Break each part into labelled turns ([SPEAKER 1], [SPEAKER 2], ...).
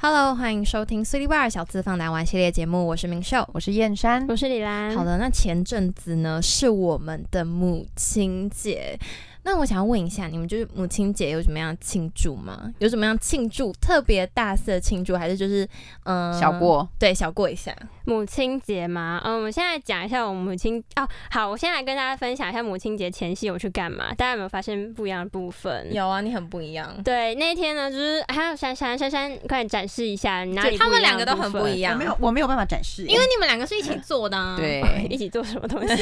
[SPEAKER 1] Hello，欢迎收听 City Bar 小资放达玩系列节目，我是明秀。
[SPEAKER 2] 我是燕山，
[SPEAKER 1] 嗯
[SPEAKER 3] 我是李兰。
[SPEAKER 1] 好，的，那前阵子呢是我们的母亲节，那我想问一下，你们就是母亲节有什么样的庆祝吗？有什么样庆祝特别大肆的庆祝，还是就是嗯、呃
[SPEAKER 2] 小？过，
[SPEAKER 1] 对，小过一下。
[SPEAKER 3] 母亲节嘛，嗯，我们现在讲一下我们母亲哦。好，我先来跟大家分享一下母亲节前夕我去干嘛。大家有没有发现不一样的部分？
[SPEAKER 1] 有啊，你很不一样，
[SPEAKER 3] 对，那一天呢，就是还有珊珊，珊珊，快点展示一下你哪里
[SPEAKER 1] 就他
[SPEAKER 3] 不
[SPEAKER 1] 们
[SPEAKER 3] 一样
[SPEAKER 1] 两
[SPEAKER 3] 的
[SPEAKER 1] 个都很
[SPEAKER 3] 部
[SPEAKER 1] 不
[SPEAKER 3] 分
[SPEAKER 1] 一样，
[SPEAKER 2] 哎我没有，我没有办法展示，
[SPEAKER 1] 嗯因为你们两个是一起做的、啊。
[SPEAKER 2] 对
[SPEAKER 3] 一起做什么东西？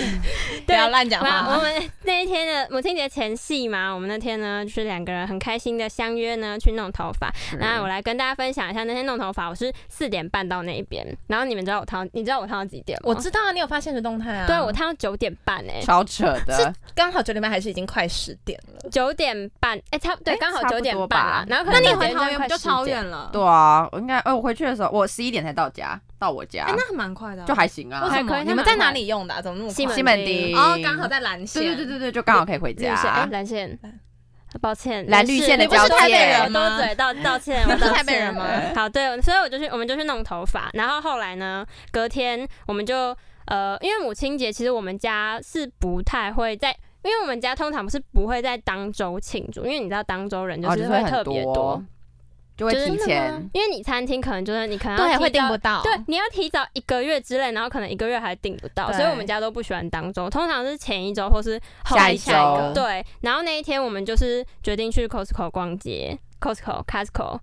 [SPEAKER 1] 不
[SPEAKER 3] 对
[SPEAKER 1] 要乱讲
[SPEAKER 3] 哇我
[SPEAKER 1] 话。
[SPEAKER 3] 们那一天的母亲节前夕嘛，我们那天呢，就是两个人很开心的相约呢去弄头发。
[SPEAKER 1] 嗯
[SPEAKER 3] 那我来跟大家分享一下那天弄头发，我是四点半到那边，然后你们知道我烫，你知道我烫到几点吗？
[SPEAKER 1] 我知道啊，你有发现的动态
[SPEAKER 2] 嗯
[SPEAKER 1] 啊？
[SPEAKER 3] 对我烫到九点半哎、
[SPEAKER 2] 超扯的，
[SPEAKER 1] 刚好九点半还是已经快十点了。
[SPEAKER 3] 九点半，哎、差对，
[SPEAKER 2] 哎
[SPEAKER 3] 刚好
[SPEAKER 2] 差不
[SPEAKER 3] 九
[SPEAKER 2] 多
[SPEAKER 3] 点半啊
[SPEAKER 2] 吧
[SPEAKER 3] 啦然后可
[SPEAKER 1] 那
[SPEAKER 3] 能
[SPEAKER 1] 你
[SPEAKER 3] 到
[SPEAKER 1] 回
[SPEAKER 3] 捷运
[SPEAKER 1] 桃
[SPEAKER 3] 站
[SPEAKER 1] 园
[SPEAKER 3] 快
[SPEAKER 1] 不就
[SPEAKER 3] 10
[SPEAKER 1] 超
[SPEAKER 3] 点
[SPEAKER 1] 远了？
[SPEAKER 2] 对啊，我应该，哎，我回去的时候，我十一点才到家，到我家
[SPEAKER 1] 哎、那还蛮快的啊、
[SPEAKER 2] 就还行
[SPEAKER 1] 为
[SPEAKER 2] 啊，
[SPEAKER 1] 什
[SPEAKER 3] 还可
[SPEAKER 1] 么？
[SPEAKER 3] 以
[SPEAKER 1] 你们在哪里用的啊、怎么那么快？
[SPEAKER 3] 西门
[SPEAKER 2] 西门町，
[SPEAKER 1] 哦，刚好，在蓝线。
[SPEAKER 2] 对对对对对，就刚好可以回
[SPEAKER 3] 绿线，哎、
[SPEAKER 2] 家，
[SPEAKER 3] 蓝线，抱歉，
[SPEAKER 2] 蓝绿线的
[SPEAKER 3] 你不是
[SPEAKER 2] 交界
[SPEAKER 3] 台北人
[SPEAKER 1] 我多
[SPEAKER 3] 吗？
[SPEAKER 1] 嘴
[SPEAKER 3] 嘴道道歉，我
[SPEAKER 1] 我道
[SPEAKER 3] 道
[SPEAKER 1] 歉
[SPEAKER 3] 好，对，所以我就去，我们就去弄头发，然后后来呢，隔天我们就呃，因为母亲节，其实我们家是不太会在。因为我们家通常是不会在当周庆祝，因为你知道当周人就
[SPEAKER 2] 哦
[SPEAKER 3] 是
[SPEAKER 2] 是
[SPEAKER 3] 会
[SPEAKER 2] 很
[SPEAKER 3] 特别多，，
[SPEAKER 2] 就会
[SPEAKER 3] 就是啊
[SPEAKER 2] 提
[SPEAKER 1] 真的吗
[SPEAKER 2] 前，
[SPEAKER 3] 因为你餐厅可能就是你可能要
[SPEAKER 1] 对，
[SPEAKER 3] 提
[SPEAKER 1] 会订
[SPEAKER 3] 早
[SPEAKER 1] 不到。
[SPEAKER 3] 对，你要提早一个月之内，然后可能一个月还订不到，
[SPEAKER 2] 对
[SPEAKER 3] 所以我们家都不喜欢当周，通常是前一周或是后
[SPEAKER 2] 下
[SPEAKER 3] 一
[SPEAKER 2] 一
[SPEAKER 3] 下一个
[SPEAKER 2] 周
[SPEAKER 3] 对，然后那一天我们就是决定去 Costco 逛街，Costco、Costco。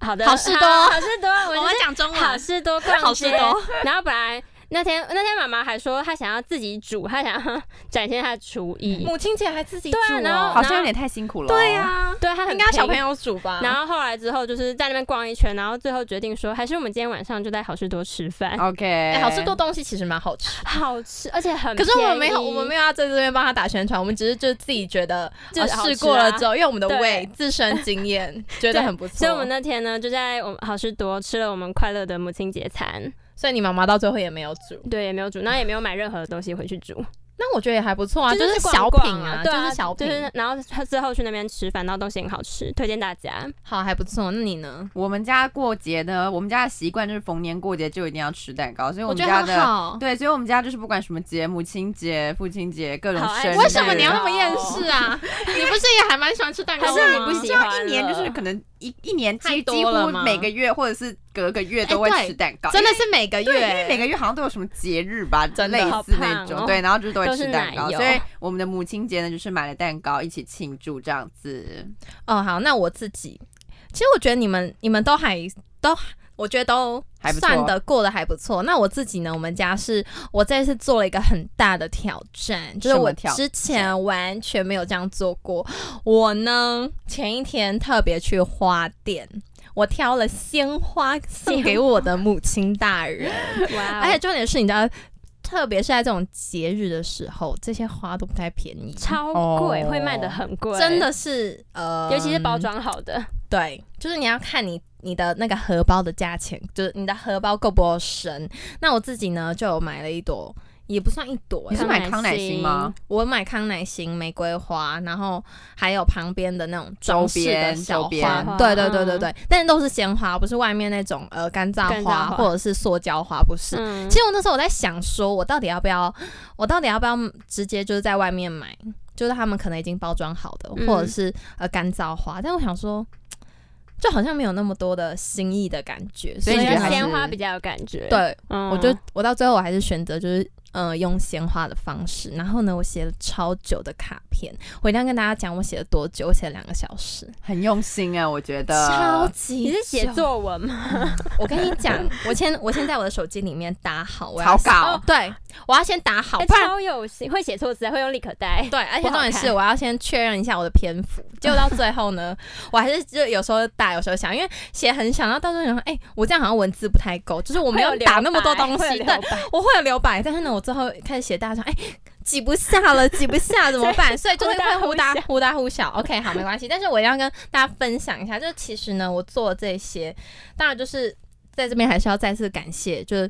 [SPEAKER 3] 好的，
[SPEAKER 1] 好事多
[SPEAKER 3] 好好事多，我
[SPEAKER 1] 我
[SPEAKER 3] 们
[SPEAKER 1] 们
[SPEAKER 3] 是
[SPEAKER 1] 讲中
[SPEAKER 3] 好
[SPEAKER 1] 文，
[SPEAKER 3] 事多逛
[SPEAKER 1] 好事
[SPEAKER 3] 街。
[SPEAKER 1] 多
[SPEAKER 3] 然后本来那天那天妈妈还说她想要自己煮，她想要展现她的厨艺。
[SPEAKER 1] 母亲节还自己煮、哦
[SPEAKER 3] 对啊然后
[SPEAKER 2] 好像有点太辛苦了，
[SPEAKER 1] 对啊，
[SPEAKER 3] 对，她很
[SPEAKER 1] 应该小朋
[SPEAKER 3] 拼
[SPEAKER 1] 友煮吧。
[SPEAKER 3] 然后后来之后就是在那边逛一圈，然后最后决定说，还是我们今天晚上就在好事多吃饭，
[SPEAKER 1] 哎、
[SPEAKER 2] ，OK，
[SPEAKER 1] 好吃多东西其实蛮好吃。
[SPEAKER 3] 好吃，而且很
[SPEAKER 1] 可
[SPEAKER 3] 便
[SPEAKER 1] 是
[SPEAKER 3] 宜。
[SPEAKER 1] 我们没有，我们没有要在这边帮他打宣传，我们只是就自己觉得
[SPEAKER 3] 就
[SPEAKER 1] 呃
[SPEAKER 3] 是好
[SPEAKER 1] 试
[SPEAKER 3] 吃
[SPEAKER 1] 过了
[SPEAKER 3] 啊
[SPEAKER 1] 之后，用我们的
[SPEAKER 3] 对
[SPEAKER 1] 胃自身经 验觉得
[SPEAKER 3] 对
[SPEAKER 1] 很不错。
[SPEAKER 3] 所以我们那天呢，就在我们好事多吃了我们快乐的母亲节餐，
[SPEAKER 1] 所以你妈妈到最后也没有煮，
[SPEAKER 3] 对，也没有煮，然后也没有买任何东西回去煮，
[SPEAKER 1] 那我觉得也还不错啊，
[SPEAKER 3] 就是逛
[SPEAKER 1] 小品
[SPEAKER 3] 逛啊，对
[SPEAKER 1] 就是小品，
[SPEAKER 3] 就是然后之后去那边吃饭，然后东西很好吃，推荐大家。
[SPEAKER 1] 好还不错。那你呢？
[SPEAKER 2] 我们家过节呢，我们家的习惯就是逢年过节就一定要吃蛋糕，所以
[SPEAKER 1] 我
[SPEAKER 2] 们
[SPEAKER 1] 觉
[SPEAKER 2] 家
[SPEAKER 1] 得很
[SPEAKER 2] 的。
[SPEAKER 1] 好。
[SPEAKER 2] 对，所以我们家就是不管什么节，母亲节、父亲节，各种
[SPEAKER 3] 好爱
[SPEAKER 2] 生日，
[SPEAKER 3] 吃
[SPEAKER 1] 为什么你要
[SPEAKER 3] 蛋
[SPEAKER 1] 那么
[SPEAKER 3] 糕
[SPEAKER 1] 厌世啊？
[SPEAKER 2] 哦
[SPEAKER 1] 你不是也还蛮喜欢吃蛋
[SPEAKER 3] 还
[SPEAKER 1] 糕
[SPEAKER 3] 是
[SPEAKER 1] 的
[SPEAKER 2] 啊
[SPEAKER 3] 你
[SPEAKER 1] 吗？
[SPEAKER 3] 不喜
[SPEAKER 2] 就一年就是可能一一年
[SPEAKER 1] 太
[SPEAKER 2] 几
[SPEAKER 1] 多
[SPEAKER 2] 几
[SPEAKER 1] 了
[SPEAKER 2] 乎
[SPEAKER 1] 吗
[SPEAKER 2] 每个月或者是隔个月都会
[SPEAKER 1] 哎对
[SPEAKER 2] 吃蛋糕，
[SPEAKER 1] 真的
[SPEAKER 2] 因为
[SPEAKER 1] 是每个
[SPEAKER 2] 对，因为每
[SPEAKER 1] 月，
[SPEAKER 2] 个月好像都有什么节日吧，
[SPEAKER 1] 真的
[SPEAKER 2] 类
[SPEAKER 3] 好
[SPEAKER 2] 似那
[SPEAKER 3] 胖
[SPEAKER 2] 种、
[SPEAKER 3] 哦
[SPEAKER 2] 对，然后就是都
[SPEAKER 3] 都
[SPEAKER 2] 会
[SPEAKER 3] 是
[SPEAKER 2] 吃蛋糕，
[SPEAKER 3] 奶油
[SPEAKER 2] 所以我们的母亲节呢就是买了蛋糕一起庆祝这样子，
[SPEAKER 1] 哦，好，那我自己，其实我觉得你们你们都还都。我觉得都
[SPEAKER 2] 还不错
[SPEAKER 1] 算得过得还不错。那我自己呢？我们家是我这次做了一个很大的挑战，就是
[SPEAKER 2] 什么
[SPEAKER 1] 我
[SPEAKER 2] 挑
[SPEAKER 1] 之前完全没有这样做过。我呢，前一天特别去花店，我挑了鲜花 送给我的母亲大人。
[SPEAKER 3] 哇哦，
[SPEAKER 1] 而且重点是，你知道，特别是在这种节日的时候，这些花都不太便宜，
[SPEAKER 3] 超贵，
[SPEAKER 2] 哦
[SPEAKER 3] 会卖的很贵，
[SPEAKER 1] 真，的是呃，
[SPEAKER 3] 尤其是包。装好的，
[SPEAKER 1] 对，就是你要看你你的那个荷包的价钱，就是你的荷包够不够深。那我自己呢，就有买了一朵，也不算一朵、
[SPEAKER 2] 你
[SPEAKER 1] 欸
[SPEAKER 2] 是买康乃馨吗？
[SPEAKER 1] 我买康乃馨、玫瑰花，然后还有旁边的那种装
[SPEAKER 2] 周
[SPEAKER 1] 饰的
[SPEAKER 2] 边
[SPEAKER 1] 小
[SPEAKER 2] 周边
[SPEAKER 1] 花，
[SPEAKER 3] 花
[SPEAKER 1] 对对对对
[SPEAKER 3] 嗯
[SPEAKER 1] 对，但是都是鲜花，不是外面那种呃干燥
[SPEAKER 3] 干燥
[SPEAKER 1] 花
[SPEAKER 3] 花
[SPEAKER 1] 或者是塑胶花，不是。
[SPEAKER 3] 嗯
[SPEAKER 1] 其实我那时候我在想，说我到底要不要，我到底要不要直接就是在外面买，就是他们可能已经包装好的，
[SPEAKER 3] 嗯
[SPEAKER 1] 或者是呃干燥花，但我想说，就好像没有那么多的新意的感觉，所
[SPEAKER 2] 所以
[SPEAKER 1] 以
[SPEAKER 2] 你觉得
[SPEAKER 1] 还
[SPEAKER 2] 还
[SPEAKER 1] 是
[SPEAKER 2] 是
[SPEAKER 3] 鲜花比较有感觉，，
[SPEAKER 1] 对，
[SPEAKER 3] 嗯
[SPEAKER 1] 我就我到最后我还是选择就是呃用鲜花的方式，然后呢，我写了超久的卡片，我一定要跟大家讲我写了多久，我写了两个小时，
[SPEAKER 2] 很用心啊，我觉得
[SPEAKER 1] 超级
[SPEAKER 3] 你是写
[SPEAKER 1] 久，
[SPEAKER 3] 作文吗？
[SPEAKER 1] 我跟你讲，我先我先在我的手机里面打好，我要哦
[SPEAKER 2] 草稿。
[SPEAKER 1] 对，我要先打好，
[SPEAKER 3] 哎
[SPEAKER 1] 不然
[SPEAKER 3] 超有心，会写错字，会用立可带，
[SPEAKER 1] 对，而且
[SPEAKER 3] 不好
[SPEAKER 1] 重点是
[SPEAKER 3] 看
[SPEAKER 1] 我要先确认一下我的篇 幅，结果到最后呢，我还是就有时候打，有时候想，因为写很想，然后到时候想说，哎、我这样好像文字不太够，就是我没有
[SPEAKER 3] 会留
[SPEAKER 1] 打那么多
[SPEAKER 3] 白
[SPEAKER 1] 东
[SPEAKER 3] 会
[SPEAKER 1] 西，
[SPEAKER 3] 留
[SPEAKER 1] 对，
[SPEAKER 3] 白
[SPEAKER 1] 我会有留白，但是呢，我最后开始写大家说，哎、挤不下了，挤不下 怎么办？所以就是会忽
[SPEAKER 3] 忽
[SPEAKER 1] 大
[SPEAKER 3] 大忽小
[SPEAKER 1] 忽大忽小。OK，好，没关系。但是我一定要跟大家分享一下，就是其实呢，我做这些，当然就是在这边还是要再次感谢，就是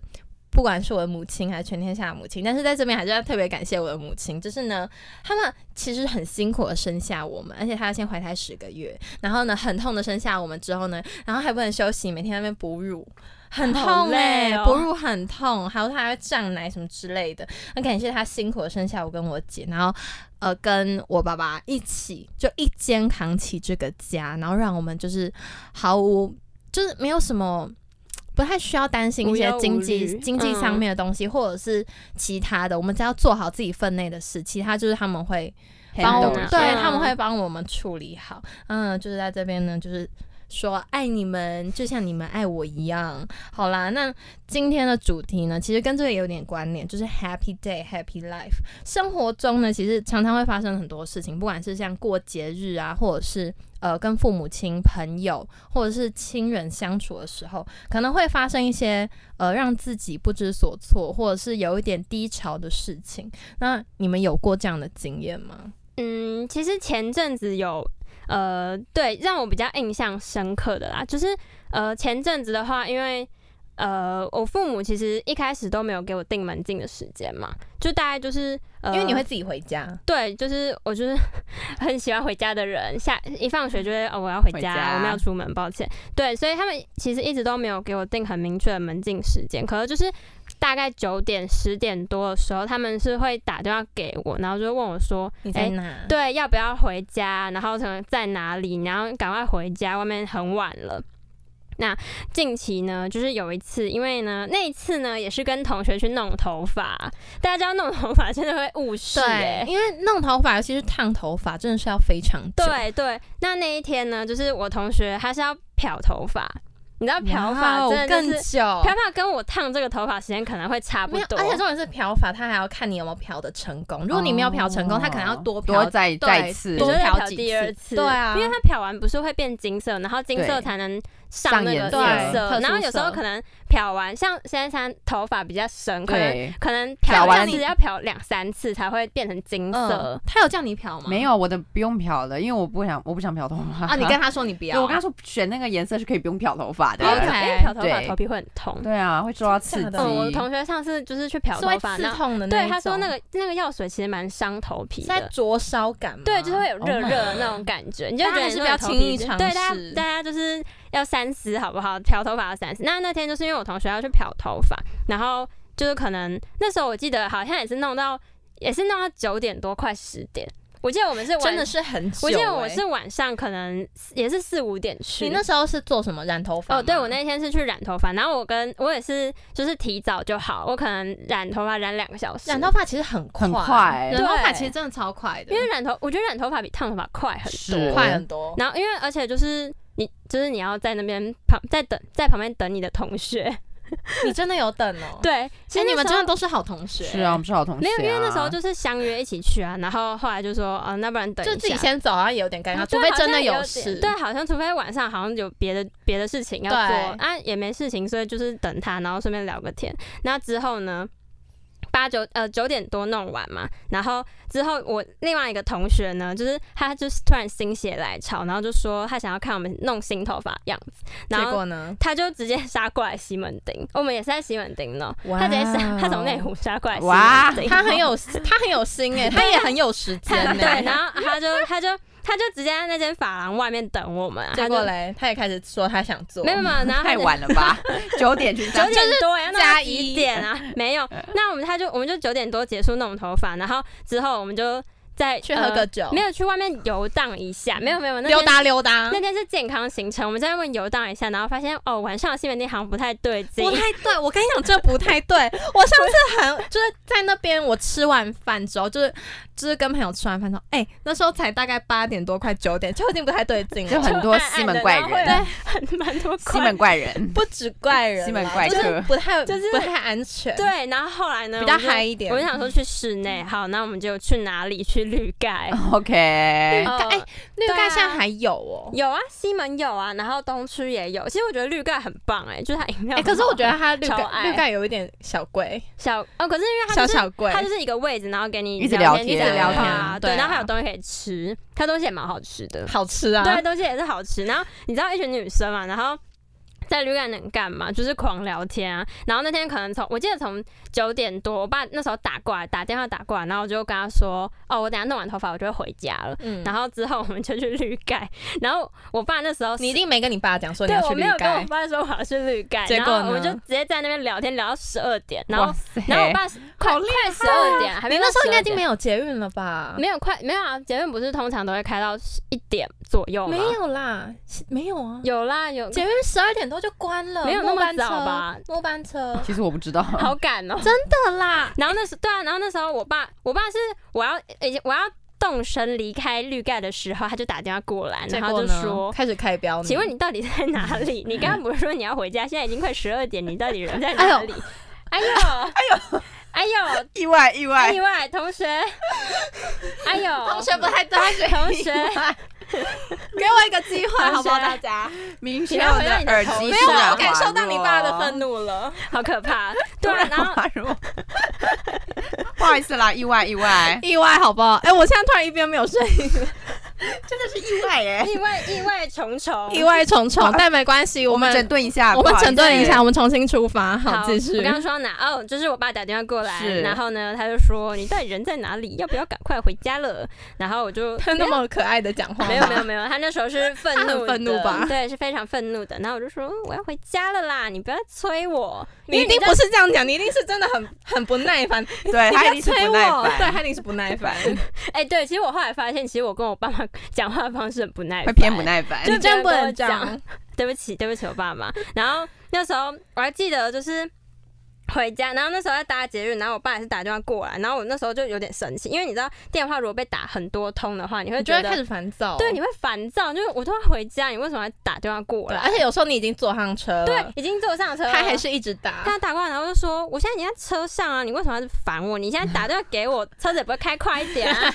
[SPEAKER 1] 不管是我的母亲还是全天下的母亲，但是在这边还是要特别感谢我的母亲，就是呢，他们其实很辛苦的生下我们，而且她要先怀胎十个月，然后呢很痛的生下我们之后呢，然后还不能休息，每天在那边哺乳。很
[SPEAKER 3] 好
[SPEAKER 1] 痛哎、
[SPEAKER 3] 累哦
[SPEAKER 1] 哺乳很痛，还有她还会胀奶什么之类的。很感谢她辛苦的生下我跟我姐，然后呃跟我爸爸一起就一肩扛起这个家，然后让我们就是毫无就是没有什么不太需要担心一
[SPEAKER 3] 无
[SPEAKER 1] 些
[SPEAKER 3] 忧无
[SPEAKER 1] 经济
[SPEAKER 3] 虑嗯
[SPEAKER 1] 经济上面的东西，或者是其他的，我们只要做好自己分内的事，其他就是他们会帮我
[SPEAKER 2] handle
[SPEAKER 1] 们
[SPEAKER 2] 一，下
[SPEAKER 1] 对
[SPEAKER 3] 嗯
[SPEAKER 1] 他们会帮我们处理好。嗯，就是在这边呢，就是。说爱你们，就像你们爱我一样。好啦，那今天的主题呢，其实跟这个有点关联，就是 Happy Day, Happy Life。生活中呢，其实常常会发生很多事情，不管是像过节日啊，或者是呃跟父母亲、朋友或者是亲人相处的时候，可能会发生一些呃让自己不知所措，或者是有一点低潮的事情。那你们有过这样的经验吗？
[SPEAKER 3] 嗯，其实前阵子有，呃，对，让我比较印象深刻的啦，就是呃，前阵子的话，因为呃，我父母其实一开始都没有给我定门禁的时间嘛，就大概就是呃，
[SPEAKER 1] 因为你会自己回家，
[SPEAKER 3] 对，就是我就是 很喜欢回家的人，下一放学就会哦，我要回
[SPEAKER 2] 回
[SPEAKER 3] 家，
[SPEAKER 2] 家
[SPEAKER 3] 我们要出门，抱歉。对，所以他们其实一直都没有给我定很明确的门禁时间，可能就是大概九点十点多的时候，他们是会打电话给我，然后就问我说，
[SPEAKER 1] 你在
[SPEAKER 3] 哎
[SPEAKER 1] 哪？
[SPEAKER 3] 对，要不要回家？然后可能在哪里？然后赶快回家，外面很晚了。那近期呢，就是有一次，因为呢，那一次呢也是跟同学去弄头发，大家知道弄头发真的会误事、欸，
[SPEAKER 1] 因为弄头发，尤其是烫头发，真的是要非常久。
[SPEAKER 3] 对对，那那一天呢，就是我同学他是要漂头发，你知道漂
[SPEAKER 1] 哇
[SPEAKER 3] 发
[SPEAKER 1] 哦
[SPEAKER 3] 真的就
[SPEAKER 1] 更
[SPEAKER 3] 是
[SPEAKER 1] 久，
[SPEAKER 3] 漂发跟我烫这个头发时间可能会差不
[SPEAKER 1] 没有，
[SPEAKER 3] 多，
[SPEAKER 1] 而且重点是漂发，它还要看你有没有漂的成功。如果你没有漂成功，它可能要多漂
[SPEAKER 2] 哦多再
[SPEAKER 1] 对
[SPEAKER 2] 再次
[SPEAKER 1] 多
[SPEAKER 3] 就是
[SPEAKER 1] 漂
[SPEAKER 3] 漂
[SPEAKER 1] 几
[SPEAKER 3] 第
[SPEAKER 1] 次
[SPEAKER 3] 二次，
[SPEAKER 1] 对啊
[SPEAKER 3] 因为它漂完不是会变金色，然后金
[SPEAKER 2] 对
[SPEAKER 3] 色才能上那
[SPEAKER 2] 上颜
[SPEAKER 3] 个
[SPEAKER 1] 色
[SPEAKER 3] 颜
[SPEAKER 1] 对特
[SPEAKER 3] 色，然后
[SPEAKER 1] 殊
[SPEAKER 3] 有时候
[SPEAKER 1] 色
[SPEAKER 3] 可能漂完，像珊珊头发比较深，可能
[SPEAKER 2] 对，
[SPEAKER 3] 可能
[SPEAKER 2] 漂
[SPEAKER 3] 漂
[SPEAKER 2] 完
[SPEAKER 3] 完
[SPEAKER 2] 你
[SPEAKER 3] 是要漂两三次才会变成金色
[SPEAKER 1] 嗯，，他有叫你漂吗？
[SPEAKER 2] 没有我的不用漂了，因为我不想我不想漂头发
[SPEAKER 1] 啊，你跟他哦说你不
[SPEAKER 2] 对
[SPEAKER 1] 要，
[SPEAKER 2] 我跟他说选那个颜色是可以不用漂头发的。
[SPEAKER 1] 嗯 OK
[SPEAKER 3] 因为漂头发
[SPEAKER 2] 对
[SPEAKER 3] 头皮会很痛。
[SPEAKER 2] 对啊，会受到刺
[SPEAKER 1] 真
[SPEAKER 2] 激。
[SPEAKER 1] 的假
[SPEAKER 3] 嗯，我同学上次就是去漂
[SPEAKER 1] 啊是
[SPEAKER 3] 头
[SPEAKER 1] 会
[SPEAKER 3] 发，
[SPEAKER 1] 刺
[SPEAKER 3] 然后
[SPEAKER 1] 痛的那一
[SPEAKER 3] 对
[SPEAKER 1] 种
[SPEAKER 3] 他说那个那个药水其实蛮伤头皮
[SPEAKER 1] 是在
[SPEAKER 3] 的，
[SPEAKER 1] 灼烧感吗，
[SPEAKER 3] 对，就是会有
[SPEAKER 2] Oh
[SPEAKER 3] 热
[SPEAKER 2] my
[SPEAKER 3] 热的那种感觉，你就
[SPEAKER 1] 大
[SPEAKER 3] 觉
[SPEAKER 1] 家还
[SPEAKER 3] 得
[SPEAKER 1] 是
[SPEAKER 3] 那
[SPEAKER 1] 不要
[SPEAKER 3] 个头
[SPEAKER 1] 轻易
[SPEAKER 3] 皮
[SPEAKER 1] 尝
[SPEAKER 3] 对，大家
[SPEAKER 1] 试
[SPEAKER 3] 大家就是要三思好不好？漂头发要三思。那那天就是因为我同学要去漂头发，然后就是可能那时候我记得好像也是弄到也是弄到九点多快十点，我记得我们是晚
[SPEAKER 1] 真的。是很久。
[SPEAKER 3] 我记得
[SPEAKER 1] 欸
[SPEAKER 3] 我是晚上可能也是四五点去，
[SPEAKER 1] 你那时候是做什么染头发吗？
[SPEAKER 3] 哦，对，我那天是去染头发，然后我跟我也是就是提早就好，我可能染头发染两个小时，
[SPEAKER 1] 染头发其实很快，
[SPEAKER 2] 很快
[SPEAKER 1] 染头发
[SPEAKER 3] 对
[SPEAKER 1] 其实真的超快的，
[SPEAKER 3] 因为染头，我觉得染头发比烫头发快很
[SPEAKER 2] 是
[SPEAKER 3] 多，
[SPEAKER 1] 快很多。
[SPEAKER 3] 然后因为而且就是你就是你要在那边旁在等在旁边等你的同学，
[SPEAKER 1] 你真的有等哦？，
[SPEAKER 3] 对，
[SPEAKER 1] 其
[SPEAKER 3] 其
[SPEAKER 1] 实
[SPEAKER 3] 实
[SPEAKER 1] 你们真的
[SPEAKER 3] 都。
[SPEAKER 1] 都是好同学。
[SPEAKER 2] 是啊，我，们是好同学、
[SPEAKER 3] 没
[SPEAKER 2] 啊。
[SPEAKER 3] 有，因为那时候就是相约一起去啊，然后后来就说，啊，那不然等一
[SPEAKER 1] 就
[SPEAKER 3] 下，
[SPEAKER 1] 自己先走，好像也有点尴啊尬，
[SPEAKER 3] 啊
[SPEAKER 1] 除
[SPEAKER 3] 对
[SPEAKER 1] 非
[SPEAKER 3] 好像
[SPEAKER 1] 真的
[SPEAKER 3] 有点
[SPEAKER 1] 事。
[SPEAKER 3] 对，好像除非晚上好像有别的别的事情要
[SPEAKER 1] 对
[SPEAKER 3] 做，啊，也没事情，所以就是等他，然后顺便聊个天。那之后呢，八九呃九点多弄完嘛，然后之后我另外一个同学呢，就是他就是突然心血来潮，然后就说他想要看我们弄新头发的样子，然
[SPEAKER 1] 结
[SPEAKER 3] 后
[SPEAKER 1] 果 呢？
[SPEAKER 3] 他就直接杀过来西门町，我们也是在西门町弄，
[SPEAKER 1] 哇
[SPEAKER 3] 他直接杀他从内湖杀过来西
[SPEAKER 2] 哇
[SPEAKER 3] 门町，
[SPEAKER 1] 他很有，他很有心哎，他也很有时间
[SPEAKER 3] 他
[SPEAKER 1] 哎。
[SPEAKER 3] 对，然后他就他就他就直接在那间发廊外面等我们、啊，
[SPEAKER 1] 结
[SPEAKER 3] 他
[SPEAKER 1] 果
[SPEAKER 3] 就
[SPEAKER 1] 嘞，他也开始说他想做，
[SPEAKER 3] 没有没有，然后他
[SPEAKER 2] 太
[SPEAKER 3] 就
[SPEAKER 2] 晚了吧？ 九点去
[SPEAKER 3] 九
[SPEAKER 2] 上，
[SPEAKER 3] 点多要
[SPEAKER 1] 加
[SPEAKER 3] 加
[SPEAKER 1] 一
[SPEAKER 3] 一点啊，没有。那我们他就我们就九点多结束弄头发，然后之后我们就再
[SPEAKER 1] 去喝个酒
[SPEAKER 3] 呃没有去外面游荡一下，没有没有那天
[SPEAKER 1] 溜。达溜达
[SPEAKER 3] 那，天是健康行程，我们在外面游荡一下，然后发现哦，晚上的西门町好像不太对劲
[SPEAKER 1] 不。 太对。我跟你讲，这不太对。 我上次很就是在那边，我吃完饭之后，就是就是跟朋友吃完饭之后，哎、那时候才大概八点多，快九点，就已经不太对劲
[SPEAKER 2] 就
[SPEAKER 1] 了。
[SPEAKER 2] 很多西门怪
[SPEAKER 3] 就暗暗的
[SPEAKER 2] 人，
[SPEAKER 3] 然后会有 蛮多怪
[SPEAKER 2] 西门 怪人。
[SPEAKER 1] 不止怪人啦，
[SPEAKER 2] 西门怪
[SPEAKER 1] 就
[SPEAKER 2] 客
[SPEAKER 1] 是不太
[SPEAKER 3] 就是
[SPEAKER 1] 不太安全，，
[SPEAKER 3] 对，然后后来呢，
[SPEAKER 1] 比较
[SPEAKER 3] 我们就
[SPEAKER 1] 嗨一点
[SPEAKER 3] 我。们想说去室内，好，那我们就去哪里？去绿盖。
[SPEAKER 2] OK，
[SPEAKER 3] 哦
[SPEAKER 1] 哎那个
[SPEAKER 3] 对
[SPEAKER 1] 盖
[SPEAKER 3] 啊
[SPEAKER 1] 现在还有哦、
[SPEAKER 3] 有啊，西门有啊，然后东区也有。其实我觉得绿盖很棒哎、就是它饮料
[SPEAKER 1] 哎、
[SPEAKER 3] 很好喝。
[SPEAKER 1] 可是我觉得它绿
[SPEAKER 3] 超
[SPEAKER 1] 盖
[SPEAKER 3] 爱
[SPEAKER 1] 绿盖有一点小贵，
[SPEAKER 3] 小哦，可是因为它
[SPEAKER 1] 小
[SPEAKER 3] 就是
[SPEAKER 1] 小贵
[SPEAKER 3] 它，就是一个位置，然后给你
[SPEAKER 2] 一直
[SPEAKER 3] 聊
[SPEAKER 2] 聊天
[SPEAKER 3] 一直聊
[SPEAKER 1] 一直聊
[SPEAKER 3] 啊
[SPEAKER 1] 天对
[SPEAKER 3] 对，
[SPEAKER 1] 啊
[SPEAKER 3] 然后还有东西可以吃，它东西也蛮好吃的，
[SPEAKER 1] 好吃啊。
[SPEAKER 3] 对，东西也是好吃。然后你知道一群女生嘛，然后。在旅馆能干嘛？就是狂聊天啊。然后那天可能从我记得从九点多，我爸那时候打过来，打电话打过来，然后我就跟他说：“哦，我等一下弄完头发我就会回家了。”
[SPEAKER 1] 嗯，
[SPEAKER 3] 然后之后我们就去绿盖， 然后我爸那时候是
[SPEAKER 1] 你一定没跟你爸讲说你
[SPEAKER 3] 对
[SPEAKER 1] 要
[SPEAKER 3] 我
[SPEAKER 1] 去绿
[SPEAKER 3] 没有跟我
[SPEAKER 1] 盖，
[SPEAKER 3] 爸说我要去绿盖，
[SPEAKER 1] 结
[SPEAKER 3] 然
[SPEAKER 1] 果
[SPEAKER 3] 后我们
[SPEAKER 1] 呢
[SPEAKER 3] 就直接在那边聊天聊到十二点，然
[SPEAKER 2] 哇
[SPEAKER 3] 后
[SPEAKER 2] 塞，
[SPEAKER 3] 然后我爸快
[SPEAKER 2] 好厉
[SPEAKER 3] 快十二点，还
[SPEAKER 1] 你
[SPEAKER 3] 没
[SPEAKER 1] 那时候应该已经没
[SPEAKER 3] 有
[SPEAKER 1] 有捷运了吧？
[SPEAKER 3] 没有快没有啊，捷运不是通常都会开到一点左右吗？
[SPEAKER 1] 没有啦，没有啊，
[SPEAKER 3] 有啦有，
[SPEAKER 1] 捷运十二点多就关了，
[SPEAKER 3] 没有那么
[SPEAKER 1] 末班车
[SPEAKER 3] 早吧？
[SPEAKER 1] 末班车
[SPEAKER 2] 其实我不知道，
[SPEAKER 3] 好赶哦、
[SPEAKER 1] 真的啦，
[SPEAKER 3] 然后那时对啊，然后那时候我爸我爸是我要已经我要动身离开绿盖的时候，他就打电话过来，然后
[SPEAKER 1] 结果
[SPEAKER 3] 就
[SPEAKER 1] 呢
[SPEAKER 3] 说。
[SPEAKER 1] 开始开标，
[SPEAKER 3] 请问你到底在哪 里？你刚刚不是说你要回家？现在已经快十二点，你到底人在
[SPEAKER 1] 哎
[SPEAKER 3] 哪
[SPEAKER 1] 呦哎
[SPEAKER 3] 里？哎呦，哎呦，哎 呦，
[SPEAKER 2] 意外意外
[SPEAKER 3] 意外同学，哎呦，
[SPEAKER 1] 同学不太对，
[SPEAKER 3] 同学，
[SPEAKER 1] 给我一个机会
[SPEAKER 3] 好不好大
[SPEAKER 1] 家？
[SPEAKER 2] 明
[SPEAKER 3] 你
[SPEAKER 2] 确
[SPEAKER 3] 要回到你的
[SPEAKER 2] 耳
[SPEAKER 3] 头
[SPEAKER 2] 机
[SPEAKER 3] 没
[SPEAKER 1] 没
[SPEAKER 3] 有
[SPEAKER 1] 有，
[SPEAKER 3] 我
[SPEAKER 1] 我
[SPEAKER 3] 有
[SPEAKER 1] 有
[SPEAKER 3] 感
[SPEAKER 1] 感受到你爸的 愤怒了。
[SPEAKER 3] 好可 怕！
[SPEAKER 2] 突
[SPEAKER 3] 对啊，
[SPEAKER 2] 然
[SPEAKER 3] 然后
[SPEAKER 2] 滑入， 不好意思啦，意外意外，
[SPEAKER 1] 意外好不好？哎、我现在突然一边没有声音，
[SPEAKER 2] 真的是意外耶！
[SPEAKER 3] 意外意外重重，
[SPEAKER 1] 意外重重，但没关系，
[SPEAKER 2] 我
[SPEAKER 1] 我
[SPEAKER 2] 们整
[SPEAKER 1] 们
[SPEAKER 2] 顿一下，
[SPEAKER 1] 我们
[SPEAKER 2] 不好意思
[SPEAKER 1] 整顿一下，，我们重新出发，好，继续
[SPEAKER 3] 我。刚刚说到哪？哦，就是我爸打电话过来，
[SPEAKER 2] 是
[SPEAKER 3] 然后呢，他就说你到底人在哪里？要不要赶快回家了？然后我就
[SPEAKER 1] 他那么可爱的讲话，
[SPEAKER 3] 没有没有没有，他那时候是愤
[SPEAKER 1] 他
[SPEAKER 3] 怒的，
[SPEAKER 1] 很愤怒吧
[SPEAKER 3] 对，是非常愤怒的。然后我就说我要回家了啦，你不要催我，
[SPEAKER 1] 你一定不是这样讲，你一定是真的很很不耐烦，
[SPEAKER 2] 对
[SPEAKER 1] 你
[SPEAKER 2] 他一
[SPEAKER 1] 不
[SPEAKER 2] 定
[SPEAKER 1] 要催
[SPEAKER 2] 是不
[SPEAKER 1] 我，
[SPEAKER 2] 耐烦，
[SPEAKER 1] 对，他一定是不耐烦，
[SPEAKER 3] 哎、对，其实我后来发现，其实我跟我爸妈讲话方式很不耐烦，
[SPEAKER 2] 会偏不耐烦
[SPEAKER 3] 就。
[SPEAKER 1] 你真不
[SPEAKER 3] 别人跟我
[SPEAKER 1] 能这样
[SPEAKER 3] 讲。对不起，对不起，我爸妈。然后那时候我还记得，就是回家，然后那时候在搭捷运，然后我爸也是打电话过来，然后我那时候就有点生气，因为你知道电话如果被打很多通的话，你会
[SPEAKER 1] 你就
[SPEAKER 3] 觉
[SPEAKER 1] 会
[SPEAKER 3] 得
[SPEAKER 1] 开始烦躁，
[SPEAKER 3] 对，你会烦躁，就是我都要回家，你为什么要打电话过
[SPEAKER 1] 对，
[SPEAKER 3] 来？
[SPEAKER 1] 而且有时候你已经坐上车了，
[SPEAKER 3] 对，已经坐上车了，
[SPEAKER 1] 他还是一直打，
[SPEAKER 3] 他打过来，然后就说：“我现在已经在车上啊，你为什么要烦我？你现在打电话给我，车子也不会开快一点啊？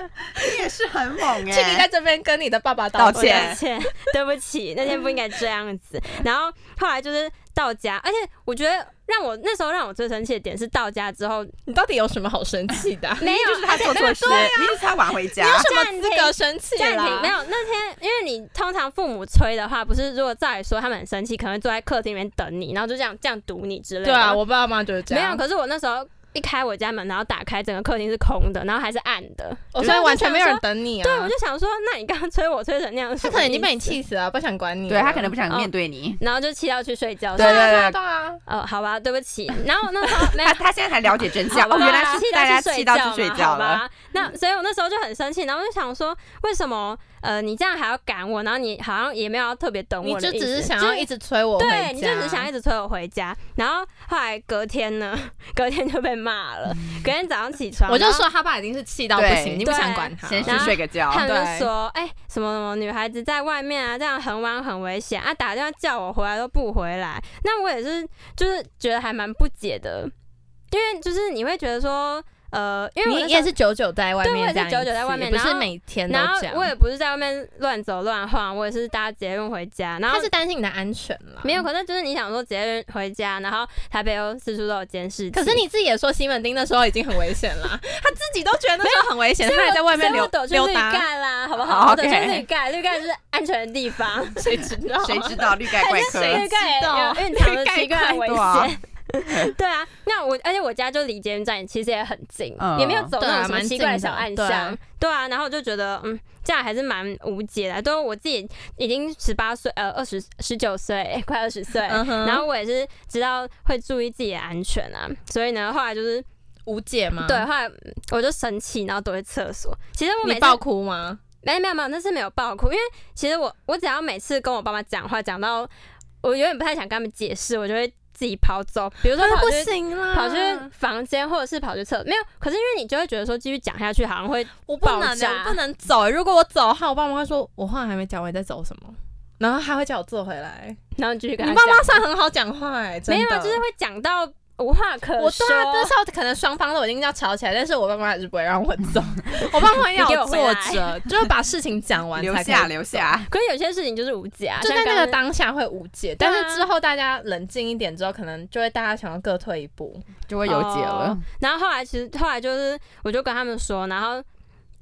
[SPEAKER 2] 你也是很 猛欸
[SPEAKER 1] 这个在这边跟你的爸爸
[SPEAKER 2] 嗯
[SPEAKER 1] 歉。
[SPEAKER 2] 道
[SPEAKER 1] 嗯
[SPEAKER 3] 我
[SPEAKER 2] 歉
[SPEAKER 3] 道歉， 对不起，那天不应该这样子。然后后来就是到家，而且我觉得让我那时候让我最生气的点是到家之后
[SPEAKER 1] 你到底有什么好生气 的啊？
[SPEAKER 3] 没有
[SPEAKER 2] 就是他做错事，明明啊是他晚回家
[SPEAKER 1] 你，有什
[SPEAKER 3] 暂
[SPEAKER 1] 么
[SPEAKER 3] 停
[SPEAKER 1] 资格生气
[SPEAKER 3] 暂停，没
[SPEAKER 1] 啦？
[SPEAKER 3] 有那天，因为你通常父母催的话，不是如果照理说他们很生气，可能会坐在客厅里面等你，然后就这样这样堵你之类的。
[SPEAKER 1] 对啊，我爸妈就是这
[SPEAKER 3] 没有。
[SPEAKER 1] 样，
[SPEAKER 3] 可是我那时候一开我家门，然后打开整个客厅是空的，然后还是暗的。
[SPEAKER 1] 我现在哦完全没有
[SPEAKER 3] 然
[SPEAKER 1] 人
[SPEAKER 3] 后
[SPEAKER 1] 等你啊。
[SPEAKER 3] 对，我就想说，那你刚刚催我催成那样，
[SPEAKER 1] 他可能已经被你，气死了，不想管你了。
[SPEAKER 2] 对他可能不想
[SPEAKER 3] 哦
[SPEAKER 2] 面对你。
[SPEAKER 3] 然后就气到去睡觉。
[SPEAKER 2] 对
[SPEAKER 1] 对
[SPEAKER 3] 说
[SPEAKER 1] 啊对啊对啊，
[SPEAKER 3] 哦，好吧，对不起。然后那时候没有
[SPEAKER 2] 他。他现在才了解真相
[SPEAKER 3] 好
[SPEAKER 2] 哦，
[SPEAKER 3] 吧
[SPEAKER 2] 原来是
[SPEAKER 3] 气
[SPEAKER 2] 大家嗯
[SPEAKER 3] 去
[SPEAKER 2] 气到去睡
[SPEAKER 3] 嘛
[SPEAKER 2] 觉
[SPEAKER 3] 好
[SPEAKER 2] 了。
[SPEAKER 3] 吧？那所以我那时候就很生气，然后就想说，为什么呃你这样还要赶我，然后你好像也没有要特别等
[SPEAKER 1] 你
[SPEAKER 3] 我的
[SPEAKER 1] 就
[SPEAKER 3] 意思，
[SPEAKER 1] 只是想要
[SPEAKER 3] 就
[SPEAKER 1] 一直催我回家，
[SPEAKER 3] 对，你就只想一直催我回家。然后后来隔天呢， 隔天就被骂了。隔天早上起床，
[SPEAKER 1] 嗯我就
[SPEAKER 3] 然后
[SPEAKER 1] 说他爸已经是气到不
[SPEAKER 2] 对
[SPEAKER 1] 行，你不
[SPEAKER 3] 对
[SPEAKER 1] 想管他。
[SPEAKER 2] 先去
[SPEAKER 3] 然后
[SPEAKER 2] 睡个觉，
[SPEAKER 3] 他们
[SPEAKER 1] 对
[SPEAKER 3] 就说：“哎、什么什么女孩子在外面啊，这样很晚很危险啊，打电话叫我回来都不回来。”那我也是，就是觉得还蛮不解的，因为就是你会觉得说，呃，因为我
[SPEAKER 1] 你
[SPEAKER 3] 那时候
[SPEAKER 1] 也是久久在外
[SPEAKER 3] 对我也
[SPEAKER 1] 面
[SPEAKER 3] 是
[SPEAKER 1] 这样一次，
[SPEAKER 3] 久久在外面
[SPEAKER 1] 不
[SPEAKER 3] 然
[SPEAKER 1] 是
[SPEAKER 3] 后
[SPEAKER 1] 每天都
[SPEAKER 3] 然后
[SPEAKER 1] 这样。
[SPEAKER 3] 我也不是在外面乱走乱晃，我也是搭捷运回家，然后
[SPEAKER 1] 他是担心你的安全啦。
[SPEAKER 3] 没有，，可是就是你想说捷运回家，然后台北又四处都有监视器，
[SPEAKER 1] 可是你自己也说西门町那时候已经很危险 啦，他自己都觉得那时候很危险，
[SPEAKER 3] 所以
[SPEAKER 1] 他
[SPEAKER 3] 我
[SPEAKER 1] 还在外面
[SPEAKER 3] 所以
[SPEAKER 1] 溜
[SPEAKER 3] 我躲去
[SPEAKER 1] 溜
[SPEAKER 3] 绿
[SPEAKER 1] 达，
[SPEAKER 3] 盖啦，好不
[SPEAKER 2] 好
[SPEAKER 3] 好？我躲去
[SPEAKER 2] ，OK
[SPEAKER 3] 绿盖，绿盖就是安全的地方，
[SPEAKER 1] 谁知道啊？
[SPEAKER 2] 谁知道绿盖怪客？
[SPEAKER 1] 谁
[SPEAKER 3] 绿盖
[SPEAKER 1] 知道
[SPEAKER 3] 有蕴藏着
[SPEAKER 1] 绿盖
[SPEAKER 3] 奇怪的危
[SPEAKER 2] 对啊
[SPEAKER 3] 险。对啊，那我而且我家就离捷运站其实也很近，
[SPEAKER 2] 嗯
[SPEAKER 3] 也没有走
[SPEAKER 1] 对
[SPEAKER 3] 那
[SPEAKER 1] 啊
[SPEAKER 3] 种什么
[SPEAKER 1] 蛮
[SPEAKER 3] 奇
[SPEAKER 1] 近
[SPEAKER 3] 怪的
[SPEAKER 1] 的
[SPEAKER 3] 小暗
[SPEAKER 1] 对
[SPEAKER 3] 巷，对啊，然后我就觉得嗯，这样还是蛮无解的。都我自己已经十八岁，呃，二十十九岁，哎快二十岁，
[SPEAKER 1] 嗯哼
[SPEAKER 3] 然后我也是知道会注意自己的安全啊，所以呢，后来就是
[SPEAKER 1] 无解吗？
[SPEAKER 3] 对，，后来我就生气，然后躲去厕所。其实我
[SPEAKER 1] 你
[SPEAKER 3] 每次
[SPEAKER 1] 爆哭吗？
[SPEAKER 3] 没有没有没有，那是没有爆哭，因为其实我我只要每次跟我爸妈讲话，讲到我有点不太想跟他们解释，我就会自己跑走，比如说跑
[SPEAKER 1] 啊不
[SPEAKER 3] 去。
[SPEAKER 1] 行啦，
[SPEAKER 3] 跑去房间，或者是跑去厕所，没有。可是因为你就会觉得说，继续讲下去好像会
[SPEAKER 1] 我不
[SPEAKER 3] 爆
[SPEAKER 1] 能欸，
[SPEAKER 3] 炸
[SPEAKER 1] 我不能走欸。如果我走的话，我爸妈会说我话还没讲，我你在走什么？然后还会叫我坐回来。
[SPEAKER 3] 然后你继续
[SPEAKER 1] 你
[SPEAKER 3] 跟他
[SPEAKER 1] 爸妈
[SPEAKER 3] 讲
[SPEAKER 1] 算很好讲话哎、真
[SPEAKER 3] 没
[SPEAKER 1] 的。
[SPEAKER 3] 有，啊就是会讲到无话可
[SPEAKER 1] 我
[SPEAKER 3] 说
[SPEAKER 1] 对。啊，那时候可能双方都已经要吵起来，但是我爸妈还是不会让我走，我爸妈要
[SPEAKER 3] 你给
[SPEAKER 1] 我
[SPEAKER 3] 我回
[SPEAKER 1] 坐
[SPEAKER 3] 来
[SPEAKER 1] 着，就是把事情讲完
[SPEAKER 2] 留
[SPEAKER 1] 才可以
[SPEAKER 2] 下留下，
[SPEAKER 3] 可是有些事情就是无解啊，
[SPEAKER 1] 就在
[SPEAKER 3] 像
[SPEAKER 1] 那
[SPEAKER 3] 刚
[SPEAKER 1] 个
[SPEAKER 3] 刚
[SPEAKER 1] 当下会无解，
[SPEAKER 3] 对啊
[SPEAKER 1] 但是之后大家冷静一点之后，可能就会大家想要各退一步。
[SPEAKER 2] 就会有解了
[SPEAKER 3] 哦。然后后来其实后来就是，我就跟他们说，然后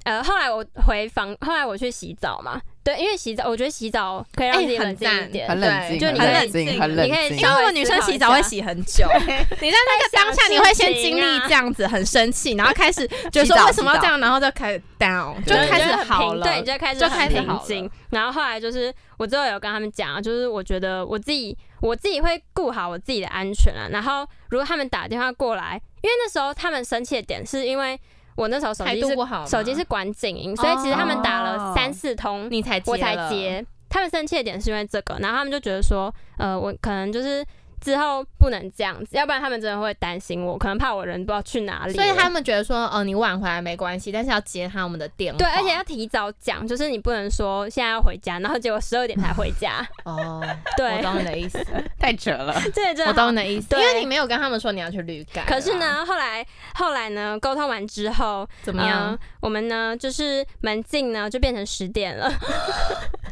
[SPEAKER 3] 呃，后来我回房，后来我去洗澡嘛，对，因为洗澡，我觉得洗澡可以让
[SPEAKER 1] 哎
[SPEAKER 3] 自己冷
[SPEAKER 1] 很
[SPEAKER 3] 静
[SPEAKER 1] 赞
[SPEAKER 3] 一点。
[SPEAKER 2] 很冷静，
[SPEAKER 3] 就
[SPEAKER 2] 很
[SPEAKER 3] 你
[SPEAKER 2] 冷
[SPEAKER 3] 可以
[SPEAKER 2] 静，很冷
[SPEAKER 3] 你可以
[SPEAKER 2] 静
[SPEAKER 3] 稍。
[SPEAKER 1] 因为
[SPEAKER 3] 微
[SPEAKER 1] 我们女生洗澡会洗很久，你在那个当下你会先经历这样子很生气，然后开始觉得
[SPEAKER 2] 洗
[SPEAKER 1] 说
[SPEAKER 2] 澡
[SPEAKER 1] 为什么要这样，然后就开始 down，就
[SPEAKER 2] 对
[SPEAKER 1] 开
[SPEAKER 3] 你
[SPEAKER 1] 始
[SPEAKER 3] 很
[SPEAKER 1] 好
[SPEAKER 3] 平
[SPEAKER 1] 了，
[SPEAKER 3] 对，你就开始
[SPEAKER 1] 就
[SPEAKER 3] 很
[SPEAKER 1] 开始
[SPEAKER 3] 平
[SPEAKER 1] 好了
[SPEAKER 3] 静。然后后来就是我之后有跟他们讲啊，就是我觉得我自己我自己会顾好我自己的安全啊。然后如果他们打电话过来，因为那时候他们生气的点是因为我那时候手
[SPEAKER 1] 态
[SPEAKER 3] 机
[SPEAKER 1] 度
[SPEAKER 3] 是
[SPEAKER 1] 不好吗，
[SPEAKER 3] 手机是管静音，所以其实他们打了三四通，
[SPEAKER 1] 你才
[SPEAKER 3] 我才
[SPEAKER 1] 了，
[SPEAKER 3] 接。他们生气的点是因为这个，然后他们就觉得说，呃，我可能就是之后不能这样子，要不然他们真的会担心我，可能怕我人不知道去哪里
[SPEAKER 1] 所
[SPEAKER 3] 了。
[SPEAKER 1] 以 他们觉得说哦你晚回来没关系，但是要接他们的电话，
[SPEAKER 3] 对，而且要提早讲，就是你不能说现在要回家，然后结果十二点才回 家。
[SPEAKER 1] 哦，我
[SPEAKER 3] 对，
[SPEAKER 1] 懂你的意思，
[SPEAKER 2] 太扯了，
[SPEAKER 3] 这真
[SPEAKER 1] 我
[SPEAKER 3] 的好。
[SPEAKER 1] 懂你的意思，因
[SPEAKER 3] 对
[SPEAKER 1] 为你没有跟他们说你要去旅啊馆，
[SPEAKER 3] 可是，呢，后来后来呢，沟通完之后，
[SPEAKER 1] 怎
[SPEAKER 3] 怎
[SPEAKER 1] 么样？
[SPEAKER 3] 我们呢，就是门禁呢就变成十点 了，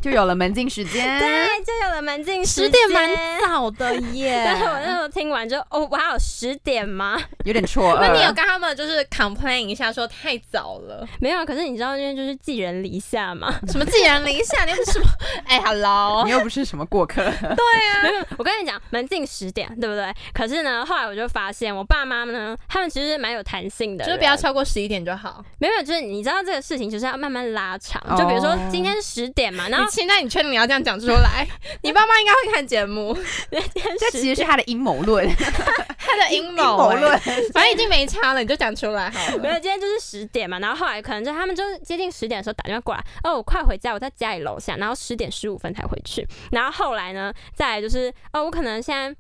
[SPEAKER 2] 就有了门禁时间。
[SPEAKER 3] 对，就有了门禁
[SPEAKER 1] 十
[SPEAKER 3] 点
[SPEAKER 1] 点蛮早的耶
[SPEAKER 3] 但是 我那时候听完就哦，哇，有十点吗？
[SPEAKER 2] 有点错愕。
[SPEAKER 1] 那你有跟他们就是 complain 一下，说太早了，
[SPEAKER 3] 没有，啊可是你知道，因为就是寄人篱下嘛。
[SPEAKER 1] 什么寄人篱下，你不是什么？哎，hello，
[SPEAKER 2] 你又不是什么过客，
[SPEAKER 3] 我跟你讲，门禁十点，对不对？可是呢，后来我就发现，我爸妈呢，他们其实蛮有弹性的
[SPEAKER 1] 就
[SPEAKER 3] 人，
[SPEAKER 1] 是不要超过十一点就好。
[SPEAKER 3] 没有，就是你知道这个事情就是要慢慢拉长。
[SPEAKER 2] 哦
[SPEAKER 3] 就比如说今天十点嘛，然
[SPEAKER 1] 你
[SPEAKER 3] 后
[SPEAKER 1] 现在你确定你要这样讲出 来？你爸妈应该会看节目，
[SPEAKER 3] 今天
[SPEAKER 2] 这
[SPEAKER 3] 十
[SPEAKER 2] 其实是他的阴谋论，
[SPEAKER 1] 他的阴
[SPEAKER 2] 阴谋
[SPEAKER 1] 谋哎
[SPEAKER 2] 论。
[SPEAKER 1] 反正已经没差了，你就讲出来好
[SPEAKER 3] 没
[SPEAKER 1] 了。
[SPEAKER 3] 有，今天就是十点嘛，然后后来可能就他们就是接近十点的时候打电话过来，哦，我快回家，我在家里楼下，然后十点十五分才回去。然后后来呢，再来就是，哦，我可能现在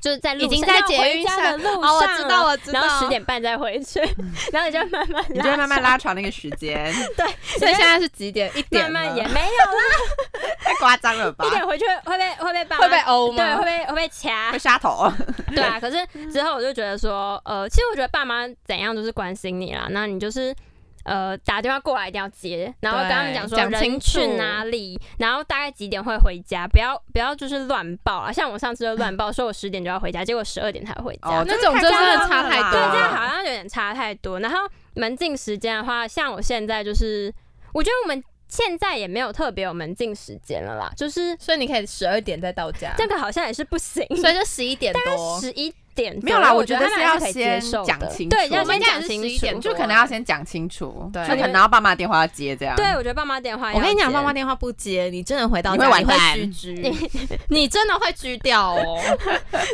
[SPEAKER 3] 就是在路上
[SPEAKER 1] 已经在
[SPEAKER 3] 要
[SPEAKER 1] 捷
[SPEAKER 3] 回
[SPEAKER 1] 运
[SPEAKER 3] 家的
[SPEAKER 1] 上
[SPEAKER 3] 路上
[SPEAKER 1] 哦，我知道，
[SPEAKER 3] 了。
[SPEAKER 1] 我知道。
[SPEAKER 3] 然后十，点半再回去，然后你就慢慢
[SPEAKER 2] 你就会
[SPEAKER 3] 拉
[SPEAKER 2] 慢慢拉长那个时间，
[SPEAKER 1] 所以现在是几点？一点
[SPEAKER 3] 慢慢
[SPEAKER 1] 吗
[SPEAKER 3] 也没有
[SPEAKER 2] 太夸张了吧
[SPEAKER 3] 一？点回去会被会被爸妈
[SPEAKER 1] 会被殴
[SPEAKER 3] 对会
[SPEAKER 1] 吗？
[SPEAKER 3] 被会被掐
[SPEAKER 2] 会， 杀头，
[SPEAKER 3] 对啊。可是之后我就觉得说，呃，其实我觉得爸妈怎样都是关心你啦，那你就是。呃，打电话过来一定要接，然后跟他们讲说
[SPEAKER 1] 对讲清
[SPEAKER 3] 人
[SPEAKER 1] 楚
[SPEAKER 3] 去哪里，然后大概几点会回家，不要不要就是乱报啊。像我上次就乱报，说我十点就要回家，结果十二点才回家。
[SPEAKER 2] 哦，
[SPEAKER 1] 那种
[SPEAKER 2] 这个
[SPEAKER 1] 真的
[SPEAKER 2] 夸张了
[SPEAKER 1] 差太
[SPEAKER 2] 啦
[SPEAKER 1] 多
[SPEAKER 3] 对，
[SPEAKER 1] 了
[SPEAKER 3] 这样好像有点差太多。然后门禁时间的话，像我现在就是，我觉得我们现在也没有特别有门禁时间了啦，就是
[SPEAKER 1] 所以你可以十二点再到家，
[SPEAKER 3] 这个好像也是不行，
[SPEAKER 1] 所以就十一点多。
[SPEAKER 3] 十一点
[SPEAKER 2] 没有啦
[SPEAKER 3] 左右
[SPEAKER 2] 我
[SPEAKER 3] 我
[SPEAKER 2] 觉得
[SPEAKER 3] 他们
[SPEAKER 2] 是要
[SPEAKER 3] 还可以接
[SPEAKER 2] 先
[SPEAKER 3] 受的
[SPEAKER 2] 讲清
[SPEAKER 3] 对，
[SPEAKER 2] 楚
[SPEAKER 3] 要
[SPEAKER 2] 我们
[SPEAKER 1] 家
[SPEAKER 3] 先
[SPEAKER 1] 也
[SPEAKER 3] 讲
[SPEAKER 1] 是
[SPEAKER 3] 清
[SPEAKER 1] 11点
[SPEAKER 3] 楚，
[SPEAKER 1] 多
[SPEAKER 2] 就可能要先讲清楚，
[SPEAKER 1] 对
[SPEAKER 2] 就可能要爸妈电话要接这样。
[SPEAKER 3] 对，我觉得爸妈电话要接，
[SPEAKER 1] 我跟你讲，爸妈电话不接，你真的回到
[SPEAKER 2] 你
[SPEAKER 1] 家
[SPEAKER 2] 会完
[SPEAKER 1] 你会
[SPEAKER 2] 蛋
[SPEAKER 1] 虚 居，你真的会居掉哦。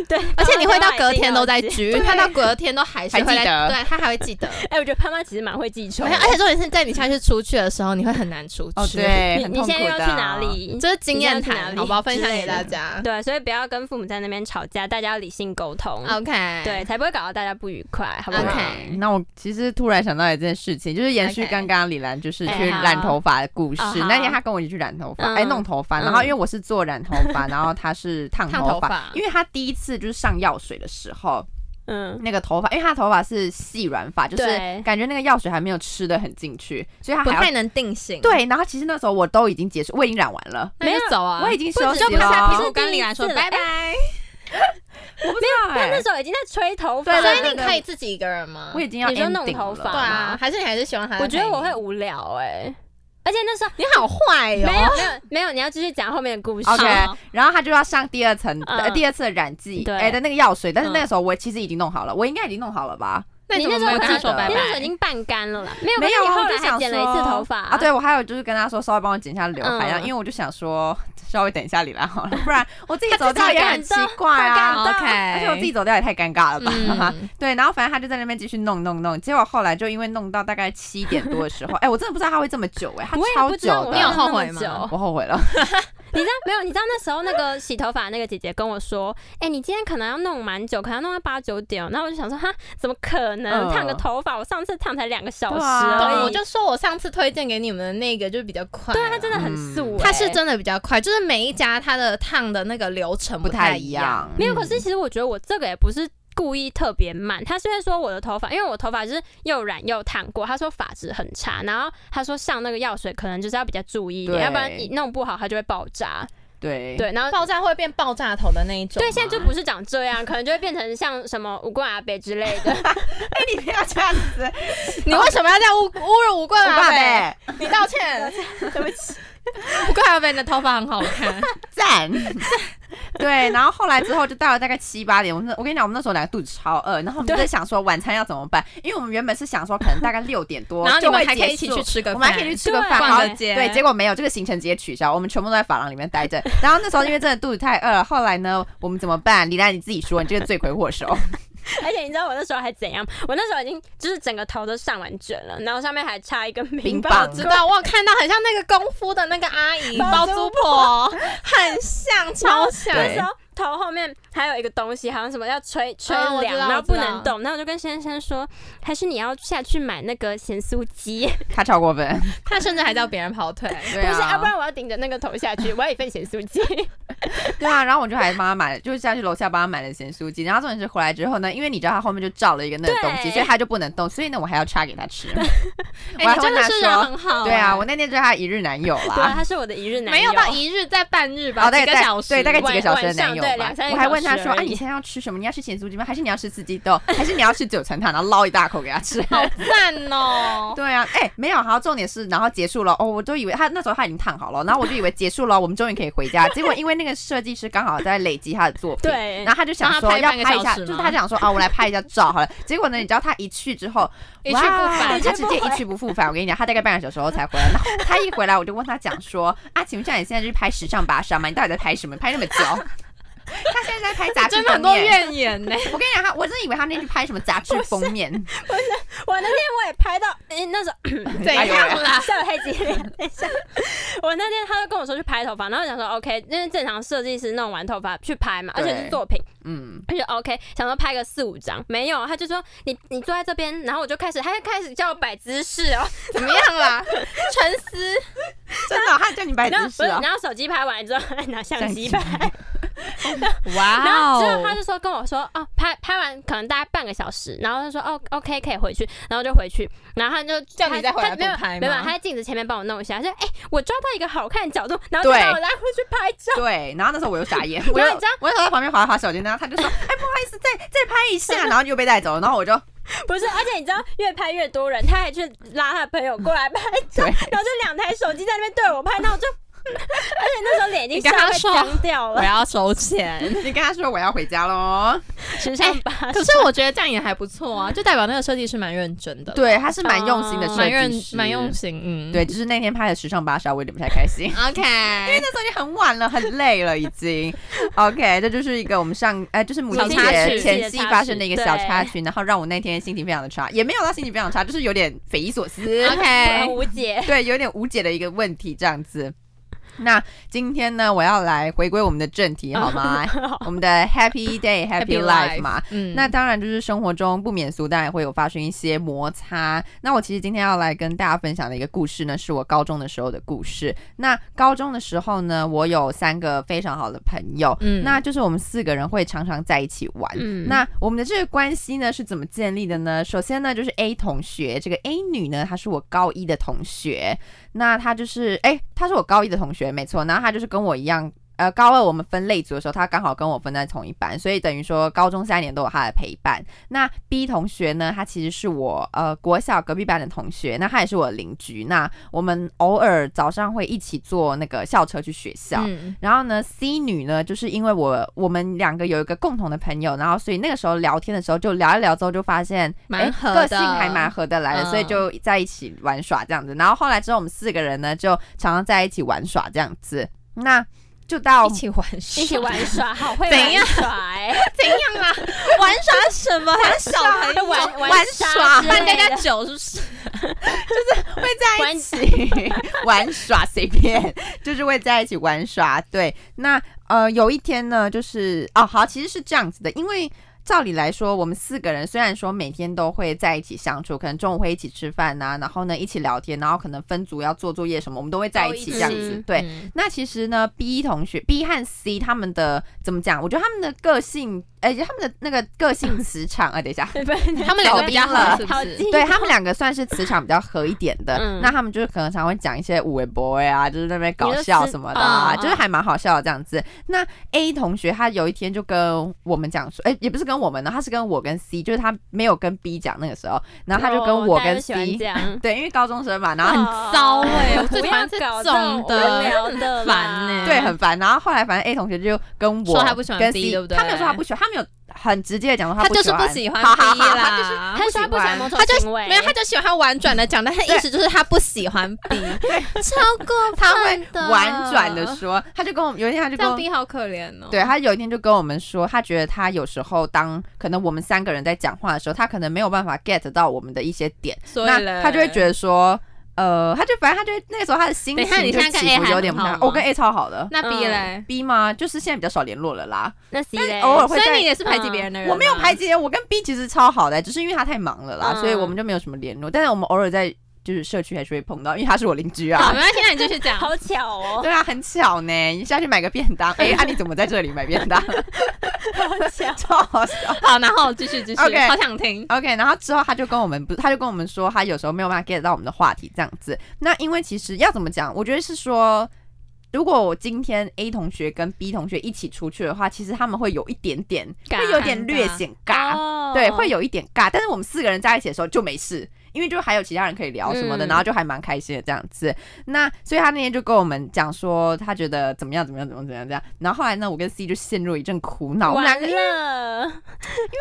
[SPEAKER 3] 对，
[SPEAKER 1] 而且你会到
[SPEAKER 3] 爸妈电话
[SPEAKER 1] 隔
[SPEAKER 3] 一定
[SPEAKER 1] 天都在
[SPEAKER 3] 要接。
[SPEAKER 1] 居，他到隔天都还是会
[SPEAKER 2] 还
[SPEAKER 1] 来，
[SPEAKER 2] 记得
[SPEAKER 1] 对他还会记得。
[SPEAKER 3] 哎，我觉得爸妈其实蛮会记仇
[SPEAKER 1] 而
[SPEAKER 3] 的。
[SPEAKER 1] 且而且重点是在你下次出去的时候，你会很难出
[SPEAKER 2] 哦
[SPEAKER 1] 去。，
[SPEAKER 2] 对，
[SPEAKER 3] 你
[SPEAKER 2] 很
[SPEAKER 3] 你
[SPEAKER 2] 痛
[SPEAKER 3] 现在
[SPEAKER 2] 苦
[SPEAKER 3] 要
[SPEAKER 2] 的
[SPEAKER 3] 去哪？里？
[SPEAKER 1] 啊这是经验
[SPEAKER 3] 你要去哪
[SPEAKER 1] 谈，
[SPEAKER 3] 里
[SPEAKER 1] 好不好？分享给
[SPEAKER 3] 之类
[SPEAKER 1] 大
[SPEAKER 3] 的
[SPEAKER 1] 家。
[SPEAKER 3] 对，所以不要跟父母在那边吵架，大家要理性沟通，
[SPEAKER 1] OK，
[SPEAKER 3] 对，，才不会搞到大家不愉快，好不好
[SPEAKER 1] OK
[SPEAKER 2] 啊那我其实突然想到一件事情，就是延续
[SPEAKER 1] OK
[SPEAKER 2] 刚刚李兰就是
[SPEAKER 3] 哎
[SPEAKER 2] 去
[SPEAKER 3] 好
[SPEAKER 2] 染头发的故事。
[SPEAKER 3] 哦好
[SPEAKER 2] 那天她跟我一起去染头发，
[SPEAKER 3] 嗯
[SPEAKER 2] 哎、弄头发。然后
[SPEAKER 3] 嗯
[SPEAKER 2] 因为我是做染头 发，然后她是烫
[SPEAKER 1] 烫头
[SPEAKER 2] 头发。
[SPEAKER 1] 发，
[SPEAKER 2] 因为她第一次就是上药水的时候，
[SPEAKER 3] 嗯，
[SPEAKER 2] 那个头发，因为她头发是细软发，就是
[SPEAKER 3] 对
[SPEAKER 2] 感觉那个药水还没有吃的很进去，所以她
[SPEAKER 1] 不
[SPEAKER 2] 还
[SPEAKER 1] 太
[SPEAKER 2] 要
[SPEAKER 1] 能定型。，
[SPEAKER 2] 对。然后其实那时候我都已经结束，我已经染完了，
[SPEAKER 1] 那就走啊。
[SPEAKER 2] 我已经休
[SPEAKER 1] 就
[SPEAKER 2] 息
[SPEAKER 1] 不是
[SPEAKER 2] 了。
[SPEAKER 1] 他，
[SPEAKER 3] 不
[SPEAKER 1] 比
[SPEAKER 3] 是
[SPEAKER 1] 如跟李兰说
[SPEAKER 3] 第一次
[SPEAKER 1] 拜
[SPEAKER 3] 了
[SPEAKER 1] 拜。
[SPEAKER 2] 我不知道、
[SPEAKER 3] 他
[SPEAKER 1] 欸
[SPEAKER 2] 哎
[SPEAKER 3] 那时候已经在吹头发
[SPEAKER 2] 对
[SPEAKER 3] 了，
[SPEAKER 1] 所
[SPEAKER 2] 对
[SPEAKER 1] 以你可以自己一个人吗
[SPEAKER 2] 我？已经要
[SPEAKER 3] 你说弄
[SPEAKER 2] ending
[SPEAKER 3] 头发
[SPEAKER 2] 了
[SPEAKER 1] 对啊，，还是你还是喜欢他？
[SPEAKER 3] 我觉得我会，无聊哎，而且那时候
[SPEAKER 1] 你好坏
[SPEAKER 3] 没
[SPEAKER 1] 哦。
[SPEAKER 3] 有没有没有，你要继续讲后面的故事。
[SPEAKER 2] OK
[SPEAKER 3] 好
[SPEAKER 2] 然后他就要上第二层、
[SPEAKER 3] 嗯
[SPEAKER 2] 呃第二次的染剂，
[SPEAKER 3] 对
[SPEAKER 2] 哎的那个药水，但是那个时候我其实已经弄好了，我应该已经弄好了吧？
[SPEAKER 1] 那
[SPEAKER 3] 你
[SPEAKER 1] 怎么
[SPEAKER 3] 那时
[SPEAKER 1] 没有
[SPEAKER 3] 候
[SPEAKER 1] 跟他
[SPEAKER 3] 已
[SPEAKER 1] 说
[SPEAKER 3] 经
[SPEAKER 1] 拜
[SPEAKER 3] 你那时候
[SPEAKER 1] 拜？
[SPEAKER 3] 已经半干了啦，没有
[SPEAKER 2] 没
[SPEAKER 3] 可是
[SPEAKER 2] 有，啊
[SPEAKER 3] 你后
[SPEAKER 2] 我就
[SPEAKER 3] 来还
[SPEAKER 2] 想
[SPEAKER 3] 剪
[SPEAKER 2] 说
[SPEAKER 3] 了一次头发
[SPEAKER 2] 啊。对，我还有就是跟他说稍微帮我剪一下刘海，啊
[SPEAKER 3] 嗯
[SPEAKER 2] 然后因为我就想说稍微等一下李兰好了，不然我自己
[SPEAKER 1] 他
[SPEAKER 2] 走
[SPEAKER 1] 自己
[SPEAKER 2] 掉也
[SPEAKER 1] 感
[SPEAKER 2] 很奇
[SPEAKER 3] 动
[SPEAKER 2] 怪
[SPEAKER 3] 他
[SPEAKER 2] 啊
[SPEAKER 3] 感。动
[SPEAKER 1] OK
[SPEAKER 2] 而且我自己走掉也太尴尬了吧。
[SPEAKER 1] 嗯，
[SPEAKER 2] 对，然后反正他就在那边继续弄弄弄，结果后来就因为弄到大概七点多的时 候，哎，我真的不知道他会这么久哎，他
[SPEAKER 3] 我也
[SPEAKER 2] 超
[SPEAKER 3] 不知
[SPEAKER 2] 久
[SPEAKER 3] 道我
[SPEAKER 1] 你有
[SPEAKER 2] 的，
[SPEAKER 1] 后悔吗
[SPEAKER 3] 弄那么久
[SPEAKER 2] 我后悔了。
[SPEAKER 3] 你知道没有？你知道那时候那个洗头发那个姐姐跟我说：“哎、你今天可能要弄蛮久，可能要弄到八九点。”哦然后我就想说：“哈，怎么可能？
[SPEAKER 2] 嗯
[SPEAKER 3] 烫个头发，我上次烫才两个小时
[SPEAKER 2] 对啊
[SPEAKER 3] 而
[SPEAKER 1] 懂。
[SPEAKER 3] 已。
[SPEAKER 1] 我就说我上次推荐给你们的那个就是比较嗯快啊，
[SPEAKER 3] 对，它真的很素、
[SPEAKER 2] 嗯
[SPEAKER 3] 欸
[SPEAKER 1] 它是真的比较快，就是每一家它的烫的那个流程
[SPEAKER 2] 不
[SPEAKER 1] 太
[SPEAKER 2] 太
[SPEAKER 1] 一
[SPEAKER 2] 一
[SPEAKER 1] 样
[SPEAKER 2] 样。
[SPEAKER 3] 没有。可是其实我觉得我这个也不是。故意特别慢，他是会说我的头发，因为我头发就是又染又烫过，他说发质很差，然后他说上那个药水可能就是要比较注意一点，
[SPEAKER 2] 对
[SPEAKER 3] 要不然你弄不好它就会爆炸。
[SPEAKER 2] 对，
[SPEAKER 3] 对，然后
[SPEAKER 1] 爆炸会变爆炸头的那一种吗。
[SPEAKER 3] 对，现在就不是长这样，可能就会变成像什么五棍阿北之类 的。
[SPEAKER 2] 你不要这样子，
[SPEAKER 1] 你为什么要这样侮侮辱吴啊
[SPEAKER 2] 我
[SPEAKER 1] 冠
[SPEAKER 2] 爸
[SPEAKER 1] 阿北？
[SPEAKER 2] 呗。
[SPEAKER 1] 你道歉，对不起。不过还有啊你的头发很好 看，
[SPEAKER 2] 赞。对，然后后来之后就到了大概七八点，我们那我跟你讲，我们那时候两个肚子超饿，然后我们就在想说晚餐要怎么办，因为我们原本是想说可能大概六点多，
[SPEAKER 1] 然后你
[SPEAKER 2] 就
[SPEAKER 1] 们
[SPEAKER 2] 会
[SPEAKER 1] 还可以
[SPEAKER 2] 结
[SPEAKER 1] 一起
[SPEAKER 2] 束
[SPEAKER 1] 去吃个
[SPEAKER 2] 我
[SPEAKER 1] 饭，
[SPEAKER 2] 们还可以去吃个饭，
[SPEAKER 3] 对
[SPEAKER 2] 然后
[SPEAKER 1] 逛个街
[SPEAKER 2] 对，结果没有，这个行程直接取消，我们全部都在法廊里面待着。然后那时候因为真的肚子太饿了，后来呢，我们怎么办？李兰你自己说，你这个罪魁祸首。
[SPEAKER 3] 而且你知道我那时候还怎样？我那时候已经就是整个头都上完卷了，然后上面还插一根
[SPEAKER 2] 冰
[SPEAKER 3] 冰
[SPEAKER 2] 棒
[SPEAKER 1] 知道，我有看到很像那个功夫的那个阿姨 包租婆， 很像，超像。
[SPEAKER 2] 对
[SPEAKER 3] 那时候头后面还有一个东西，好像什么要吹吹
[SPEAKER 1] 嗯我知
[SPEAKER 3] 凉，
[SPEAKER 1] 道
[SPEAKER 3] 然
[SPEAKER 1] 我
[SPEAKER 3] 后
[SPEAKER 1] 知
[SPEAKER 3] 不
[SPEAKER 1] 道
[SPEAKER 3] 能动。然后我就跟先生说，还是你要下去买那个咸酥 鸡，
[SPEAKER 2] 他超过分，
[SPEAKER 1] 她甚至还叫别人跑 腿，
[SPEAKER 2] 对
[SPEAKER 3] 不是，要、
[SPEAKER 2] 啊
[SPEAKER 3] 不，然我要顶着那个头 下去，我要一份咸酥鸡。
[SPEAKER 2] 对啊，然后我就还帮他买，就是下去楼下帮他买了咸酥鸡。然后重点是回来之后呢，因为你知道他后面就罩了一个那个东西，
[SPEAKER 3] 对
[SPEAKER 2] 所以他就不能动，所以呢我还要插给他吃。我
[SPEAKER 1] 哎，
[SPEAKER 2] 还
[SPEAKER 1] 你真
[SPEAKER 2] 问
[SPEAKER 1] 的
[SPEAKER 2] 他
[SPEAKER 1] 是人
[SPEAKER 2] 说，
[SPEAKER 1] 很好，
[SPEAKER 2] 对啊，我那天就是他一日男友
[SPEAKER 3] 对啊，
[SPEAKER 2] 啦。
[SPEAKER 3] 他是我的一日男
[SPEAKER 1] 没
[SPEAKER 3] 友
[SPEAKER 1] 有到一日，在半日吧，
[SPEAKER 2] 哦，大
[SPEAKER 1] 几
[SPEAKER 2] 概
[SPEAKER 1] 个
[SPEAKER 2] 大
[SPEAKER 1] 小时，
[SPEAKER 2] 对，大概几个
[SPEAKER 3] 晚
[SPEAKER 2] 小时的
[SPEAKER 3] 晚上
[SPEAKER 2] 男友
[SPEAKER 3] 对
[SPEAKER 2] 吧
[SPEAKER 3] 两三。个
[SPEAKER 2] 我还问
[SPEAKER 3] 小
[SPEAKER 2] 他
[SPEAKER 3] 时
[SPEAKER 2] 说：“
[SPEAKER 3] 而
[SPEAKER 2] 啊，
[SPEAKER 3] 已
[SPEAKER 2] 你现在要吃什么？你要吃咸酥鸡吗？还是你要吃四季豆？还是你要吃九层塔？”然后捞一大口给他吃。
[SPEAKER 1] 好赞哦。
[SPEAKER 2] 对啊，哎、没有，好，重点是，然后结束了，哦，我都以为他那时候他已经烫好了，然后我就以为结束了，我们终于可以回家，结果因为那个设计师刚好在累积他的作品，
[SPEAKER 3] 对
[SPEAKER 2] 然后他就想
[SPEAKER 1] 让他
[SPEAKER 2] 说
[SPEAKER 1] 拍
[SPEAKER 2] 要
[SPEAKER 1] 半个
[SPEAKER 2] 拍一
[SPEAKER 1] 小
[SPEAKER 2] 下，
[SPEAKER 1] 时
[SPEAKER 2] 就
[SPEAKER 1] 吗
[SPEAKER 2] 是他想说啊，我来拍一下照好了，结果呢，你知道他一去之后，
[SPEAKER 1] 一去不
[SPEAKER 2] 哇
[SPEAKER 1] 返
[SPEAKER 2] 他直接一去不复返，我跟你讲，他大概半个小时后才回来，然后他一回来我就问他讲说，啊，请问一下你现在是拍时尚芭莎吗？你到底在拍什么？拍那么久？他现在在拍杂志
[SPEAKER 1] 真的很多
[SPEAKER 2] 封面，
[SPEAKER 1] 怨言 呢，
[SPEAKER 2] 我跟你讲，他我真的以为他那去拍什么杂志封面，
[SPEAKER 3] 我那天我也拍到，诶那 时候
[SPEAKER 1] 怎样啦？
[SPEAKER 3] 笑得太激烈。等一下，我那天他就跟我说去拍头发，然后我想说 OK，因为正常设计师弄完头发去拍嘛，而
[SPEAKER 2] 对
[SPEAKER 3] 且是作品，
[SPEAKER 2] 嗯，
[SPEAKER 3] 而且 OK，想说拍个四五张，没有，他就说你你坐在这边，然后我就开始，他就开始叫我摆姿势哦，
[SPEAKER 1] 怎么样啊啦？沉思，
[SPEAKER 2] 真的哦、他叫你摆
[SPEAKER 3] 然后
[SPEAKER 2] 姿
[SPEAKER 3] 不
[SPEAKER 2] 势
[SPEAKER 3] 是，
[SPEAKER 2] 啊。
[SPEAKER 3] 然后手机拍完之后还拿相机拍，然
[SPEAKER 1] 哇
[SPEAKER 3] 后之后他
[SPEAKER 1] 哦！
[SPEAKER 3] 就说跟我说哦，拍拍完可能大概半个小时，然后他说哦 OK 可以回去，然后就回去，然后他就
[SPEAKER 1] 叫你
[SPEAKER 3] 他
[SPEAKER 1] 再回来
[SPEAKER 3] 他没有
[SPEAKER 1] 补拍吗
[SPEAKER 3] 没有，他 在镜子前面帮我弄一下，他说哎、我抓到一个好看的角度，然后就
[SPEAKER 2] 对
[SPEAKER 3] 让我拉回去拍照。
[SPEAKER 2] 对，然后那时候我 又傻眼，我
[SPEAKER 3] 然
[SPEAKER 2] 又
[SPEAKER 3] 后你知道
[SPEAKER 2] 我又在旁边划划手机，然后他就说：“哎，不好意思，再再拍一下。”然后又被带走了，然后我就
[SPEAKER 3] 不是，而且你知道，越拍越多人，他还去拉他的朋友过来拍
[SPEAKER 2] 对
[SPEAKER 3] 照，然后就两台手机在那边对我拍，那我就， 而且那时候脸已经
[SPEAKER 1] 你跟
[SPEAKER 3] 吓
[SPEAKER 1] 他
[SPEAKER 3] 到
[SPEAKER 1] 说啊
[SPEAKER 3] 僵掉
[SPEAKER 1] 我
[SPEAKER 3] 了，
[SPEAKER 1] 要收钱。
[SPEAKER 2] 你跟他说我要回家喽。
[SPEAKER 3] 时尚吧，
[SPEAKER 1] 可是我觉得这样也还不错啊，就代表那个设计师蛮认真的，，
[SPEAKER 2] 对，他是嗯蛮用心的
[SPEAKER 3] 哦
[SPEAKER 2] 设
[SPEAKER 1] 蛮认
[SPEAKER 2] 计师，
[SPEAKER 1] 蛮用。心，嗯，
[SPEAKER 2] 对，只是那天拍的时尚芭莎，我有点不太开心。
[SPEAKER 1] ，OK，
[SPEAKER 2] 因为那时候已经很晚了，很累了已经。OK，这就是一个我们上呃，就是母亲
[SPEAKER 1] 小插
[SPEAKER 2] 节
[SPEAKER 1] 曲
[SPEAKER 2] 前夕发生的一个小插曲，然后让我那天心情非常的差，也没有到心情非常差，就是有点匪夷所思。
[SPEAKER 3] 很
[SPEAKER 1] OK，
[SPEAKER 3] 无解。
[SPEAKER 2] 对，有点无解的一个问题这样子。那今天呢，我要来回归我们的正题 好吗？我们的 Happy Day Happy Life 嘛。
[SPEAKER 1] 嗯，
[SPEAKER 2] 那当然，就是生活中不免俗，当然会有发生一些摩擦。那我其实今天要来跟大家分享的一个故事呢，是我高中的时候的故事。那高中的时候呢，我有三个非常好的朋友，
[SPEAKER 1] 嗯
[SPEAKER 2] 那就是我们四个人会常常在一起玩。
[SPEAKER 1] 嗯
[SPEAKER 2] 那我们的这个关系呢是怎么建立的呢？首先呢，就是 A 同学，这个 A 女呢，她是我高一的同学，那她就是哎，她是我高一的同学，没错，然后她就是跟我一样。呃，高二我们分类组的时候，她刚好跟我分在同一班，所以等于说高中三年都有她的陪伴。那 B 同学呢，她其实是我呃国小隔壁班的同学，那她也是我的邻居。那我们偶尔早上会一起坐那个校车去学校，
[SPEAKER 1] 嗯
[SPEAKER 2] 然后呢，C 女呢，就是因为我我们两个有一个共同的朋友，然后所以那个时候聊天的时候就聊一聊之后就发现，
[SPEAKER 1] 蛮
[SPEAKER 2] 诶
[SPEAKER 1] 合
[SPEAKER 2] 个
[SPEAKER 1] 的
[SPEAKER 2] 性还蛮合得来的，
[SPEAKER 1] 嗯
[SPEAKER 2] 所以就在一起玩耍这样子。然后后来之后，我们四个人呢就常常在一起玩耍这样子。那就到
[SPEAKER 1] 一起玩耍，
[SPEAKER 3] 一起 玩耍，好会
[SPEAKER 1] 怎样
[SPEAKER 3] 玩耍哎、
[SPEAKER 1] 怎样啊？玩耍什么？玩小朋友
[SPEAKER 3] 玩
[SPEAKER 1] 玩
[SPEAKER 3] 玩
[SPEAKER 1] 耍，
[SPEAKER 3] 沙之类
[SPEAKER 1] 换
[SPEAKER 3] 的
[SPEAKER 1] 大家酒是不是？
[SPEAKER 2] 会在一起玩耍，随便就是会在一起玩耍。对，那呃，有一天呢，就是哦，好，其实是这样子的，因为。照理来说，我们四个人虽然说每天都会在一起相处，可能中午会一起吃饭呐、然后呢一起聊天，然后可能分组要做作业什么，我们都会在一起这样
[SPEAKER 3] 都一
[SPEAKER 2] 子
[SPEAKER 3] 起。
[SPEAKER 2] 对，
[SPEAKER 1] 嗯，
[SPEAKER 2] 那其实呢，B 同学 B 和 C 他们的怎么讲？我觉得他们的个性，而且他们的那个个性磁场，啊，等一下，
[SPEAKER 3] 他
[SPEAKER 1] 他们两个比较
[SPEAKER 2] 老
[SPEAKER 1] 合，是不
[SPEAKER 3] 好
[SPEAKER 1] 是？
[SPEAKER 3] 记，
[SPEAKER 2] 对他们两个算是磁场比较合一点的，
[SPEAKER 3] 嗯
[SPEAKER 2] 那他们就是可能常会讲一些五 A boy 啊，就是那边搞
[SPEAKER 3] 你就
[SPEAKER 2] 笑
[SPEAKER 3] 是
[SPEAKER 2] 什么的、啊，
[SPEAKER 3] 嗯嗯
[SPEAKER 2] 就是还蛮好笑的这样子。那 A 同学他有一天就跟我们讲说，哎、也不是跟我们呢，他是跟我跟 C，就是他没有跟 B 讲那个时候，然后他就
[SPEAKER 1] 哦
[SPEAKER 2] 跟我
[SPEAKER 3] 哦大家
[SPEAKER 2] 跟
[SPEAKER 3] 都喜欢
[SPEAKER 2] C，、，
[SPEAKER 3] 这样
[SPEAKER 2] 对，因为高中生嘛，然后很、
[SPEAKER 3] 很
[SPEAKER 1] 糟啊欸我最
[SPEAKER 3] 不
[SPEAKER 1] 讨
[SPEAKER 3] 要
[SPEAKER 1] 厌这
[SPEAKER 3] 搞
[SPEAKER 1] 种
[SPEAKER 3] 种
[SPEAKER 1] 的
[SPEAKER 3] 无聊的啦，
[SPEAKER 1] 烦欸
[SPEAKER 2] 对很烦，然后后来反正 A 同学就跟我
[SPEAKER 1] 说他不喜欢
[SPEAKER 2] 跟
[SPEAKER 1] B，
[SPEAKER 2] C，
[SPEAKER 1] 对不对
[SPEAKER 2] 他没有说他不喜欢，他没有很直接的讲说
[SPEAKER 1] 他
[SPEAKER 2] 不
[SPEAKER 1] 就是
[SPEAKER 2] 喜
[SPEAKER 1] 不
[SPEAKER 2] 欢，
[SPEAKER 1] 喜欢 B
[SPEAKER 2] 好好好他就是
[SPEAKER 1] 啦，
[SPEAKER 3] 啊他说他不喜欢某种
[SPEAKER 1] 他就
[SPEAKER 3] 行为，
[SPEAKER 1] 没有，他就喜欢婉转的讲，但他意思就是他不喜欢 B，
[SPEAKER 4] 超过分
[SPEAKER 2] 他会
[SPEAKER 4] 的
[SPEAKER 2] 婉转的说，他就跟我们有一天他就
[SPEAKER 1] 这
[SPEAKER 2] 跟
[SPEAKER 1] 样
[SPEAKER 2] 我
[SPEAKER 1] B 好可怜哦。
[SPEAKER 2] 对，他有一天就跟我们说，他觉得他有时候当可能我们三个人在讲话的时候，他可能没有办法 get 到我们的一些点，
[SPEAKER 1] 所以
[SPEAKER 2] 那
[SPEAKER 1] 嘞
[SPEAKER 2] 他就会觉得说，呃，他就反正他就会那个时候他的心
[SPEAKER 1] 等一下
[SPEAKER 2] 情
[SPEAKER 1] 你
[SPEAKER 2] 就
[SPEAKER 1] 现在
[SPEAKER 2] 起
[SPEAKER 1] 跟 A
[SPEAKER 2] 伏
[SPEAKER 1] 还
[SPEAKER 2] 有点
[SPEAKER 1] 很
[SPEAKER 2] 不
[SPEAKER 1] 好
[SPEAKER 2] 大
[SPEAKER 1] 吗。
[SPEAKER 2] 我跟 A 超好的
[SPEAKER 1] 那 B 嘞，
[SPEAKER 2] ，B 吗？就是现在比较少联络了啦。
[SPEAKER 3] 那 C 嘞，
[SPEAKER 2] 嗯偶尔会
[SPEAKER 1] 所以
[SPEAKER 2] 在嗯
[SPEAKER 1] 你也是排挤别人的人，
[SPEAKER 2] 我没有排，挤，我跟 B 其实超好的，只是因为他太忙了啦，
[SPEAKER 3] 嗯
[SPEAKER 2] 所以我们就没有什么联络。但是我们偶尔在就是社区还是会碰到，因为他是我邻居
[SPEAKER 1] 好，
[SPEAKER 2] 啊。
[SPEAKER 1] 没关系，那你继续讲。
[SPEAKER 3] 好巧哦，
[SPEAKER 2] 对啊，很巧呢。你下去买个便当，哎、啊，你怎么在这里买便当？
[SPEAKER 3] 好巧，
[SPEAKER 2] 超好笑。
[SPEAKER 1] 好，然后继续继续
[SPEAKER 2] OK
[SPEAKER 1] 好想听。
[SPEAKER 2] OK，然后之后他就跟我们不，他就跟我们说，他有时候没有办法 get 到我们的话题这样子。那因为其实要怎么讲，我觉得是说，如果我今天 A 同学跟 B 同学一起出去的话，其实他们会有一点点，
[SPEAKER 3] 尬
[SPEAKER 2] 会有点略显尬，
[SPEAKER 3] 哦
[SPEAKER 2] 对，会有一点尬。但是我们四个人在一起的时候就没事，因为就还有其他人可以聊什么的，
[SPEAKER 3] 嗯
[SPEAKER 2] 然后就还蛮开心的这样子。那所以他那天就跟我们讲说，他觉得怎么样怎么样怎么样怎么样这样。然后后来呢，我跟 C 就陷入一阵苦恼，我们两
[SPEAKER 3] 完
[SPEAKER 2] 个因为
[SPEAKER 3] 了，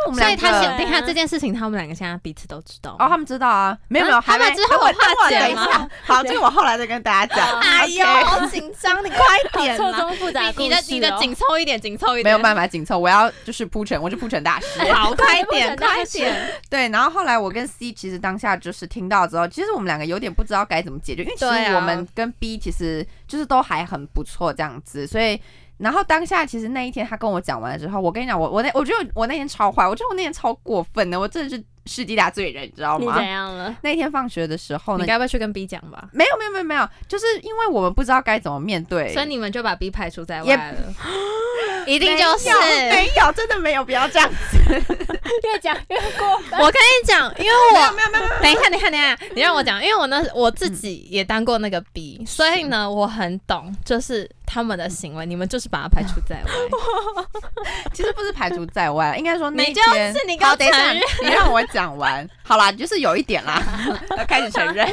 [SPEAKER 2] 我们
[SPEAKER 1] 所以
[SPEAKER 2] 两
[SPEAKER 1] 他
[SPEAKER 2] 个
[SPEAKER 1] 想，等一下这件事情，他们两个现在彼此都知道。
[SPEAKER 2] 哦，他们知道啊，没有没有，
[SPEAKER 1] 啊
[SPEAKER 2] 还没
[SPEAKER 1] 他们之后
[SPEAKER 2] 等我
[SPEAKER 1] 有化
[SPEAKER 2] 等我
[SPEAKER 1] 解
[SPEAKER 2] 等一
[SPEAKER 1] 吗
[SPEAKER 2] 下，好，这个我后来再跟大家讲。
[SPEAKER 1] 哎呦，好紧张，你快
[SPEAKER 3] 好
[SPEAKER 1] 点
[SPEAKER 3] 错
[SPEAKER 1] 啦！
[SPEAKER 3] 综复杂故
[SPEAKER 1] 你
[SPEAKER 3] 事
[SPEAKER 1] 的
[SPEAKER 3] 哦，
[SPEAKER 1] 你的紧凑一点，紧凑一点。
[SPEAKER 2] 没有办法紧凑，我要就是铺陈，我 是铺陈大师。
[SPEAKER 1] 好，快
[SPEAKER 3] 不
[SPEAKER 1] 点，
[SPEAKER 3] 想再
[SPEAKER 1] 快
[SPEAKER 3] 开始
[SPEAKER 1] 点！
[SPEAKER 2] 对，然后后来我跟 C 其实当下就是听到之后，其实我们两个有点不知道该怎么解决，因为其
[SPEAKER 1] 对
[SPEAKER 2] 实
[SPEAKER 1] 啊
[SPEAKER 2] 我们跟 B 其实就是都还很不错这样子，所以。然后当下其实那一天他跟我讲完了之后，我跟你讲，我我那我觉得我那天超坏，我觉得我那天超过分的，我真的是世纪大罪人，你知道
[SPEAKER 3] 你
[SPEAKER 2] 吗
[SPEAKER 3] 怎？样了？
[SPEAKER 2] 那一天放学的时候呢
[SPEAKER 1] 你，该不会去跟 B 讲吧？
[SPEAKER 2] 没有没有没有没有，就是因为我们不知道该怎么面对，
[SPEAKER 1] 所以你们就把 B 排除在
[SPEAKER 2] 也
[SPEAKER 1] 外 了，一定就是。
[SPEAKER 2] 没有没有，真的没有，不要这样。
[SPEAKER 3] 越讲越过分，
[SPEAKER 1] 我跟你讲，因为我
[SPEAKER 2] 没有没有没有，
[SPEAKER 1] 等一下，等一下，等一下，你让我讲，因为我那我自己也当过那个 B，、所以呢，我很懂，就是他们的行为，你们就是把他排除在外。
[SPEAKER 2] 其实不是排除在外，应该说那一
[SPEAKER 1] 你就是
[SPEAKER 2] 天
[SPEAKER 1] 你给我
[SPEAKER 2] 好，等一下，
[SPEAKER 1] 承认
[SPEAKER 2] 你让我讲完。好啦，就是有一点 啦，要开始承认。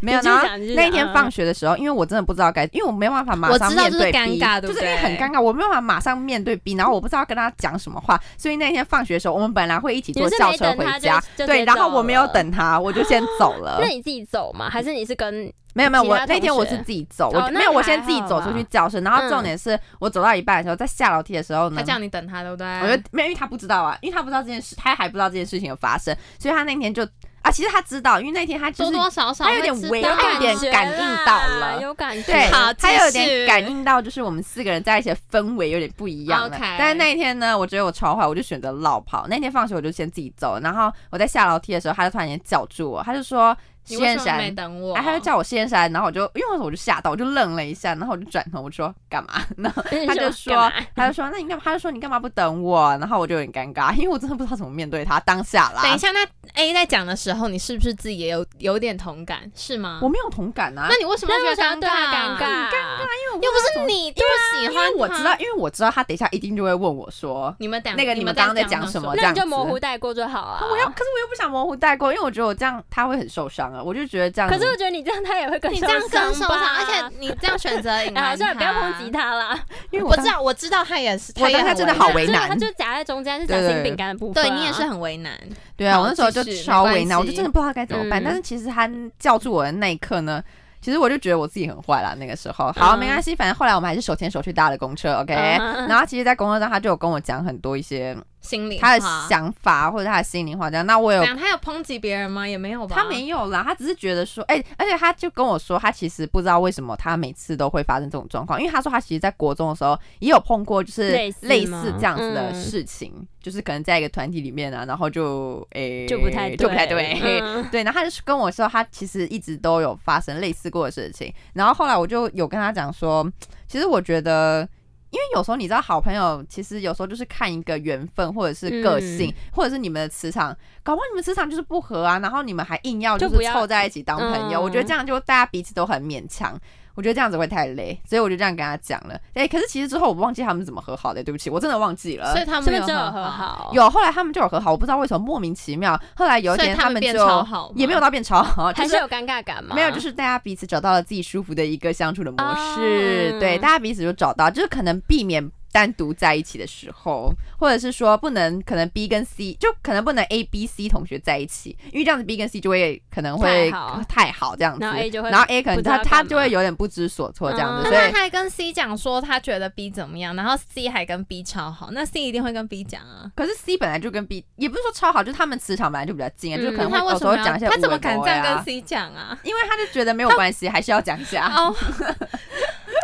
[SPEAKER 2] 没有，
[SPEAKER 3] 你继续
[SPEAKER 2] 然后
[SPEAKER 3] 讲你继续
[SPEAKER 2] 那一
[SPEAKER 3] 讲
[SPEAKER 2] 天
[SPEAKER 3] 嗯
[SPEAKER 2] 放学的时候，因为我真的不知道该，因为我没有办法马
[SPEAKER 1] 我
[SPEAKER 2] 上
[SPEAKER 1] 知道
[SPEAKER 2] 面
[SPEAKER 1] 就是
[SPEAKER 2] 对
[SPEAKER 1] 尴
[SPEAKER 2] B，
[SPEAKER 1] 尬对
[SPEAKER 2] 就
[SPEAKER 1] 不
[SPEAKER 2] 是因为
[SPEAKER 1] 对
[SPEAKER 2] 很尴尬，我没有办法马上面对 B，然后我不知道跟他讲什么话，所以那天放学的时候，我们本来会一起
[SPEAKER 3] 你
[SPEAKER 2] 坐
[SPEAKER 3] 是
[SPEAKER 2] 校
[SPEAKER 3] 没
[SPEAKER 2] 车
[SPEAKER 3] 等
[SPEAKER 2] 回
[SPEAKER 3] 他就
[SPEAKER 2] 家
[SPEAKER 3] 就，直
[SPEAKER 2] 对，
[SPEAKER 3] 接
[SPEAKER 2] 然后
[SPEAKER 3] 走
[SPEAKER 2] 我没有
[SPEAKER 3] 了
[SPEAKER 2] 等他，我就先走了
[SPEAKER 3] 那。你自己走吗？还是你是跟
[SPEAKER 2] 没有没有，
[SPEAKER 3] 其
[SPEAKER 2] 我
[SPEAKER 3] 他
[SPEAKER 2] 那
[SPEAKER 3] 同
[SPEAKER 2] 天我
[SPEAKER 3] 学
[SPEAKER 2] 是自己走，
[SPEAKER 3] 哦
[SPEAKER 2] 我
[SPEAKER 3] 那
[SPEAKER 2] 没有，我
[SPEAKER 3] 还
[SPEAKER 2] 先自己
[SPEAKER 3] 好
[SPEAKER 2] 走出
[SPEAKER 3] 吧
[SPEAKER 2] 去教室，然后重
[SPEAKER 3] 嗯
[SPEAKER 2] 点是我走到一半的时候，在下楼梯的时候
[SPEAKER 1] 他
[SPEAKER 2] 呢，
[SPEAKER 1] 叫你等他，对不对？
[SPEAKER 3] 嗯
[SPEAKER 2] 我就没有，因为他不知道啊，因为他不知道这件事，他还不知道这件事情的发生，所以他那天就啊，其实他知道，因为那天他就
[SPEAKER 1] 多
[SPEAKER 2] 是
[SPEAKER 1] 多少少
[SPEAKER 2] 他有
[SPEAKER 1] 会
[SPEAKER 2] 点
[SPEAKER 1] 知
[SPEAKER 2] 微
[SPEAKER 1] 道啊
[SPEAKER 2] 他有点
[SPEAKER 3] 觉
[SPEAKER 2] 感应
[SPEAKER 3] 啦
[SPEAKER 2] 到了
[SPEAKER 3] 有感觉，
[SPEAKER 2] 对，
[SPEAKER 1] 好
[SPEAKER 2] 他有
[SPEAKER 1] 继
[SPEAKER 2] 点
[SPEAKER 1] 续
[SPEAKER 2] 感应到，就是我们四个人在一起的氛围有点不一样了。
[SPEAKER 3] 哦
[SPEAKER 1] OK
[SPEAKER 2] 但是那一天呢，我觉得我超坏，我就选择绕跑。那天放学我就先自己走，然后我在下楼梯的时候，他就突然间叫住我，他就说：“
[SPEAKER 1] 你
[SPEAKER 2] 谢
[SPEAKER 1] 为
[SPEAKER 2] 燕
[SPEAKER 1] 什么没
[SPEAKER 2] 山。”
[SPEAKER 1] 等我？啊
[SPEAKER 2] 哎，他就叫我谢燕山，然后我就因为我就吓到，我就愣了一下，然后我就转头我说干嘛？ 然后
[SPEAKER 3] 他
[SPEAKER 2] 他就说，他就说那你干嘛？他就说你干嘛不等我？然后我就有点尴尬，因为我真的不知道怎么面对他当下啦。
[SPEAKER 1] 等一下，那 A 在讲的时候，你是不是自己也有有点同感，是吗
[SPEAKER 2] 我？没有同感啊
[SPEAKER 1] 那，你为什么
[SPEAKER 3] 那为
[SPEAKER 1] 会觉
[SPEAKER 3] 什么
[SPEAKER 1] 得
[SPEAKER 3] 要对他尴
[SPEAKER 1] 尬？
[SPEAKER 3] 尬？尴尬，
[SPEAKER 2] 因为
[SPEAKER 1] 又
[SPEAKER 2] 我
[SPEAKER 1] 不是你啊不喜
[SPEAKER 2] 因
[SPEAKER 1] 欢
[SPEAKER 2] 为我
[SPEAKER 1] 他
[SPEAKER 2] 知道，因为我知道他等一下一定就会问我说，
[SPEAKER 1] 你们等
[SPEAKER 2] 那个
[SPEAKER 1] 你
[SPEAKER 2] 你
[SPEAKER 1] 们
[SPEAKER 2] 们刚刚在讲
[SPEAKER 1] 讲
[SPEAKER 2] 什么这
[SPEAKER 3] 那
[SPEAKER 2] 样
[SPEAKER 3] 你
[SPEAKER 2] 子
[SPEAKER 3] 就模糊带过就好啊。
[SPEAKER 2] 我要，可是我又不想模糊带过，因为我觉得我这样他会很受伤啊，我就觉得这样。
[SPEAKER 3] 可是我觉得你这样他也会更
[SPEAKER 1] 你这 样更受伤，
[SPEAKER 3] 吧
[SPEAKER 1] 而且你这样选择隐
[SPEAKER 3] 哎，好
[SPEAKER 1] 瞒
[SPEAKER 3] 像
[SPEAKER 1] 他，
[SPEAKER 3] 不要抨击他啦。
[SPEAKER 2] 因为
[SPEAKER 1] 我
[SPEAKER 2] 我
[SPEAKER 1] 知
[SPEAKER 2] 当
[SPEAKER 1] 道，我知道他也是，
[SPEAKER 2] 我
[SPEAKER 1] 也
[SPEAKER 2] 当下
[SPEAKER 1] 很
[SPEAKER 2] 真的好为
[SPEAKER 3] 对
[SPEAKER 2] 难
[SPEAKER 3] 他就夹在中间，是夹
[SPEAKER 2] 对对
[SPEAKER 3] 心
[SPEAKER 2] 对
[SPEAKER 3] 饼干的部分啊。
[SPEAKER 1] 对你也是很为难。
[SPEAKER 2] 对啊，
[SPEAKER 1] 好
[SPEAKER 2] 我那时候就
[SPEAKER 1] 继续
[SPEAKER 2] 超为
[SPEAKER 1] 没
[SPEAKER 2] 难，
[SPEAKER 1] 关系
[SPEAKER 2] 我就真的不知道该怎么办。
[SPEAKER 3] 嗯
[SPEAKER 2] 但是其实他叫住我的那一刻呢，其实我就觉得我自己很坏啦。那个时候，好，
[SPEAKER 3] 嗯
[SPEAKER 2] 没关系，反正后来我们还是手牵手去搭了公车，OK、
[SPEAKER 3] 嗯
[SPEAKER 1] 啊
[SPEAKER 2] 然后其实，在公车上，他就有跟我讲很多一些
[SPEAKER 1] 心里
[SPEAKER 2] 他的
[SPEAKER 1] 话
[SPEAKER 2] 想法或者他的心里话，这样。那我有
[SPEAKER 1] 怎样？他有抨击别人吗？也没有吧。
[SPEAKER 2] 他没有啦，他只是觉得说，哎、而且他就跟我说，他其实不知道为什么他每次都会发生这种状况，因为他说他其实在国中的时候也有碰过，就是
[SPEAKER 3] 类似吗
[SPEAKER 2] 类似这样子的
[SPEAKER 3] 嗯
[SPEAKER 2] 事情，就是可能在一个团体里面啊，然后就哎、
[SPEAKER 3] 就不太
[SPEAKER 2] 就不太对
[SPEAKER 3] 对，。 嗯
[SPEAKER 2] 对，然后他就是跟我说，他其实一直都有发生类似过的事情。然后后来我就有跟他讲说，其实我觉得因为有时候你知道，好朋友其实有时候就是看一个缘分，或者是个
[SPEAKER 1] 嗯
[SPEAKER 2] 性，或者是你们的磁场，搞不好你们磁场就是不合啊，然后你们还硬要
[SPEAKER 3] 就
[SPEAKER 2] 就是
[SPEAKER 3] 不要
[SPEAKER 2] 凑在一起当朋友，
[SPEAKER 3] 嗯
[SPEAKER 2] 我觉得这样就大家彼此都很勉强。我觉得这样子会太累，所以我就这样跟他讲了。哎、可是其实之后我忘记他们怎么和好的，对不起，我真的忘记了
[SPEAKER 1] 所以。他们
[SPEAKER 3] 是不
[SPEAKER 1] 有
[SPEAKER 3] 是真的
[SPEAKER 1] 和
[SPEAKER 3] 和，好？
[SPEAKER 2] 有后来他们就有和好，我不知道为什么莫名其妙。后来有一
[SPEAKER 1] 所以
[SPEAKER 2] 天
[SPEAKER 1] 他
[SPEAKER 2] 们
[SPEAKER 1] 变
[SPEAKER 2] 就
[SPEAKER 1] 超好吗，
[SPEAKER 2] 也没有到变超好，就
[SPEAKER 3] 还是有尴尬感吗？
[SPEAKER 2] 没有，就是大家彼此找到了自己舒服的一个相处的模式，
[SPEAKER 3] 哦
[SPEAKER 2] 对，大家彼此就找到，就是可能避免单独在一起的时候，或者是说不能可能 B 跟 C 就可能不能 A B C 同学在一起，因为这样子 B 跟 C 就会可能会
[SPEAKER 3] 太好
[SPEAKER 2] 太好这样子，
[SPEAKER 3] 然后 A 就会
[SPEAKER 2] 然后 A 可能
[SPEAKER 3] 不知道
[SPEAKER 2] 他他
[SPEAKER 3] 干嘛
[SPEAKER 2] 就会有点不知所措这样子，
[SPEAKER 3] 嗯
[SPEAKER 1] 那他
[SPEAKER 2] 所以。
[SPEAKER 1] 还跟 C 讲说他觉得 B 怎么样，然后 C 还跟 B 超好，那 C 一定会跟 B 讲啊。
[SPEAKER 2] 可是 C 本来就跟 B 也不是说超好，就是他们磁场本来就比较近，
[SPEAKER 3] 嗯
[SPEAKER 2] 就是可
[SPEAKER 1] 那
[SPEAKER 2] 能
[SPEAKER 1] 他
[SPEAKER 2] 会
[SPEAKER 1] 为什
[SPEAKER 2] 有时候
[SPEAKER 1] 么要？
[SPEAKER 2] 讲一些、
[SPEAKER 1] 他怎么敢这样跟？C 讲啊？
[SPEAKER 2] 因为他就觉得没有关系，还是要讲一啊下。
[SPEAKER 1] 哦，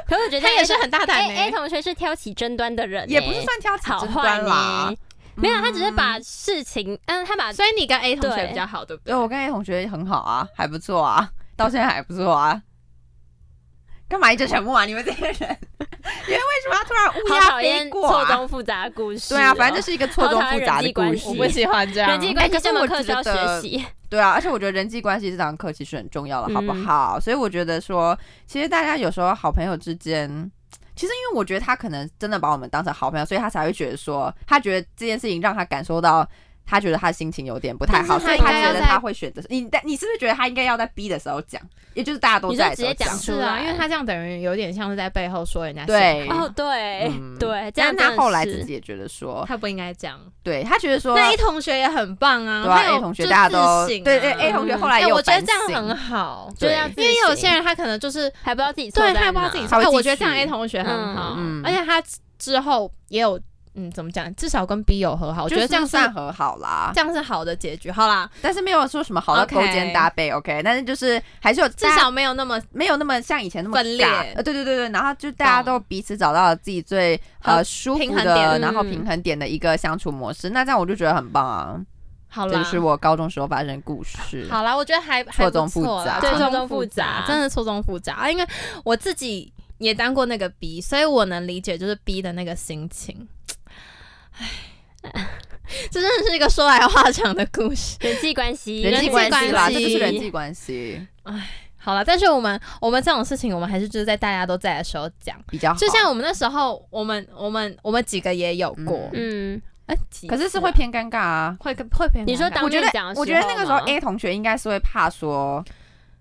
[SPEAKER 3] 可是我觉得
[SPEAKER 1] 他也是很 大胆欸
[SPEAKER 3] A
[SPEAKER 1] 呢
[SPEAKER 3] A 同学是挑起争端的人呢，
[SPEAKER 2] 欸也
[SPEAKER 3] 欸
[SPEAKER 2] 不是算挑起
[SPEAKER 3] 好
[SPEAKER 2] 争
[SPEAKER 3] 坏
[SPEAKER 2] 端
[SPEAKER 3] 呢
[SPEAKER 2] 啦，。嗯
[SPEAKER 3] 没有，他只是把事情，嗯，他把
[SPEAKER 1] 所以你跟 A 同学
[SPEAKER 3] 对
[SPEAKER 1] 比较好，哎对不
[SPEAKER 2] 对，
[SPEAKER 1] 对？
[SPEAKER 2] 我跟 A 同学很好啊，还不错啊，到现在还不错啊。干嘛一直沉默啊？你们这些人，你们为什么要突然乌
[SPEAKER 3] 好
[SPEAKER 2] 鸦
[SPEAKER 3] 讨
[SPEAKER 2] 飞
[SPEAKER 3] 厌
[SPEAKER 2] 过
[SPEAKER 3] 错
[SPEAKER 2] 啊？
[SPEAKER 3] 综复杂的故事哦。
[SPEAKER 2] 对啊，反正这是一个错综复杂的故
[SPEAKER 3] 我
[SPEAKER 2] 事。
[SPEAKER 3] 不
[SPEAKER 1] 喜欢这
[SPEAKER 3] 人际关
[SPEAKER 2] 哎
[SPEAKER 3] 系
[SPEAKER 2] 可是
[SPEAKER 3] 这
[SPEAKER 2] 我
[SPEAKER 3] 门课需
[SPEAKER 2] 觉
[SPEAKER 3] 要
[SPEAKER 2] 得
[SPEAKER 3] 学习。
[SPEAKER 2] 对啊，而且我觉得人际关系这堂课其实很重要了，好不
[SPEAKER 3] 嗯
[SPEAKER 2] 好？所以我觉得说，其实大家有时候好朋友之间，其实因为我觉得他可能真的把我们当成好朋友，所以他才会觉得说，他觉得这件事情让他感受到。他觉得他心情有点不太好，
[SPEAKER 1] 但是
[SPEAKER 2] 所
[SPEAKER 1] 他
[SPEAKER 2] 以他
[SPEAKER 1] 应该
[SPEAKER 2] 觉
[SPEAKER 1] 要
[SPEAKER 2] 得
[SPEAKER 1] 在
[SPEAKER 2] 他会选择你。但你是不是觉得他应该要在 B 的时候讲，也就是大家都
[SPEAKER 3] 你
[SPEAKER 2] 在
[SPEAKER 3] 就
[SPEAKER 2] 的
[SPEAKER 3] 直
[SPEAKER 2] 时候
[SPEAKER 3] 接讲
[SPEAKER 2] 讲
[SPEAKER 1] 是
[SPEAKER 3] 出
[SPEAKER 1] 啊，
[SPEAKER 3] 来
[SPEAKER 1] 因为他这样等于有点像是在背后说人家
[SPEAKER 2] 对
[SPEAKER 1] 闲话
[SPEAKER 3] 哦，对
[SPEAKER 1] 哎
[SPEAKER 2] 嗯
[SPEAKER 3] 对，这 样
[SPEAKER 2] 但他后来
[SPEAKER 3] 真的
[SPEAKER 2] 自
[SPEAKER 3] 是
[SPEAKER 2] 己也觉得说，
[SPEAKER 1] 他不应该讲。
[SPEAKER 2] 哦对他觉得说，
[SPEAKER 1] 那 A 同学也很棒啊，
[SPEAKER 2] 对啊
[SPEAKER 1] 他有
[SPEAKER 2] ，A 同学
[SPEAKER 1] 就
[SPEAKER 2] 大家都
[SPEAKER 1] 自
[SPEAKER 2] 对
[SPEAKER 1] 省啊
[SPEAKER 2] 对，A 同学后来也
[SPEAKER 1] 哎
[SPEAKER 2] 有
[SPEAKER 1] 我觉得
[SPEAKER 2] 反
[SPEAKER 1] 这样
[SPEAKER 2] 省
[SPEAKER 1] 很好，
[SPEAKER 3] 就
[SPEAKER 2] 对
[SPEAKER 3] 要自
[SPEAKER 1] 因为有
[SPEAKER 3] 省
[SPEAKER 1] 些人他可能就是
[SPEAKER 3] 还不知道自己错
[SPEAKER 1] 对
[SPEAKER 3] 在
[SPEAKER 1] 他也不知道
[SPEAKER 3] 哪
[SPEAKER 1] 自己
[SPEAKER 2] 他会
[SPEAKER 1] 错，我
[SPEAKER 2] 继
[SPEAKER 1] 觉得这样
[SPEAKER 2] 续
[SPEAKER 1] A 同学很好，
[SPEAKER 2] 嗯嗯
[SPEAKER 1] 而且他之后也有嗯怎么讲，至少跟 B 有和好，我觉
[SPEAKER 2] 就
[SPEAKER 1] 得
[SPEAKER 2] 是
[SPEAKER 1] 这样是
[SPEAKER 2] 算和好啦。
[SPEAKER 1] 这样是好的结局。好啦，
[SPEAKER 2] 但是没有说什么好到
[SPEAKER 1] OK
[SPEAKER 2] 勾肩搭背，OK，但是就是还是有
[SPEAKER 1] 至
[SPEAKER 2] 大家
[SPEAKER 1] 少没有那么
[SPEAKER 2] 没有那么像以前那么
[SPEAKER 1] 分裂
[SPEAKER 2] 尬呃，对对对对，然后就大家都彼此找到了自己最呃舒服
[SPEAKER 1] 平衡
[SPEAKER 2] 的，
[SPEAKER 1] 点
[SPEAKER 2] 然后
[SPEAKER 3] 嗯
[SPEAKER 2] 平衡点的一个相处模式，那这样我就觉得很棒啊！
[SPEAKER 1] 嗯好
[SPEAKER 2] 这
[SPEAKER 1] 啦
[SPEAKER 2] 就。是我高中时候发生的故事。
[SPEAKER 1] 好啦，我觉得还还
[SPEAKER 2] 错
[SPEAKER 1] 不
[SPEAKER 2] 综复
[SPEAKER 1] 错啦
[SPEAKER 2] 杂
[SPEAKER 1] 对
[SPEAKER 3] 对
[SPEAKER 1] 错
[SPEAKER 3] 错
[SPEAKER 1] 综
[SPEAKER 3] 综
[SPEAKER 1] 复
[SPEAKER 3] 复
[SPEAKER 1] 杂
[SPEAKER 3] 杂，
[SPEAKER 1] 真的错综复杂。啊因为我自己也当过那个 B，所以我能理解就是 B 的那个心情。唉，这真的是一个说来话长的故事。
[SPEAKER 3] 人际关 系，
[SPEAKER 2] 人际
[SPEAKER 1] 际
[SPEAKER 2] 关系
[SPEAKER 1] 关
[SPEAKER 2] 啦，这
[SPEAKER 1] 系
[SPEAKER 2] 就是人际关系
[SPEAKER 1] 好了，但是我们我们这种事情，我们还是就是在大家都在的时候讲。
[SPEAKER 2] 比较好。
[SPEAKER 1] 就像我们那时候，我们我们我们几个也有过，
[SPEAKER 2] 嗯
[SPEAKER 3] 嗯，
[SPEAKER 1] 哎、几
[SPEAKER 2] 可是是
[SPEAKER 1] 次啊
[SPEAKER 2] 会偏尴尬啊。
[SPEAKER 1] 会跟会偏
[SPEAKER 3] 你说
[SPEAKER 1] 尴尬
[SPEAKER 3] 当
[SPEAKER 2] 我觉得
[SPEAKER 3] 面讲的时候吗，
[SPEAKER 2] 我觉得那个时候 A 同学应该是会怕说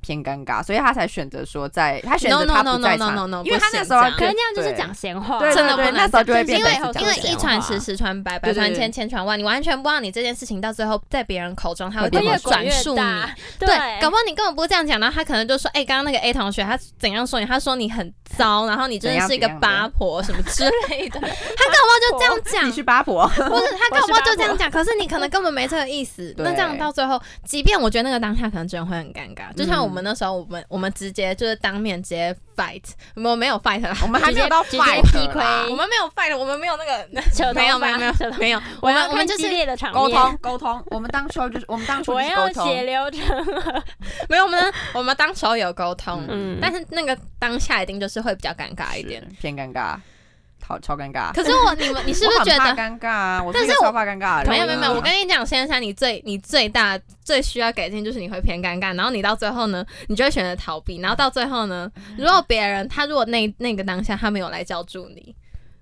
[SPEAKER 2] 偏尴尬，所以他才选择说在，他选
[SPEAKER 1] No,
[SPEAKER 2] 择
[SPEAKER 1] no,
[SPEAKER 2] 他不
[SPEAKER 1] no,
[SPEAKER 2] 在
[SPEAKER 1] no,
[SPEAKER 2] 场
[SPEAKER 1] no, no, no，
[SPEAKER 2] 因为他
[SPEAKER 1] 不
[SPEAKER 2] 那
[SPEAKER 1] 行
[SPEAKER 2] 时候
[SPEAKER 1] 这样
[SPEAKER 3] 可
[SPEAKER 2] 觉
[SPEAKER 3] 是
[SPEAKER 2] 得
[SPEAKER 3] 那样就是
[SPEAKER 2] 对
[SPEAKER 3] 讲闲话，
[SPEAKER 2] 对
[SPEAKER 1] 真的不能
[SPEAKER 2] 那时候就会变
[SPEAKER 1] 因为
[SPEAKER 2] 成是这
[SPEAKER 1] 因
[SPEAKER 2] 样
[SPEAKER 1] 为
[SPEAKER 2] 子
[SPEAKER 1] 一传十，十传百，百
[SPEAKER 2] 对对
[SPEAKER 1] 传
[SPEAKER 2] 对
[SPEAKER 1] 千，千传万，你完全不知道你这件事情到最后在别人口中他会
[SPEAKER 2] 会
[SPEAKER 1] 怎
[SPEAKER 2] 变
[SPEAKER 1] 么
[SPEAKER 2] 得
[SPEAKER 3] 越滚
[SPEAKER 1] 转
[SPEAKER 3] 越
[SPEAKER 1] 述你。
[SPEAKER 3] 大，对
[SPEAKER 1] 对，，搞不好你根本不这样讲，然后他可能就说：“哎、刚刚那个 A 同学他怎样说你？他说你很糟，然后你真的是一个
[SPEAKER 2] 怎样怎样
[SPEAKER 1] 八
[SPEAKER 2] 的
[SPEAKER 1] 婆什么 之类的。”他搞不好就这样讲
[SPEAKER 2] 你，去 八婆，。
[SPEAKER 1] 不是他
[SPEAKER 3] 我是
[SPEAKER 1] 搞不好就
[SPEAKER 3] 八
[SPEAKER 1] 这样讲，可是你可能根本没这个意思
[SPEAKER 2] 对
[SPEAKER 1] 那这样到最后，即便我觉得那个当下可能真的会很尴尬，就像我们
[SPEAKER 2] 嗯
[SPEAKER 1] 那时候，我们我们直接就是当面直接 fight，我们没有 fight 啦，
[SPEAKER 2] 我们还
[SPEAKER 3] 直
[SPEAKER 2] 没有
[SPEAKER 3] 接
[SPEAKER 2] 到
[SPEAKER 3] 直接
[SPEAKER 2] fight
[SPEAKER 3] 劈
[SPEAKER 2] 啦
[SPEAKER 3] 亏
[SPEAKER 1] 我们没有 fight，我们没有那个
[SPEAKER 3] 扯头发
[SPEAKER 1] 没有没有没有
[SPEAKER 3] 扯头发
[SPEAKER 1] 没有，我
[SPEAKER 3] 我
[SPEAKER 1] 们
[SPEAKER 3] 要
[SPEAKER 1] 我
[SPEAKER 3] 看
[SPEAKER 1] 们就
[SPEAKER 3] 激
[SPEAKER 1] 是
[SPEAKER 3] 烈的场
[SPEAKER 2] 沟
[SPEAKER 3] 面，
[SPEAKER 2] 通沟通，我们当初就是我们当初
[SPEAKER 3] 我
[SPEAKER 2] 就是
[SPEAKER 3] 要
[SPEAKER 2] 沟
[SPEAKER 3] 血
[SPEAKER 2] 通，
[SPEAKER 3] 流成河，
[SPEAKER 1] 没有我们 我们当时候有沟通，
[SPEAKER 3] 嗯，
[SPEAKER 1] 但是那个当下一定就是会比较尴尬一点。
[SPEAKER 2] 是偏尴尬，超超尴尬。
[SPEAKER 1] 可是我你 们你是不是
[SPEAKER 2] 我
[SPEAKER 1] 觉
[SPEAKER 2] 很怕
[SPEAKER 1] 得？
[SPEAKER 2] 尴尬啊？我是一个
[SPEAKER 1] 但是我
[SPEAKER 2] 超怕尴尬的人。
[SPEAKER 1] 没有没有没有，我跟你讲，先生，你最你最大最需要改进就是你会偏尴尬，然后你到最后呢，你就会选择逃避，然后到最后呢，
[SPEAKER 2] 嗯
[SPEAKER 1] 如果别人他如果那那个当下他没有来叫住你，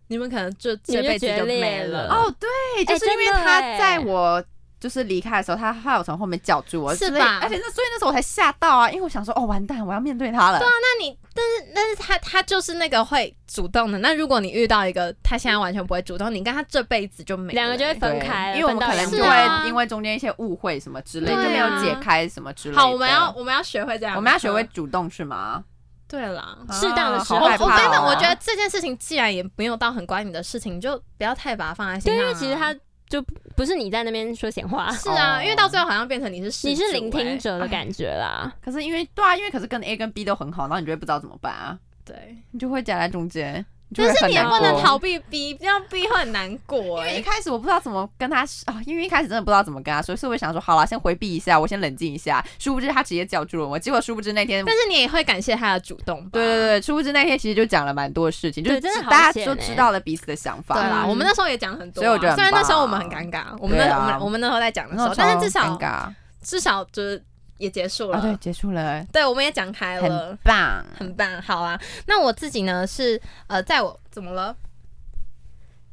[SPEAKER 1] 你们可能就
[SPEAKER 3] 你
[SPEAKER 1] 这
[SPEAKER 3] 们就
[SPEAKER 1] 辈子
[SPEAKER 3] 决
[SPEAKER 1] 就
[SPEAKER 3] 裂
[SPEAKER 1] 没
[SPEAKER 3] 了
[SPEAKER 2] 哦，
[SPEAKER 1] 哎
[SPEAKER 2] 对，就是因为他
[SPEAKER 3] 真的欸
[SPEAKER 2] 在我。就是离开的时候，他他有从后面叫住我，
[SPEAKER 1] 是
[SPEAKER 2] 所以
[SPEAKER 1] 吧
[SPEAKER 2] 而且那所以那时候我才吓到啊，因为我想说，哦，完蛋，我要面对他了。对啊，
[SPEAKER 1] 那你但是但是他他就是那个会主动的，那如果你遇到一个他现在完全不会主动，你跟他这辈子就没了欸
[SPEAKER 3] 两个就会分开了，
[SPEAKER 2] 因为我们
[SPEAKER 3] 分道
[SPEAKER 2] 可能
[SPEAKER 3] 扬
[SPEAKER 2] 就
[SPEAKER 1] 分道扬镳
[SPEAKER 2] 会因为中间一些误会什么之类，
[SPEAKER 1] 啊对啊
[SPEAKER 2] 就没有解开什么之类的。
[SPEAKER 1] 好，我们要我们要学会这样，
[SPEAKER 2] 我们要学会主动是吗？
[SPEAKER 1] 对啦。
[SPEAKER 3] 适当的时候
[SPEAKER 2] 啊好
[SPEAKER 1] 我
[SPEAKER 2] 害怕
[SPEAKER 1] 我
[SPEAKER 2] 哦
[SPEAKER 1] 真的，我觉得这件事情既然也没有到很关你的事情，你就不要太把它放在心
[SPEAKER 3] 对，
[SPEAKER 1] 上、
[SPEAKER 3] 因
[SPEAKER 1] 啊。
[SPEAKER 3] 为其实他就不是你在那边说闲话，
[SPEAKER 1] 是啊，
[SPEAKER 2] 哦
[SPEAKER 1] 因为到最后好像变成你是事
[SPEAKER 3] 你
[SPEAKER 1] 主
[SPEAKER 3] 是聆听者的
[SPEAKER 1] 哎
[SPEAKER 3] 感觉啦。
[SPEAKER 2] 可是因为对啊，因为可是跟 A 跟 B 都很好，然后你就会不知道怎么办啊，
[SPEAKER 1] 对，
[SPEAKER 2] 你就会夹在中间。就
[SPEAKER 1] 但
[SPEAKER 2] 会
[SPEAKER 1] 是
[SPEAKER 2] 很
[SPEAKER 1] 你也
[SPEAKER 2] 难
[SPEAKER 1] 不能
[SPEAKER 2] 过
[SPEAKER 1] 逃避逼，这样逼会很难过
[SPEAKER 2] 因为一
[SPEAKER 1] 哎。
[SPEAKER 2] 开始我不知道怎么跟他啊、因为一开始真的不知道怎么跟他说，所以我想说，好了，先回避一下，我先冷静一下。殊不知他直接叫住了我，结果殊不知那天，
[SPEAKER 1] 但是你也会感谢他的主动吧。
[SPEAKER 2] 对对对，殊不知那天其实就讲了蛮多事情，就
[SPEAKER 3] 对
[SPEAKER 2] 是
[SPEAKER 3] 真的好
[SPEAKER 2] 大家
[SPEAKER 3] 险
[SPEAKER 2] 都
[SPEAKER 3] 欸
[SPEAKER 2] 知道了彼此的想法
[SPEAKER 1] 对
[SPEAKER 2] 啦。
[SPEAKER 1] 啦，
[SPEAKER 3] 嗯
[SPEAKER 1] 我们那时候也讲很多啊，
[SPEAKER 2] 所以我觉得很
[SPEAKER 1] 虽然那
[SPEAKER 2] 棒
[SPEAKER 1] 时候我们很尴尬，我们
[SPEAKER 2] 对
[SPEAKER 1] 那
[SPEAKER 2] 啊
[SPEAKER 1] 我们我们那时候在讲的
[SPEAKER 2] 然
[SPEAKER 1] 时
[SPEAKER 2] 后
[SPEAKER 1] 候，但是至
[SPEAKER 2] 超
[SPEAKER 1] 少
[SPEAKER 2] 尴尬
[SPEAKER 1] 至少就是也结束了，
[SPEAKER 2] 啊，对，结束了，
[SPEAKER 1] 对，我们也讲开了
[SPEAKER 2] 很，棒。
[SPEAKER 1] 很棒，好啊。那我自己呢是呃，在我怎么了？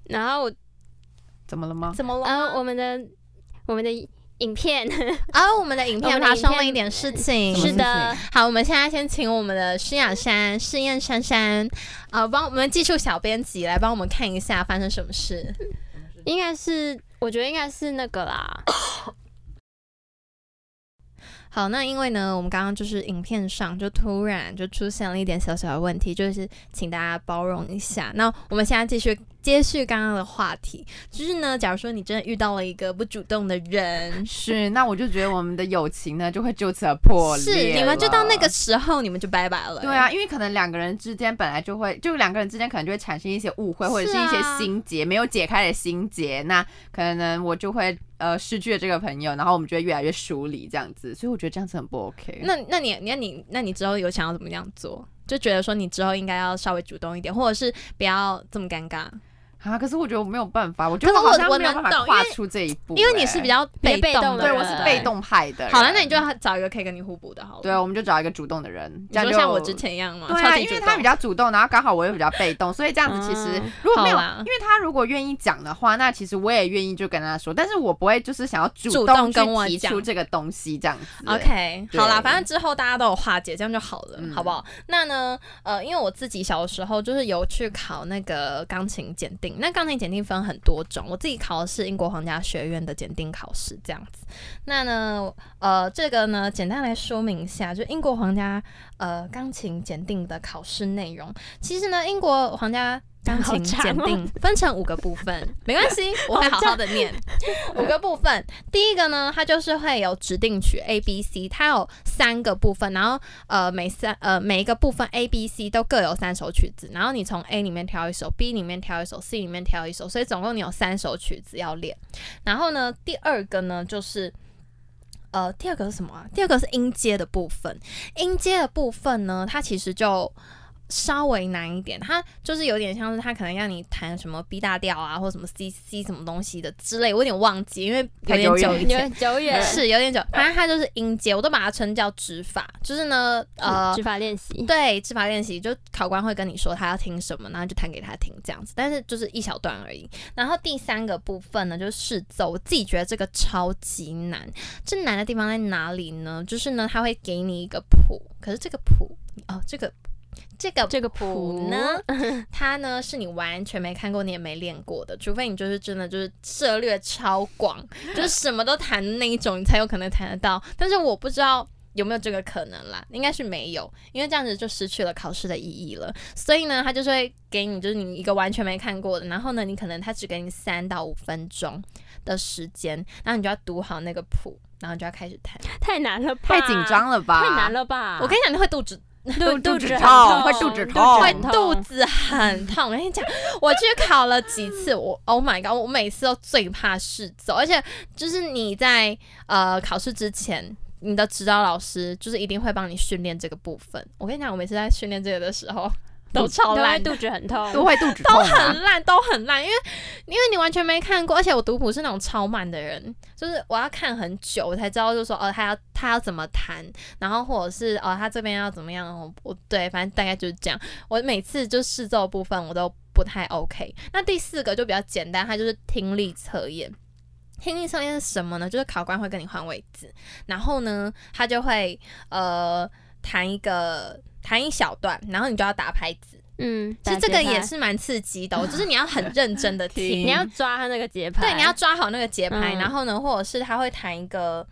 [SPEAKER 3] 然后我
[SPEAKER 2] 怎么了吗？
[SPEAKER 1] 怎么了？
[SPEAKER 3] 呃我们的我们的影片
[SPEAKER 1] 啊，我们的影
[SPEAKER 3] 我
[SPEAKER 1] 片
[SPEAKER 3] 们的
[SPEAKER 1] 发
[SPEAKER 3] 影
[SPEAKER 1] 生了
[SPEAKER 3] 片
[SPEAKER 1] 一点事情，
[SPEAKER 2] 什么
[SPEAKER 3] 是
[SPEAKER 2] 事
[SPEAKER 3] 的，
[SPEAKER 1] 好，我们现在先请我们的施雅珊、试验珊珊，呃，帮我们技术小编辑来帮我们看一下发生什么事。
[SPEAKER 3] 应该是我觉得应该是那个啦，
[SPEAKER 1] 好，那因为呢，我们刚刚就是影片上就突然就出现了一点小小的问题，就是请大家包容一下。那我们现在继续接续刚刚的话题，就是呢，假如说你真的遇到了一个不主动的人，
[SPEAKER 2] 是，那我就觉得我们的友情呢就会就此而破裂
[SPEAKER 1] 是你们就到那
[SPEAKER 2] 了
[SPEAKER 1] 个时候，你们就拜拜了、
[SPEAKER 2] 对，啊，因为可能两个人之间本来就会，就两个人之间可能就会产生一些误会，或者是
[SPEAKER 1] 是
[SPEAKER 2] 一些
[SPEAKER 1] 啊
[SPEAKER 2] 心结、没有解开的心结。那可能我就会呃失去了这个朋友，然后我们就会越来越疏离这样子。所以我觉得这样子很不 OK。
[SPEAKER 1] 那那你那你那你之后有想要怎么样做？就觉得说你之后应该要稍微主动一点，或者是不要这么尴尬，
[SPEAKER 2] 啊，可是我觉得我没有办法，我觉得
[SPEAKER 1] 可是
[SPEAKER 2] 好
[SPEAKER 1] 我
[SPEAKER 2] 像
[SPEAKER 1] 我
[SPEAKER 2] 没有
[SPEAKER 1] 能
[SPEAKER 2] 办法
[SPEAKER 1] 懂
[SPEAKER 2] 跨
[SPEAKER 1] 因为
[SPEAKER 2] 出这一步、
[SPEAKER 1] 因为你是比
[SPEAKER 2] 较
[SPEAKER 1] 较
[SPEAKER 3] 比较
[SPEAKER 1] 被
[SPEAKER 3] 被
[SPEAKER 1] 动
[SPEAKER 3] 动
[SPEAKER 1] 的
[SPEAKER 3] 的
[SPEAKER 1] 人，
[SPEAKER 2] 对，我是被动派的人。
[SPEAKER 1] 好了，那你就找一个可以跟你互补的好了。
[SPEAKER 2] 对，我们就找一个主动的人，
[SPEAKER 1] 你
[SPEAKER 2] 这样
[SPEAKER 1] 说
[SPEAKER 2] 就
[SPEAKER 1] 像我之。前一样吗？
[SPEAKER 2] 对
[SPEAKER 1] 超
[SPEAKER 2] 啊，
[SPEAKER 1] 级
[SPEAKER 2] 因为
[SPEAKER 1] 主
[SPEAKER 2] 他
[SPEAKER 1] 动
[SPEAKER 2] 比较主动，然后刚好我又比较被动，所以这样子其实
[SPEAKER 3] 嗯
[SPEAKER 2] 如果没有
[SPEAKER 1] 好啦
[SPEAKER 2] 因为他如果愿意讲的话，那其实我也愿意就跟他说，但是我不会就是想要主
[SPEAKER 1] 主
[SPEAKER 2] 动
[SPEAKER 1] 动
[SPEAKER 2] 去
[SPEAKER 1] 跟我
[SPEAKER 2] 提
[SPEAKER 1] 讲
[SPEAKER 2] 出这个东西这样子。
[SPEAKER 1] OK，
[SPEAKER 2] 对
[SPEAKER 1] 好啦，反正之后大家都有化解，这样就好了，
[SPEAKER 2] 嗯
[SPEAKER 1] 好不好？那呢，呃，因为我自己小时候就是有去考那个钢琴检定，那钢琴检定分很多种，我自己考的是英国皇家学院的检定考试，这样子。那呢，呃，这个呢，简单来说明一下，就英国皇家呃钢琴检定的考试内容。其实呢，英国皇家 钢琴
[SPEAKER 2] 哦
[SPEAKER 1] 检
[SPEAKER 3] 好长
[SPEAKER 1] 定嗯分成五个部分，没关系，我会好好的念五个部分。第一个呢，它就是会有指定曲 A、B、C，它有三个部分，然后呃每三呃每一个部分 A、B、C 都各有三首曲子，然后你从 A 里面挑一首，B 里面挑一首，C 里面挑一首，所以总共你有三首曲子要练。然后呢，第二个呢就是。呃，第二个是什么啊？第二个是音阶的部分。音阶的部分呢，它其实就稍微难一点，它就是有点像是它可能让你弹什么 B 大调啊，或什么 C C 什么东西的之类，我有点忘记，因为有
[SPEAKER 2] 太
[SPEAKER 1] 点
[SPEAKER 2] 久
[SPEAKER 1] 久
[SPEAKER 2] 远
[SPEAKER 1] 以
[SPEAKER 3] 有
[SPEAKER 1] 前
[SPEAKER 3] 点久远，
[SPEAKER 1] 是有点久，反正它就是音阶，我都把它称叫指法，就是呢，呃，
[SPEAKER 3] 指嗯法练习，
[SPEAKER 1] 对，指法练习就考官会跟你说他要听什么，然后就弹给他听这样子，但是就是一小段而已。然后第三个部分呢，就是试奏，我自己觉得这个超级难。这难的地方在哪里呢？就是呢，他会给你一个谱，可是这个谱哦，这个这个
[SPEAKER 3] 这个谱
[SPEAKER 1] 谱呢， 它呢是你完全没看过，你也没练过的，除非你就是真的就是涉略超广，就是什么都弹的那一种，你才有可能弹得到。但是我不知道有没有这个可能啦，应该是没有，因为这样子就失去了考试的意义了。所以呢，他就是会给你就是你一个完全没看过的，然后呢，你可能他只给你三到五分钟的时间，然后你就要读好那个谱，然后你就要开始弹。
[SPEAKER 3] 太难了吧，
[SPEAKER 2] 太紧，张了吧？
[SPEAKER 3] 太难，了吧，
[SPEAKER 1] 我跟你讲，你会肚子
[SPEAKER 3] 肚
[SPEAKER 2] 肚
[SPEAKER 3] 肚
[SPEAKER 2] 子
[SPEAKER 3] 子很
[SPEAKER 2] 痛
[SPEAKER 3] 痛，
[SPEAKER 2] 会肚子
[SPEAKER 3] 肚
[SPEAKER 2] 痛
[SPEAKER 1] 会
[SPEAKER 3] 很痛，
[SPEAKER 1] 肚子很痛。我跟你讲，我去考了几次，我 Oh my god，我每次都最怕试奏，而且就是你在呃考试之前。你的指导老师就是一定会帮你训练这个部分。我跟你讲，我每次在训练这个的时候都超
[SPEAKER 3] 都会
[SPEAKER 1] 烂的，
[SPEAKER 3] 肚子很痛，
[SPEAKER 2] 都会肚子
[SPEAKER 1] 都
[SPEAKER 2] 痛啊。
[SPEAKER 1] 很烂，都很烂，因为因为你完全没看过，而且我读谱是那种超慢的人，就是我要看很久，我才知道就是说哦，他要他要怎么弹，然后或者是哦他这边要怎么样，我我对，反正大概就是这样。我每次就试奏部分我都不太 OK。那第四个就比较简单，它就是听力测验。听力测验是什么呢？就是考官会跟你换位置，然后呢，他就会呃弹一个弹一小段，然后你就要打拍子。
[SPEAKER 3] 嗯，
[SPEAKER 1] 其实
[SPEAKER 3] 打
[SPEAKER 1] 这
[SPEAKER 3] 节
[SPEAKER 1] 个也
[SPEAKER 3] 拍，
[SPEAKER 1] 是蛮刺激 的、哦，就是你要很认真的听，
[SPEAKER 2] 听
[SPEAKER 3] 你要抓他那个节拍，
[SPEAKER 1] 对，你要抓好那个节拍，
[SPEAKER 3] 嗯
[SPEAKER 1] 然后呢，或者是他会弹一个，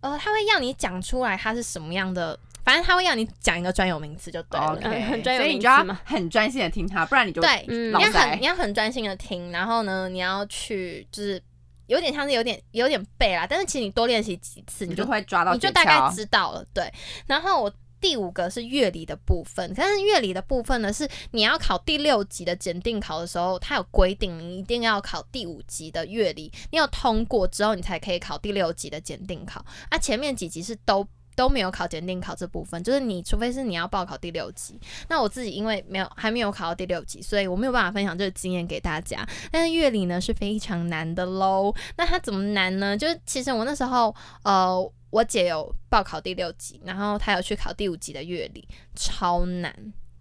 [SPEAKER 1] 呃，他会要你讲出来他是什么样的，反正他会要你讲一个专有名词就对了。
[SPEAKER 3] 嗯很
[SPEAKER 2] 哦 OK，
[SPEAKER 3] 专有
[SPEAKER 2] 所以你
[SPEAKER 3] 名
[SPEAKER 2] 就要
[SPEAKER 3] 词嘛
[SPEAKER 2] 很专心的听他，不然你就
[SPEAKER 1] 对，
[SPEAKER 3] 嗯
[SPEAKER 2] 老
[SPEAKER 1] 你要
[SPEAKER 2] 塞
[SPEAKER 1] 很你要很专心的听，然后呢，你要去就是有点像是有点有点背啦，但是其实你多练习几次，
[SPEAKER 2] 你
[SPEAKER 1] 你
[SPEAKER 2] 就
[SPEAKER 1] 就
[SPEAKER 2] 会抓到
[SPEAKER 1] 你就
[SPEAKER 2] 诀
[SPEAKER 1] 大概
[SPEAKER 2] 窍
[SPEAKER 1] 知道了，对。然后我第五个是乐理的部分，但是乐理的部分呢，是你要考第六级的检定考的时候，它有规定你一定要考第五级的乐理，你有通过之后，你才可以考第六级的检定考。啊，前面几级是都。都没有考检定考这部分，就是你除非是你要报考第六级，那我自己因为没有还没有考到第六级，所以我没有办法分享这个经验给大家。但是乐理呢是非常难的喽。那它怎么难呢？就是其实我那时候呃，我姐有报考第六级，然后她有去考第五级的乐理，超难。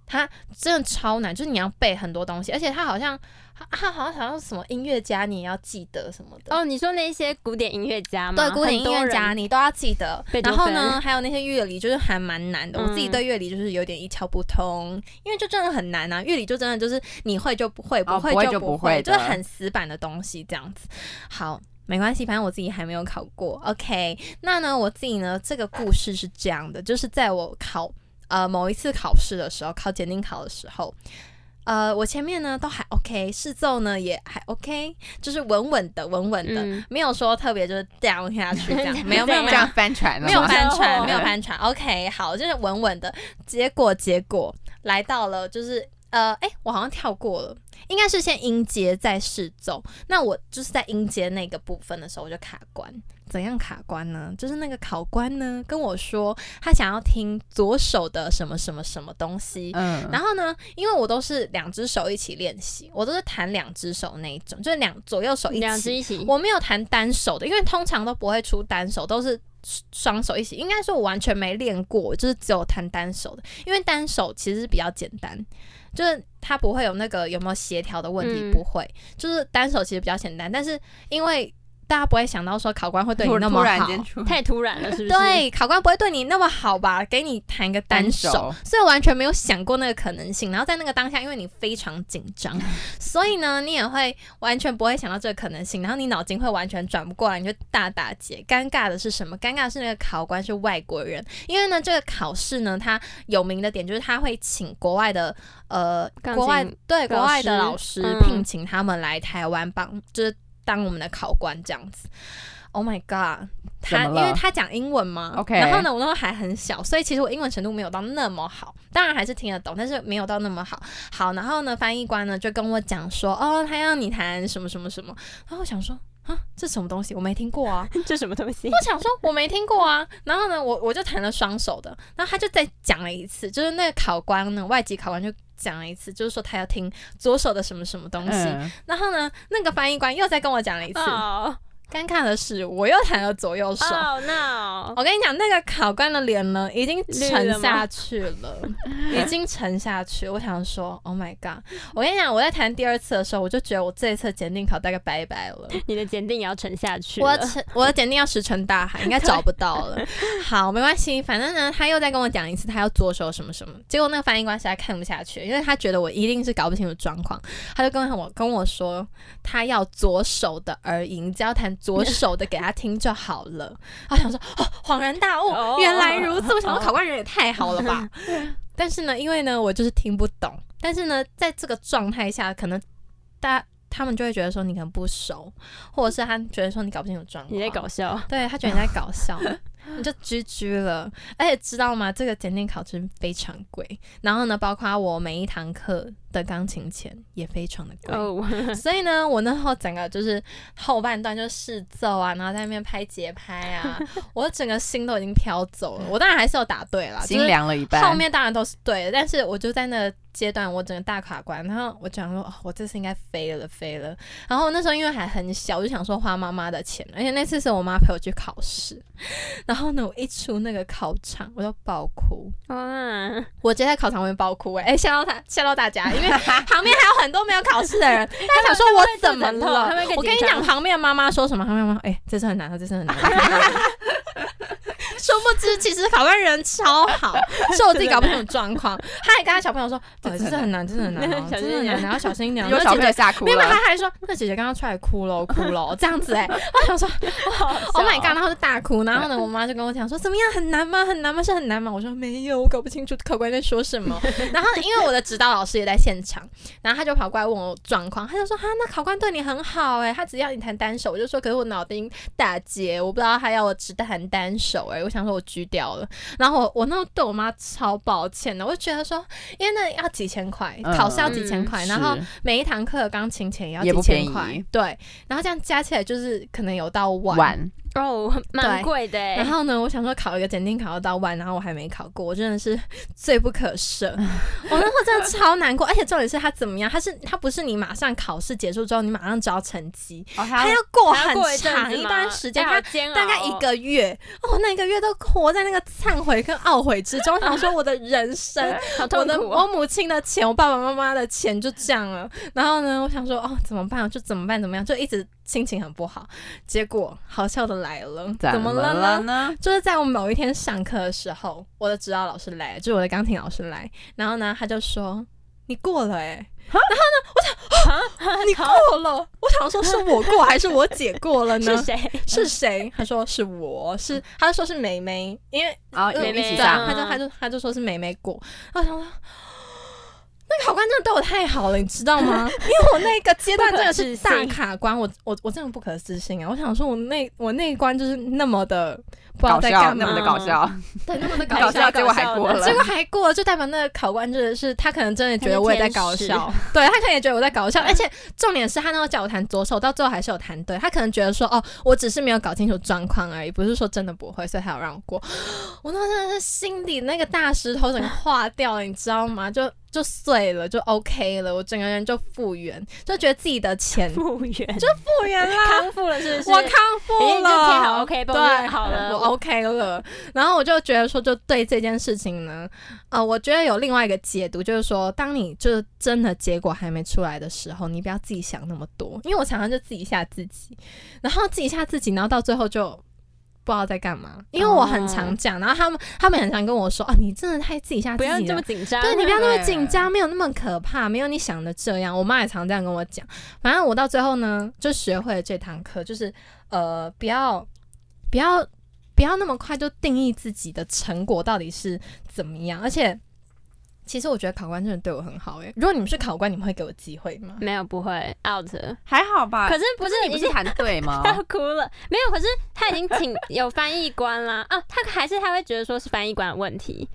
[SPEAKER 1] 它真的超难，就是你要背很多东西，而且它好像它它好像好像什么音乐家你也要记得什么的。
[SPEAKER 3] 哦，你说那些古典音乐家吗？
[SPEAKER 1] 对，古典音乐家你都要记得
[SPEAKER 3] 贝。多
[SPEAKER 1] 然后
[SPEAKER 3] 芬
[SPEAKER 1] 呢，还有那些乐理，就是还蛮难的。我自己
[SPEAKER 3] 嗯
[SPEAKER 1] 对乐理就是有点一窍不通，因为就真的很难啊。乐理就真的就是你会就不会，
[SPEAKER 2] 哦
[SPEAKER 1] 会
[SPEAKER 2] 不会
[SPEAKER 1] 就
[SPEAKER 2] 就
[SPEAKER 1] 不
[SPEAKER 2] 不会
[SPEAKER 1] 就是
[SPEAKER 2] 的
[SPEAKER 1] 很死板的东西这样子。好。没关系，反正我自己还没有考过。OK，那呢，我自己呢，这个故事是这样的，就是在我考呃某一次考试的时候，考检定考的时候，呃，我前面呢都还 OK，试奏呢也还 OK，就是稳稳的，稳稳的，
[SPEAKER 3] 嗯
[SPEAKER 1] 没有说特别就是 down 下去这样， 没有没有
[SPEAKER 3] 对
[SPEAKER 1] 没
[SPEAKER 2] 这
[SPEAKER 1] 有
[SPEAKER 2] 样翻船了
[SPEAKER 1] 没有
[SPEAKER 2] 吗
[SPEAKER 1] 翻船，
[SPEAKER 3] 哦
[SPEAKER 1] 没有翻船。OK，好，就是稳稳的。结果结果来到了，就是呃，哎、我好像跳过了，应该是先音节再试奏。那我就是在音节那个部分的时候我就卡关。怎样卡关呢？就是那个考官呢跟我说，他想要听左手的什么什么什么东西，
[SPEAKER 2] 嗯，
[SPEAKER 1] 然后呢，因为我都是两只手一起练习，我都是弹两只手那一种，就是两左右手一
[SPEAKER 3] 两只
[SPEAKER 1] 起。
[SPEAKER 3] 一起，
[SPEAKER 1] 我没有弹单手的，因为通常都不会出单手，都是双手一起。应该说，我完全没练过，我就是只有弹单手的，因为单手其实是比较简单，就是它不会有那个有没有协调的问题，
[SPEAKER 3] 嗯
[SPEAKER 1] 不会，就是单手其实比较简单。但是因为大家不会想到说考官会对你
[SPEAKER 2] 突
[SPEAKER 1] 那
[SPEAKER 2] 突
[SPEAKER 1] 么
[SPEAKER 2] 然
[SPEAKER 1] 好，
[SPEAKER 2] 间出
[SPEAKER 3] 太突然了，是不是？
[SPEAKER 1] 对，考官不会对你那么好吧？给你弹个单
[SPEAKER 2] 单
[SPEAKER 1] 手，
[SPEAKER 2] 手
[SPEAKER 1] 所以我完全没有想过那个可能性。然后在那个当下，因为你非常紧张，所以呢，你也会完全不会想到这个可能性，然后你脑筋会完全转不过来，你就大打结。尴尬的是什么？尴尬的是那个考官是外国人，因为呢，这个考试呢，它有名的点就是他会请国外的呃，
[SPEAKER 3] 钢
[SPEAKER 1] 国外
[SPEAKER 3] 琴
[SPEAKER 1] 对国
[SPEAKER 3] 老
[SPEAKER 1] 外的
[SPEAKER 3] 师
[SPEAKER 1] 老师
[SPEAKER 3] 嗯
[SPEAKER 1] 聘请他们来台湾帮，就是当我们的考官这样子。Oh my god！他
[SPEAKER 2] 怎
[SPEAKER 1] 因
[SPEAKER 2] 么了
[SPEAKER 1] 为他讲英文嘛
[SPEAKER 2] OK
[SPEAKER 1] 然后呢，我那时候还很小，所以其实我英文程度没有到那么好，当然还是听得懂，但是没有到那么好。好，然后呢，翻译官呢就跟我讲说，哦，他要你弹什么什么什么，然后我想说。啊，这什么东西？我没听过啊！
[SPEAKER 3] 这什么东西？
[SPEAKER 1] 我 想说，我没听过啊。然后呢，我我就弹了双手的，然后他就再讲了一次，就是那个考官呢，外籍考官就讲了一次，就是说他要听左手的什么什么东西。
[SPEAKER 2] 嗯，
[SPEAKER 1] 然后呢，那个翻译官又再跟我讲了一次。
[SPEAKER 3] 哦
[SPEAKER 1] 尴尬的是，我又弹了左右手。
[SPEAKER 3] 哦 no！
[SPEAKER 1] 我跟你讲，那个考官的脸呢，已经
[SPEAKER 3] 绿
[SPEAKER 1] 沉
[SPEAKER 3] 了吗
[SPEAKER 1] 下去了，已经沉下去。我想说，Oh my god！我跟你讲，我在弹第二次的时候，我就觉得我这一次检定考大概拜拜了。
[SPEAKER 3] 你的检定也要沉下去
[SPEAKER 1] 我
[SPEAKER 3] 了
[SPEAKER 1] 的 沉，我的检定要石沉大海，应该找不到了。 好，没关系，反正呢，他又再跟我讲一次，他要左手什么什么。结果那个翻译官实在看不下去，因为他觉得我一定是搞不清楚状况，他就跟我跟我说，他要左手的而已，你只要弹左手的给他听就好 了。他想说，哦，恍然大悟，
[SPEAKER 3] 哦
[SPEAKER 1] 原来如此。我想说，考官人也太好了吧。但是呢，因为呢，我就是听不懂。但是呢，在这个状态下，可能大他们就会觉得说你可能不熟，或者是他觉得说你搞不清楚状况，
[SPEAKER 3] 你在搞，笑，
[SPEAKER 1] 对他觉得你在搞 笑，你就 GG 了。而且知道吗？这个检定考真非常贵，然后呢，包括我每一堂课的钢琴钱也非常的贵。
[SPEAKER 3] 哦，
[SPEAKER 1] 所以呢，我那时候整个就是后半段就试奏啊，然后在那边拍节拍 啊，我整个心都已经飘走了。我当然还是有答对啦，啊就
[SPEAKER 2] 心
[SPEAKER 1] 是
[SPEAKER 2] 凉了一半，
[SPEAKER 1] 后面当然都是对的，但是我就在那个阶段，我整个大卡关，然后我讲说，哦，我这次应该飞了飞了。然后那时候因为还很小，我就想说花妈妈的钱，而且那次是我妈陪我去考试，然后呢，我一出那个考场，我就爆哭。
[SPEAKER 3] 哇，
[SPEAKER 1] 我直接在考场外面爆哭、欸，哎、吓到他，吓到大家， 因为旁边还有很多没有考试的人，大家想说我怎么了
[SPEAKER 3] 他们会？更
[SPEAKER 1] 我跟你
[SPEAKER 3] 紧张
[SPEAKER 1] 讲，旁边的妈妈说什么？旁边的妈妈，哎、这次很难，这次很难。 殊不知，其实考官人超好，是我自己搞不清楚状况。 他还跟他小朋友说：“
[SPEAKER 2] 这
[SPEAKER 1] 哦，
[SPEAKER 2] 次
[SPEAKER 1] 这次很难，这次很难哦，
[SPEAKER 3] 小
[SPEAKER 1] 这
[SPEAKER 3] 心一点
[SPEAKER 1] 次很难，然 后小心一点哦。”
[SPEAKER 2] 有
[SPEAKER 1] 那
[SPEAKER 2] 小
[SPEAKER 1] 姐
[SPEAKER 2] 朋友
[SPEAKER 1] 姐，
[SPEAKER 2] 吓哭
[SPEAKER 1] 没有，
[SPEAKER 2] 了，
[SPEAKER 1] 他还说：“那姐姐刚刚出来哭了，哭了。”这样子 哎、我想说
[SPEAKER 3] 好
[SPEAKER 1] ，Oh my
[SPEAKER 3] 笑
[SPEAKER 1] god！然后就大哭，然 后呢，我妈就跟我讲说，怎么样，很难吗？很难吗？是很难吗？我说没有，我搞不清楚考官在说什 么。然后呢因为我的指导老师也在现场，然后他就跑过来问我状况，他就说哈，那考官对你很好哎、他只要你弹单手，我就说可是我脑筋打结，我不知道他要我只弹单手哎、我想说我居掉了。然后我我那时候对我妈超抱歉的，我就觉得说，因为那要几千块，
[SPEAKER 2] 嗯
[SPEAKER 1] 考试要几千块，然后
[SPEAKER 2] 是
[SPEAKER 1] 每一堂课的钢琴钱也要
[SPEAKER 2] 也
[SPEAKER 1] 几
[SPEAKER 2] 不
[SPEAKER 1] 千
[SPEAKER 2] 便宜
[SPEAKER 1] 块，对，然后这样加起来就是可能有到万。
[SPEAKER 2] 晚
[SPEAKER 3] 哦，蛮贵的欸。
[SPEAKER 1] 然后呢，我想说考一个检定考得到万，然后我还没考过，我真的是罪不可赦。我那时候真的超难过，而且重点是他怎么样？他是他不是你马上考试结束之后你马上知道成绩，
[SPEAKER 2] 哦，还
[SPEAKER 1] 他
[SPEAKER 2] 要
[SPEAKER 1] 要过
[SPEAKER 3] 还要过
[SPEAKER 1] 很
[SPEAKER 3] 阵子
[SPEAKER 1] 长一
[SPEAKER 3] 吗
[SPEAKER 1] 段时间，
[SPEAKER 3] 哎
[SPEAKER 1] 他
[SPEAKER 3] 好煎熬
[SPEAKER 1] 大概一
[SPEAKER 3] 哦
[SPEAKER 1] 个月哦，那一个月都活在那个忏悔跟懊悔之中，我想说我的人生
[SPEAKER 3] 好
[SPEAKER 1] 我
[SPEAKER 3] 痛
[SPEAKER 1] 的
[SPEAKER 3] 苦
[SPEAKER 1] 我
[SPEAKER 3] 哦。
[SPEAKER 1] 母亲的钱，我爸爸妈妈的钱就这样了。然后呢，我想说，哦，怎么办？就怎么办？怎么样？就一直心情很不好。结果好笑的来了，怎么了呢？
[SPEAKER 2] 呢？
[SPEAKER 1] 就是在我某一天上课的时候，我的指导老师来了，就是我的钢琴老师来，然后呢，他就说你过了哎、然后呢，我想、哦你过了，我想说是我过还是我姐过了
[SPEAKER 3] 是
[SPEAKER 1] 呢？
[SPEAKER 3] 谁？
[SPEAKER 1] 是谁？他说是我，是他说是梅梅，因为
[SPEAKER 2] 啊，
[SPEAKER 1] 呃
[SPEAKER 2] 妹妹一起
[SPEAKER 1] 对
[SPEAKER 2] 上
[SPEAKER 1] 他就他就他就说是梅梅过，然后我想说。那个考官真的对我太好了，你知道 吗？因为我那个阶段真的是大
[SPEAKER 3] 不可置信
[SPEAKER 1] 卡关，我我我真的不可置信啊！我想说我那我那一关就是那么的不知道在干
[SPEAKER 2] 那
[SPEAKER 1] 嘛哦
[SPEAKER 2] 么，的搞笑，嗯
[SPEAKER 1] 对，那么的搞
[SPEAKER 2] 搞
[SPEAKER 1] 笑，
[SPEAKER 2] 笑，结果还过了
[SPEAKER 1] 结。果还过，就代表那个考官真的是他可能真的觉得我也在搞笑， 对他可能也觉得我在搞笑，而且重点是他那时候叫我弹左手，到最后还是有弹对，他可能觉得说哦，我只是没有搞清楚状况而已，不是说真的不会，所以他有让我过。 我那时候真的是心里那个大石头整个化掉了，你知道吗？就就碎了，就 OK 了，我整个人就复原，就觉得自己的钱
[SPEAKER 3] 复原，
[SPEAKER 1] 复原啦，
[SPEAKER 3] 康复了是不是？
[SPEAKER 1] 我康
[SPEAKER 3] 已
[SPEAKER 1] 复
[SPEAKER 3] 经就贴好
[SPEAKER 1] 了
[SPEAKER 3] OK 绷
[SPEAKER 1] 对
[SPEAKER 3] 就。好了。
[SPEAKER 1] 我 OK 了，然后我就觉得说，就对这件事情呢，呃，我觉得有另外一个解读，就是说，当你就是真的结果还没出来的时候，你不要自己想那么多，因为我常常就自己吓自己，然后自己吓自己，然后到最后就不知道在干嘛，因为我很
[SPEAKER 3] 哦
[SPEAKER 1] 常讲，然后他们他们很常跟我说，啊，你真的太自己吓自
[SPEAKER 3] 不
[SPEAKER 1] 己
[SPEAKER 3] 要这
[SPEAKER 1] 了
[SPEAKER 3] 么，紧张。
[SPEAKER 1] 对 你不要那么紧张，没有那么可怕，没有你想的这样。我妈也常这样跟我讲。反正我到最后呢，就学会了这堂课，就是呃，不要不要不要那么快就定义自己的成果到底是怎么样。而且，其实我觉得考官真的对我很好诶、欸如果你们是考官，你们会给我机会 吗？
[SPEAKER 3] 没有不会 out。
[SPEAKER 2] 还好吧？
[SPEAKER 3] 可是不是
[SPEAKER 2] 你不
[SPEAKER 3] 已
[SPEAKER 2] 啊是啊
[SPEAKER 3] 经
[SPEAKER 2] 谈 对吗？
[SPEAKER 3] 要哭了？没有，可是他已经请有翻译官啦啊，他还是他会觉得说是翻译官的问题。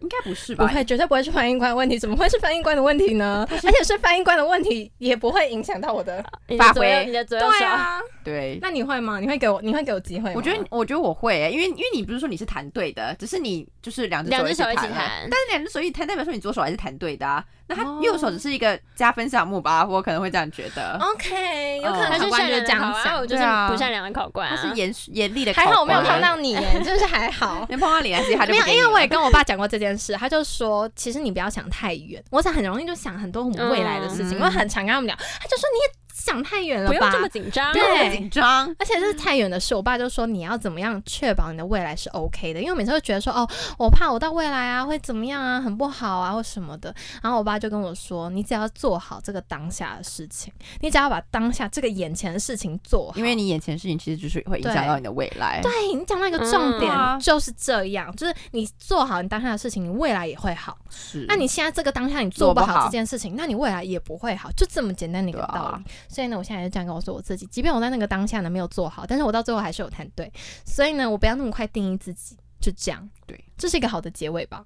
[SPEAKER 2] 应该不是
[SPEAKER 1] 不
[SPEAKER 2] 吧？
[SPEAKER 1] 会，绝对不会是翻译官的问题，怎么会是翻译官的问题呢？而且是翻译官的问题，也不会影响到我的。
[SPEAKER 3] 你
[SPEAKER 2] 发
[SPEAKER 3] 的
[SPEAKER 2] 挥
[SPEAKER 3] 左右，你的左右手
[SPEAKER 1] 对啊，
[SPEAKER 2] 对，
[SPEAKER 1] 那你会吗？你会给我，你会给我机会吗？
[SPEAKER 2] 我觉得我觉得我会、欸因为因为你不是说你是弹对的，只是你就是两只
[SPEAKER 3] 两只手
[SPEAKER 2] 手
[SPEAKER 3] 一
[SPEAKER 2] 起
[SPEAKER 3] 起
[SPEAKER 2] 弹啊，
[SPEAKER 3] 弹。
[SPEAKER 2] 但是两只手一起弹代表说你左手还是弹对的啊。那他
[SPEAKER 1] 哦
[SPEAKER 2] 右手只是一个加分项目吧，我可能会这样觉得。
[SPEAKER 1] OK，有可
[SPEAKER 2] 哦
[SPEAKER 1] 能
[SPEAKER 3] 他
[SPEAKER 1] 考
[SPEAKER 3] 是
[SPEAKER 1] 官
[SPEAKER 3] 善
[SPEAKER 1] 就是
[SPEAKER 3] 良的
[SPEAKER 1] 这样
[SPEAKER 3] 考官，
[SPEAKER 1] 想
[SPEAKER 3] 我就是
[SPEAKER 2] 对啊
[SPEAKER 3] 不善良的考
[SPEAKER 2] 他
[SPEAKER 3] 官啊。
[SPEAKER 2] 是严肃严厉的，
[SPEAKER 1] 还好我没有碰到，你耶，真是还 好。
[SPEAKER 2] 没碰到你，但是他就
[SPEAKER 1] 没有，
[SPEAKER 2] 不给
[SPEAKER 1] 因
[SPEAKER 2] 你
[SPEAKER 1] 为
[SPEAKER 2] 了
[SPEAKER 1] 我也跟我爸讲过这件事，他就说，其实你不要想太远，我想很容易就想很多我们未来的事情，
[SPEAKER 2] 嗯
[SPEAKER 1] 我很常跟他们聊，他就说你也想太远了
[SPEAKER 3] 不用
[SPEAKER 1] 吧
[SPEAKER 3] 这，么紧张。
[SPEAKER 2] 不用那么
[SPEAKER 1] 对
[SPEAKER 2] 紧张。
[SPEAKER 1] 而且这是太远的事，我爸就说你要怎么样确保你的未来是 OK 的，因为我每次都觉得说哦，我怕我到未来啊会怎么样啊，很不好啊或什么的。然后我爸就跟我说，你只要做好这个当下的事情，你只要把当下这个眼前的事情做好，
[SPEAKER 2] 因为你眼前的事情其实就是会影响
[SPEAKER 1] 对
[SPEAKER 2] 到你的未来。
[SPEAKER 1] 对哎你讲到一个重点
[SPEAKER 2] 嗯，
[SPEAKER 1] 就是这样，就是你做好你当下的事情，你未来也会好。
[SPEAKER 2] 是。
[SPEAKER 1] 那你现在这个当下你做不
[SPEAKER 2] 嗯做不好
[SPEAKER 1] 好这件事情，那你未来也不会好，就这么简单的一个
[SPEAKER 2] 对啊
[SPEAKER 1] 道理。所以呢，我现在就这样告诉我自己，即便我在那个当下呢没有做好，但是我到最后还是有谈对。所以呢，我不要那么快定义自己，就这样。
[SPEAKER 2] 对，
[SPEAKER 1] 这是一个好的结尾吧？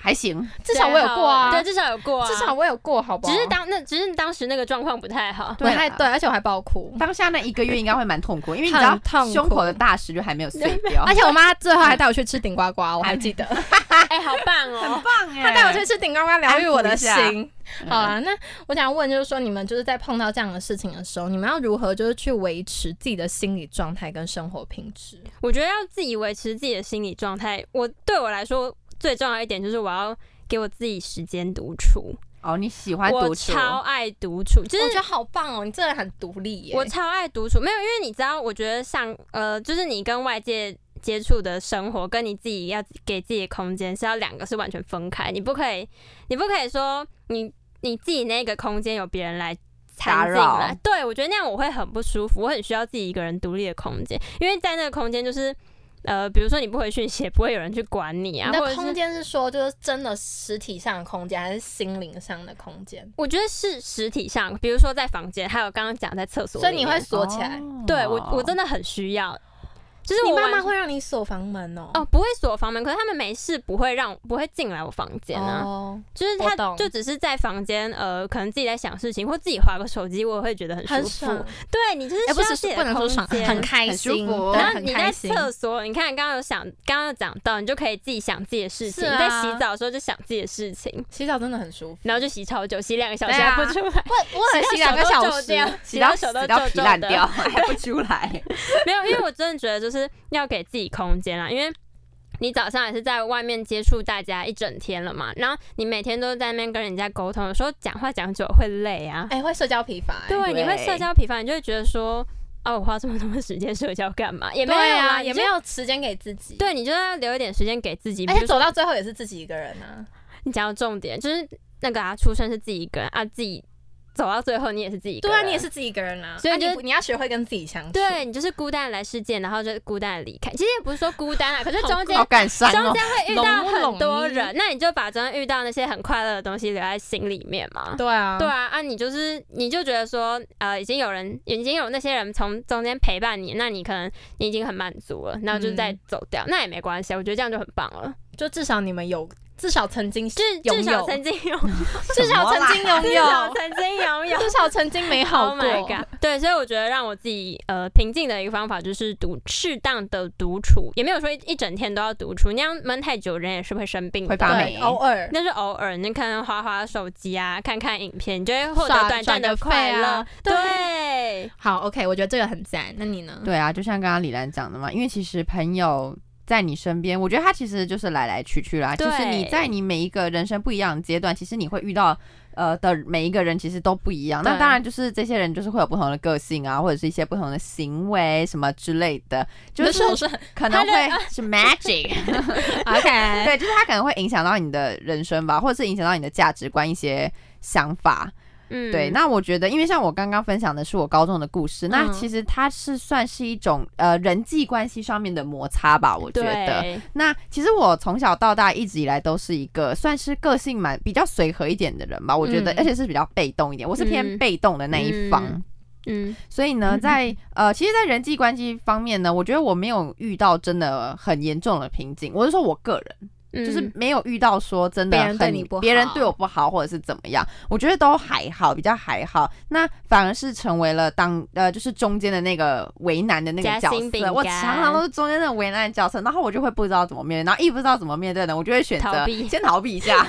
[SPEAKER 2] 还行，
[SPEAKER 1] 至少我有过啊，
[SPEAKER 3] 对，至少有过啊，
[SPEAKER 1] 至少我有过，好不
[SPEAKER 3] 只
[SPEAKER 1] 好？
[SPEAKER 3] 是当那只是当时那个状况不太好。
[SPEAKER 1] 我
[SPEAKER 2] 对啊
[SPEAKER 1] 还
[SPEAKER 2] 啦
[SPEAKER 1] 对，而且我还爆哭。
[SPEAKER 2] 当下那一个月应该会蛮痛苦，因为你知
[SPEAKER 1] 很
[SPEAKER 2] 道
[SPEAKER 1] 痛苦
[SPEAKER 2] 胸口的大石就还没有碎掉，
[SPEAKER 1] 而且我妈最后还带我去吃顶呱呱，我还记得，
[SPEAKER 3] 哎，好棒啊哦！
[SPEAKER 2] 棒哎
[SPEAKER 1] 她带我去吃顶呱呱，疗愈我的
[SPEAKER 2] 安抚一下
[SPEAKER 1] 心。好啦，那我想问，就是说你们就是在碰到这样的事情的时候，你们要如何就是去维持自己的心理状态跟生活品质？
[SPEAKER 3] 我觉得要自己维持自己的心理状态。我对我来说最重要一点就是我要给我自己时间独处。
[SPEAKER 2] 哦，你喜欢独
[SPEAKER 3] 我
[SPEAKER 2] 处，
[SPEAKER 3] 超爱独处，就
[SPEAKER 1] 我觉
[SPEAKER 3] 是
[SPEAKER 1] 得好棒哦，你这个人很独立耶。
[SPEAKER 3] 我超爱独处。没有，因为你知道，我觉得上呃，就是你跟外界。接触的生活跟你自己要给自己的空间是要两个是完全分开，你不可以，你不可以说你你自己那个空间有别人来
[SPEAKER 2] 打
[SPEAKER 3] 掺进
[SPEAKER 2] 扰
[SPEAKER 3] 来，对我觉得那样我会很不舒服，我很需要自己一个人独立的空间，因为在那个空间就是呃，比如说你不回讯息，也不会有人去管你啊，
[SPEAKER 1] 你
[SPEAKER 3] 或者
[SPEAKER 1] 的
[SPEAKER 3] 是
[SPEAKER 1] 空间是说就是真的实体上的空间，还是心灵上的空间？
[SPEAKER 3] 我觉得是实体上，比如说在房间，还有刚刚讲在厕所里
[SPEAKER 1] 所
[SPEAKER 3] 面，
[SPEAKER 1] 以你会锁起来。
[SPEAKER 2] 哦
[SPEAKER 3] 对我，我真的很需要。就是
[SPEAKER 1] 你
[SPEAKER 3] 我
[SPEAKER 1] 妈
[SPEAKER 3] 晚
[SPEAKER 1] 妈会让你锁房门哦。
[SPEAKER 3] 哦，不会锁房门，可是他们没事不会让不会进来我房间啊。
[SPEAKER 1] 哦，
[SPEAKER 3] 就是
[SPEAKER 1] 我
[SPEAKER 3] 他
[SPEAKER 1] 懂
[SPEAKER 3] 就只是在房间，呃，可能自己在想事情，或自己划个手机，我也会觉得很
[SPEAKER 1] 很
[SPEAKER 3] 舒服。
[SPEAKER 1] 爽，
[SPEAKER 3] 对你就是
[SPEAKER 5] 哎，
[SPEAKER 3] 需
[SPEAKER 5] 不
[SPEAKER 3] 要
[SPEAKER 5] 是
[SPEAKER 3] 自己
[SPEAKER 5] 说不
[SPEAKER 3] 的
[SPEAKER 5] 能说爽，
[SPEAKER 3] 空间
[SPEAKER 5] 很开
[SPEAKER 2] 很舒
[SPEAKER 5] 心，
[SPEAKER 2] 服
[SPEAKER 5] 对
[SPEAKER 3] 然后
[SPEAKER 5] 很
[SPEAKER 3] 你
[SPEAKER 5] 开
[SPEAKER 3] 在
[SPEAKER 5] 心。
[SPEAKER 3] 厕所，你看刚刚有想，刚刚有讲到，你就可以自己想自己的事情。
[SPEAKER 1] 是
[SPEAKER 3] 你
[SPEAKER 1] 啊
[SPEAKER 3] 在洗澡的时候就想自己的事情，
[SPEAKER 1] 洗澡真的很舒服。
[SPEAKER 3] 然后就洗超久，洗两个小时
[SPEAKER 2] 对啊
[SPEAKER 3] 还不出来，
[SPEAKER 1] 我我
[SPEAKER 3] 很
[SPEAKER 1] 很
[SPEAKER 3] 洗两个小时
[SPEAKER 2] 洗
[SPEAKER 3] 洗
[SPEAKER 2] 到
[SPEAKER 3] 到
[SPEAKER 2] 洗
[SPEAKER 3] 手都
[SPEAKER 2] 到皮
[SPEAKER 3] 皱皱
[SPEAKER 2] 烂
[SPEAKER 3] 的
[SPEAKER 2] 掉还不出来。
[SPEAKER 3] 没有，因为我真的觉得就是要给自己空间啊啦，因为。你早上也是在外面接触大家一整天了嘛，然后你每天都在那边跟人家沟通，有时候讲话讲久会累啊。
[SPEAKER 1] 哎、会社交疲乏、哎
[SPEAKER 3] 对，你会
[SPEAKER 2] 对
[SPEAKER 3] 社交疲乏，你就会觉得说，啊，我花这么多时间社交干嘛？也没有
[SPEAKER 1] 对
[SPEAKER 3] 啦，
[SPEAKER 1] 啊，也
[SPEAKER 3] 你就
[SPEAKER 1] 没，有时间给自己。，
[SPEAKER 3] 对你就要留一点时间给自己。比
[SPEAKER 1] 而且
[SPEAKER 3] 如说，
[SPEAKER 1] 走到最后也是自己一个人啊。
[SPEAKER 3] 你讲到重点，就是那个啊，出生是自己一个人啊，自己走到最后你也是自己一个
[SPEAKER 1] 对
[SPEAKER 3] 人，
[SPEAKER 1] 啊，你也是自己一个人啊，
[SPEAKER 3] 所以
[SPEAKER 1] 啊
[SPEAKER 3] 就
[SPEAKER 1] 你不你要学会跟自己相处。
[SPEAKER 3] 对，你就是孤单地来世界，然后就孤单地离开。其实也不是说孤单啊，可是中间
[SPEAKER 2] 好感伤
[SPEAKER 3] 中
[SPEAKER 2] 哦，
[SPEAKER 3] 间会遇到
[SPEAKER 5] 笼不
[SPEAKER 3] 很多
[SPEAKER 5] 笼一
[SPEAKER 3] 人，那你就把中间遇到那些很快乐的东西留在心里面嘛。
[SPEAKER 1] 对啊
[SPEAKER 3] 对啊，啊，你就是你就觉得说，呃，已经有人，已经有那些人从中间陪伴你，那你可能你已经很满足了，然后就再
[SPEAKER 1] 嗯
[SPEAKER 3] 走掉，那也没关系，我觉得这样就很棒了，
[SPEAKER 1] 就至少你们有，至少曾经 是
[SPEAKER 3] 至
[SPEAKER 1] 拥
[SPEAKER 3] 至少
[SPEAKER 1] 有
[SPEAKER 3] 曾 经有，
[SPEAKER 1] 至少曾经拥
[SPEAKER 3] 至少
[SPEAKER 1] 有，
[SPEAKER 3] 曾经拥有。
[SPEAKER 1] 至少曾经美 好
[SPEAKER 3] Oh
[SPEAKER 1] 过。
[SPEAKER 3] my god！对，所以我觉得让我自己呃平静的一个方法就是独适当的独处，也没有说一一整天都要独处，那样闷太久人也是会生病的，
[SPEAKER 2] 会发
[SPEAKER 1] 对，
[SPEAKER 2] 霉
[SPEAKER 1] 偶尔
[SPEAKER 3] 那是偶尔，你看看滑滑手机啊，看看影片，你就会获
[SPEAKER 5] 耍
[SPEAKER 3] 得短暂的
[SPEAKER 5] 耍个废
[SPEAKER 3] 快乐。
[SPEAKER 5] 啊
[SPEAKER 3] 对，
[SPEAKER 5] 好，OK，我觉得这个很赞。那你
[SPEAKER 1] 嗯
[SPEAKER 5] 呢？
[SPEAKER 2] 对啊，就像刚刚李兰讲的嘛，因为其实朋友在你身边，我觉得他其实就是来来去去啦。
[SPEAKER 3] 对
[SPEAKER 2] 就是你在你每一个人生不一样的阶段，其实你会遇到呃的每一个人其实都不一样。那
[SPEAKER 1] 对
[SPEAKER 2] 当然就是这些人就是会有不同的个性啊，或者是一些不同的行为什么之类的，就
[SPEAKER 1] 那
[SPEAKER 2] 是
[SPEAKER 1] 时候是很
[SPEAKER 2] 可能会 是 magic，
[SPEAKER 5] ，OK，
[SPEAKER 2] 对，就是他可能会影响到你的人生吧，或者是影响到你的价值观一些想法。
[SPEAKER 3] 嗯，
[SPEAKER 2] 对，那我觉得，因为像我刚刚分享的是我高中的故事，那
[SPEAKER 5] 嗯
[SPEAKER 2] 其实它是算是一种呃人际关系上面的摩擦吧，我觉得。
[SPEAKER 3] 对，
[SPEAKER 2] 那其实我从小到大一直以来都是一个算是个性蛮比较随和一点的人吧，我觉得，
[SPEAKER 5] 嗯
[SPEAKER 2] 而且是比较被动一点，我是偏
[SPEAKER 3] 嗯
[SPEAKER 2] 被动的那一方。
[SPEAKER 3] 嗯嗯，
[SPEAKER 2] 所以呢，在呃，其实，在人际关系方面呢，我觉得我没有遇到真的很严重的瓶颈。我是说我个人。
[SPEAKER 3] 嗯
[SPEAKER 2] 就是没有遇到说真的
[SPEAKER 5] 别
[SPEAKER 2] 很
[SPEAKER 5] 人对你不好
[SPEAKER 2] 别人对我不好或者是怎么样，我觉得都还好，比较还好。那反而是成为了当呃，就是中间的那个为难的那个角
[SPEAKER 3] 夹心饼
[SPEAKER 2] 色。
[SPEAKER 3] 干
[SPEAKER 2] 我常常都是中间的为难的角色，然后我就会不知道怎么面对，然后一不知道怎么面对呢，我就会选择
[SPEAKER 3] 逃避
[SPEAKER 2] 先逃避一下，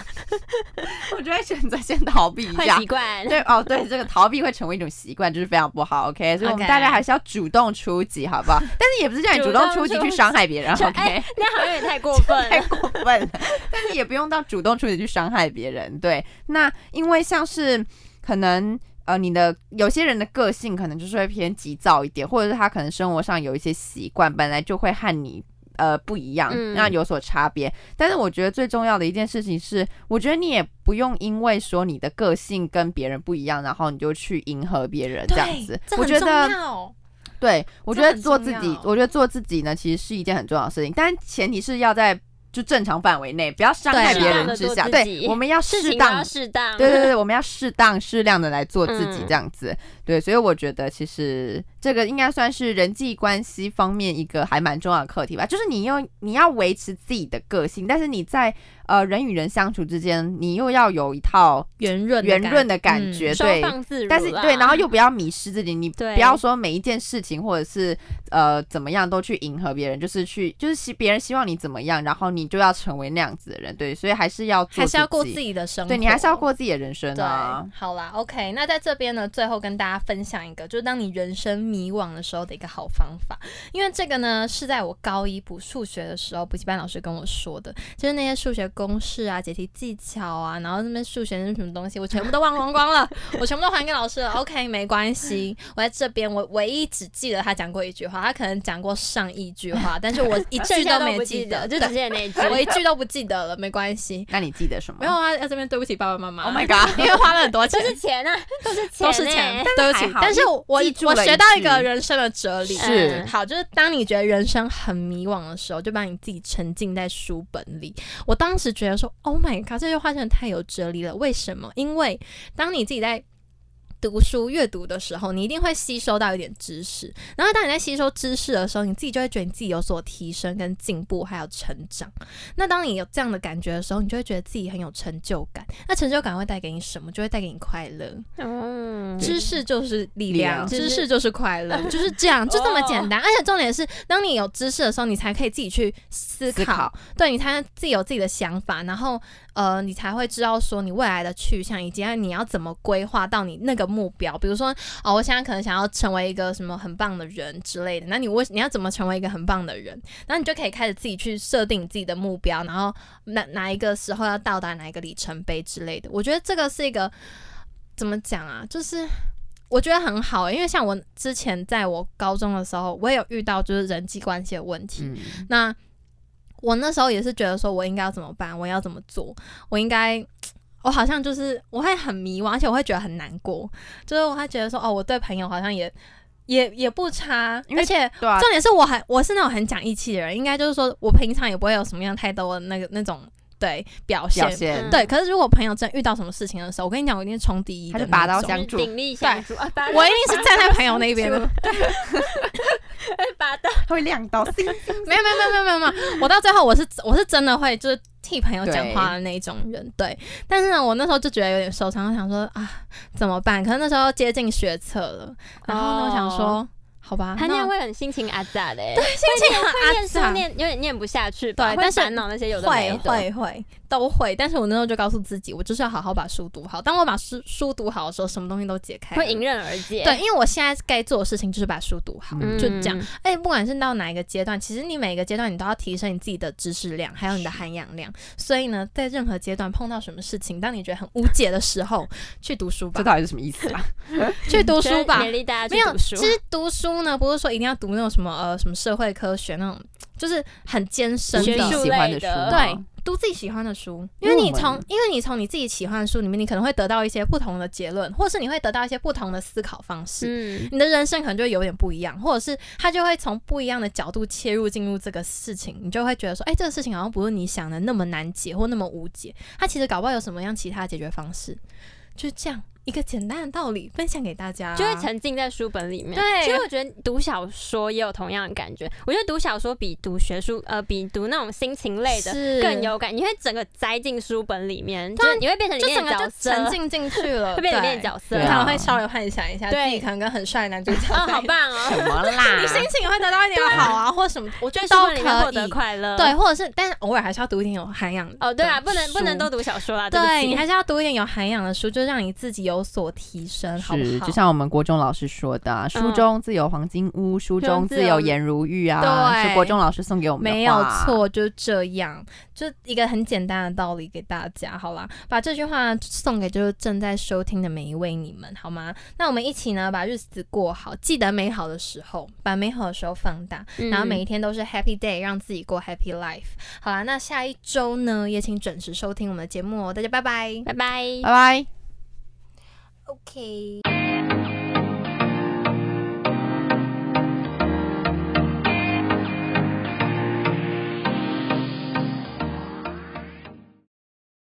[SPEAKER 2] 我就会选择先逃避一
[SPEAKER 3] 坏
[SPEAKER 2] 下
[SPEAKER 3] 习。惯。
[SPEAKER 2] 对哦，对，这个逃避会成为一种习惯，就是非常不好。OK，所以我们
[SPEAKER 5] OK
[SPEAKER 2] 大家还是要主动出击，好不好？但是也不是叫你主动出击
[SPEAKER 3] 主动
[SPEAKER 2] 去
[SPEAKER 3] 出
[SPEAKER 2] 伤害别人。
[SPEAKER 3] 就
[SPEAKER 2] OK，、
[SPEAKER 3] 哎那好像也太过分
[SPEAKER 2] 太
[SPEAKER 3] 了。
[SPEAKER 2] 过分了，但是也不用到主动出击去伤害别人。对，那因为像是可能呃，你的有些人的个性可能就是会偏急躁一点，或者是他可能生活上有一些习惯本来就会和你。呃，不一样，
[SPEAKER 3] 嗯
[SPEAKER 2] 那有所差别。但是我觉得最重要的一件事情是，我觉得你也不用因为说你的个性跟别人不一样，然后你就去迎合别人这样
[SPEAKER 1] 对
[SPEAKER 2] 子。
[SPEAKER 1] 这
[SPEAKER 2] 我
[SPEAKER 1] 很
[SPEAKER 2] 觉
[SPEAKER 1] 重
[SPEAKER 2] 得
[SPEAKER 1] 要
[SPEAKER 2] 对，我觉
[SPEAKER 1] 这
[SPEAKER 2] 得
[SPEAKER 1] 很
[SPEAKER 2] 做
[SPEAKER 1] 重
[SPEAKER 2] 自己
[SPEAKER 1] 要，
[SPEAKER 2] 我觉得做自己呢，其实是一件很重要的事情，但前提是要在就正常范围内，不要伤
[SPEAKER 5] 对
[SPEAKER 2] 害
[SPEAKER 5] 适
[SPEAKER 2] 别
[SPEAKER 3] 啊当
[SPEAKER 2] 人
[SPEAKER 3] 地
[SPEAKER 2] 之
[SPEAKER 3] 做
[SPEAKER 2] 下。
[SPEAKER 3] 自
[SPEAKER 2] 对，
[SPEAKER 3] 己
[SPEAKER 2] 我们要
[SPEAKER 3] 事
[SPEAKER 2] 适
[SPEAKER 3] 情都
[SPEAKER 2] 当
[SPEAKER 3] 要，适当，
[SPEAKER 2] 对对 对，我们要适当适量的来做自己
[SPEAKER 3] 嗯
[SPEAKER 2] 这样子。对，所以我觉得其实这个应该算是人际关系方面一个还蛮重要的课题吧，就是你又你要维持自己的个性，但是你在呃人与人相处之间，你又要有一套
[SPEAKER 5] 圆润
[SPEAKER 2] 圆润
[SPEAKER 5] 的
[SPEAKER 2] 的感
[SPEAKER 5] 嗯
[SPEAKER 2] 觉，
[SPEAKER 3] 收
[SPEAKER 2] 对，
[SPEAKER 3] 放自如啦。啊
[SPEAKER 2] 但是对，然后又不要迷失自己，你
[SPEAKER 3] 对
[SPEAKER 2] 不要说每一件事情或者是呃怎么样都去迎合别人，就是去就是希别人希望你怎么样，然后你就要成为那样子的人，对，所以还是要做
[SPEAKER 5] 还是要过
[SPEAKER 2] 自
[SPEAKER 5] 自，己的生活。
[SPEAKER 2] 对你还是要过自己的人生
[SPEAKER 1] 对
[SPEAKER 2] 啊，，
[SPEAKER 1] 好啦，OK。那在这边呢，最后跟大家分享一个，就是当你人生迷惘的时候的一个好方法。因为这个呢，是在我高一补数学的时候，补习班老师跟我说的，就是那些数学公式啊、解题技巧啊，然后那边数学那什么东西，我全部都忘光光 了，我全部都还给老师了。OK，没关系，我在这边我唯一只记得他讲过一句话，他可能讲过上一句话，但是我一句
[SPEAKER 3] 剩下
[SPEAKER 1] 没
[SPEAKER 3] 不
[SPEAKER 1] 记
[SPEAKER 3] 记得，
[SPEAKER 1] 得，
[SPEAKER 3] 就
[SPEAKER 1] 对
[SPEAKER 3] 只记得那一句。
[SPEAKER 1] 我一句都不记得了，没关系。
[SPEAKER 2] 那你记得什么？
[SPEAKER 1] 没有啊，在这边对不起爸爸妈妈。
[SPEAKER 2] ，Oh my god，
[SPEAKER 5] 因为花了很多钱
[SPEAKER 3] 都，是钱啊，都是钱，
[SPEAKER 1] 都是钱，，对不
[SPEAKER 2] 但是还
[SPEAKER 1] 起
[SPEAKER 2] 好。
[SPEAKER 1] 但是我我
[SPEAKER 2] 记住
[SPEAKER 1] 我
[SPEAKER 2] 了
[SPEAKER 1] 学
[SPEAKER 2] 一
[SPEAKER 1] 到一
[SPEAKER 2] 句
[SPEAKER 1] 个人生的哲理，
[SPEAKER 2] 是
[SPEAKER 3] 嗯
[SPEAKER 1] 好，就是当你觉得人生很迷惘的时候，就把你自己沉浸在书本里。我当时觉得说，Oh my god，这句话真的太有哲理了。为什么？因为当你自己在读书阅读的时候，你一定会吸收到一点知识，然后当你在吸收知识的时候，你自己就会觉得你自己有所提升、跟进步，还有成长。那当你有这样的感觉的时候，你就会觉得自己很有成就感。那成就感会带给你什么？就会带给你快乐。
[SPEAKER 3] 嗯，
[SPEAKER 1] 知识就是力
[SPEAKER 2] 力
[SPEAKER 1] 量，
[SPEAKER 2] 量
[SPEAKER 1] 知识就是快乐，就是这样，就这么简单。而且重点是，当你有知识的时候，你才可以自己去 思考，
[SPEAKER 2] 思考
[SPEAKER 1] 对你才能自己有自己的想法，然后呃，你才会知道说你未来的去向，以及你要怎么规划到你那个目标。比如说，哦，我现在可能想要成为一个什么很棒的人之类的，那你为你要怎么成为一个很棒的人？然后你就可以开始自己去设定你自己的目标，然后哪哪一个时候要到达哪一个里程碑之类的。我觉得这个是一个怎么讲啊，就是我觉得很好、因为像我之前在我高中的时候，我也有遇到就是人际关系的问题。
[SPEAKER 2] 嗯，
[SPEAKER 1] 那我那时候也是觉得说，我应该要怎么办，我要怎么做，我应该。我好像就是我会很迷惘，而且我会觉得很难过，就是我会觉得说，哦，我对朋友好像也也也不差，
[SPEAKER 2] 因为
[SPEAKER 1] 而且
[SPEAKER 2] 对啊，
[SPEAKER 1] 重点是我很我是那种很讲义气的人，应该就是说我平常也不会有什么样太多的那个那种对表现。
[SPEAKER 2] 表现
[SPEAKER 3] 嗯
[SPEAKER 1] 对，可是如果朋友真的遇到什么事情的时候，我跟你讲，我一定是冲第一的那
[SPEAKER 2] 他就
[SPEAKER 1] 种，
[SPEAKER 2] 拔刀
[SPEAKER 3] 就是
[SPEAKER 2] 相助，
[SPEAKER 3] 鼎力相助啊，拔
[SPEAKER 1] 我一定是站在朋友那边的。
[SPEAKER 3] 拔刀
[SPEAKER 2] 他会亮刀，
[SPEAKER 1] 没有没有没有没有没有没有，我到最后我是我是真的会就是替朋友讲话的那一种人，对。但是呢，我那时候就觉得有点受伤，我想说啊怎么办？可是那时候接近学测了，然后呢，我想说好吧，
[SPEAKER 3] 他那
[SPEAKER 1] 那
[SPEAKER 3] 样
[SPEAKER 1] 我
[SPEAKER 3] 会很心情阿杂的欸，对，
[SPEAKER 1] 心 情
[SPEAKER 3] 会念
[SPEAKER 1] 很
[SPEAKER 3] 书
[SPEAKER 1] 阿杂。
[SPEAKER 3] 念有点念不下去吧，
[SPEAKER 1] 对
[SPEAKER 3] 会
[SPEAKER 1] 但是
[SPEAKER 3] 烦恼那些有的没
[SPEAKER 1] 会
[SPEAKER 3] 的，
[SPEAKER 1] 会会都会，但是我那时候就告诉自己，我就是要好好把书读好。当我把书书读好的时候，什么东西都解开了，
[SPEAKER 3] 会迎刃而解，
[SPEAKER 1] 对，因为我现在该做的事情就是把书读好，
[SPEAKER 2] 嗯
[SPEAKER 1] 就这样。而哎且不管是到哪一个阶段，其实你每个阶段你都要提升你自己的知识量，还有你的涵养量。所以呢，在任何阶段碰到什么事情，当你觉得很无解的时候，去读书吧
[SPEAKER 2] 这，到底是什么意思啊？
[SPEAKER 1] 去读
[SPEAKER 3] 读
[SPEAKER 1] 书 吧。
[SPEAKER 3] 勉励大家
[SPEAKER 1] 没
[SPEAKER 3] 去
[SPEAKER 1] 有
[SPEAKER 3] 读书
[SPEAKER 1] 其。实读书呢，不是说一定要读那种什么呃什么社会科学那种，就是很艰深
[SPEAKER 3] 学
[SPEAKER 1] 的
[SPEAKER 3] 术。哦
[SPEAKER 2] 喜欢的书吗，
[SPEAKER 1] 对，读自己喜欢的书，因为
[SPEAKER 2] 入
[SPEAKER 1] 你从
[SPEAKER 2] 门
[SPEAKER 1] 因为你从你自己喜欢的书里面，你可能会得到一些不同的结论，或是你会得到一些不同的思考方式。
[SPEAKER 3] 嗯，
[SPEAKER 1] 你的人生可能就会有点不一样，或者是他就会从不一样的角度切入进入这个事情，你就会觉得说，哎、这个事情好像不是你想的那么难解或那么无解，它其实搞不好有什么样其他的解决方式，就是这样一个简单的道理分享给大家，
[SPEAKER 3] 就会沉浸在书本里面。
[SPEAKER 1] 对
[SPEAKER 3] 其实我觉得读小说也有同样的感觉。我觉得读小说比读学术，呃，比读那种心情类的
[SPEAKER 1] 是啊
[SPEAKER 3] 更有感。你会整个栽进书本里面，就是你会变成里
[SPEAKER 1] 就
[SPEAKER 3] 面
[SPEAKER 1] 整
[SPEAKER 3] 的
[SPEAKER 1] 个就
[SPEAKER 3] 角
[SPEAKER 1] 沉
[SPEAKER 3] 色，
[SPEAKER 1] 浸进去了，
[SPEAKER 3] 会变成里面
[SPEAKER 1] 对
[SPEAKER 3] 的角色
[SPEAKER 2] 对
[SPEAKER 1] 你可
[SPEAKER 2] 啊
[SPEAKER 1] 能会稍微幻想一下，
[SPEAKER 3] 对
[SPEAKER 1] 自己可能跟很帅的男主 角，
[SPEAKER 3] 哦，好，棒哦！
[SPEAKER 2] 什么啦？
[SPEAKER 1] 你心情也会得到一点好啊，或什么，我觉得
[SPEAKER 3] 在书
[SPEAKER 1] 都
[SPEAKER 3] 本里面获
[SPEAKER 1] 可
[SPEAKER 3] 得
[SPEAKER 1] 以，
[SPEAKER 3] 快乐。
[SPEAKER 1] 对，，或者是，但是偶尔还是要读一点有涵养的
[SPEAKER 3] 哦，对啊，不能不能
[SPEAKER 1] 书
[SPEAKER 3] 都读小说
[SPEAKER 2] 啊
[SPEAKER 3] 啦，不
[SPEAKER 1] 对
[SPEAKER 3] 起
[SPEAKER 1] 你还是要读一点有涵养的书，就让你自己有所提升，好不
[SPEAKER 2] 是，
[SPEAKER 1] 好？嗯
[SPEAKER 2] 就像我们国中老师说的啊，书中自有黄金屋，书中自有颜如玉啊，
[SPEAKER 1] 对
[SPEAKER 2] 是国中老师送给我们的
[SPEAKER 1] 没有
[SPEAKER 2] 话，
[SPEAKER 1] 错，就是这样，就一个很简单的道理给大家，好啦，把这句话送给就是正在收听的每一位你们，好吗？那我们一起呢，把日子过好，记得美好的时候，把美好的时候放大，
[SPEAKER 3] 嗯
[SPEAKER 1] 然后每一天都是 Happy Day，让自己过 Happy Life。好啦，那下一周呢，也请准时收听我们的节目哦，大家拜拜
[SPEAKER 3] 拜
[SPEAKER 2] 拜
[SPEAKER 3] 拜
[SPEAKER 2] 拜。
[SPEAKER 1] ，OK。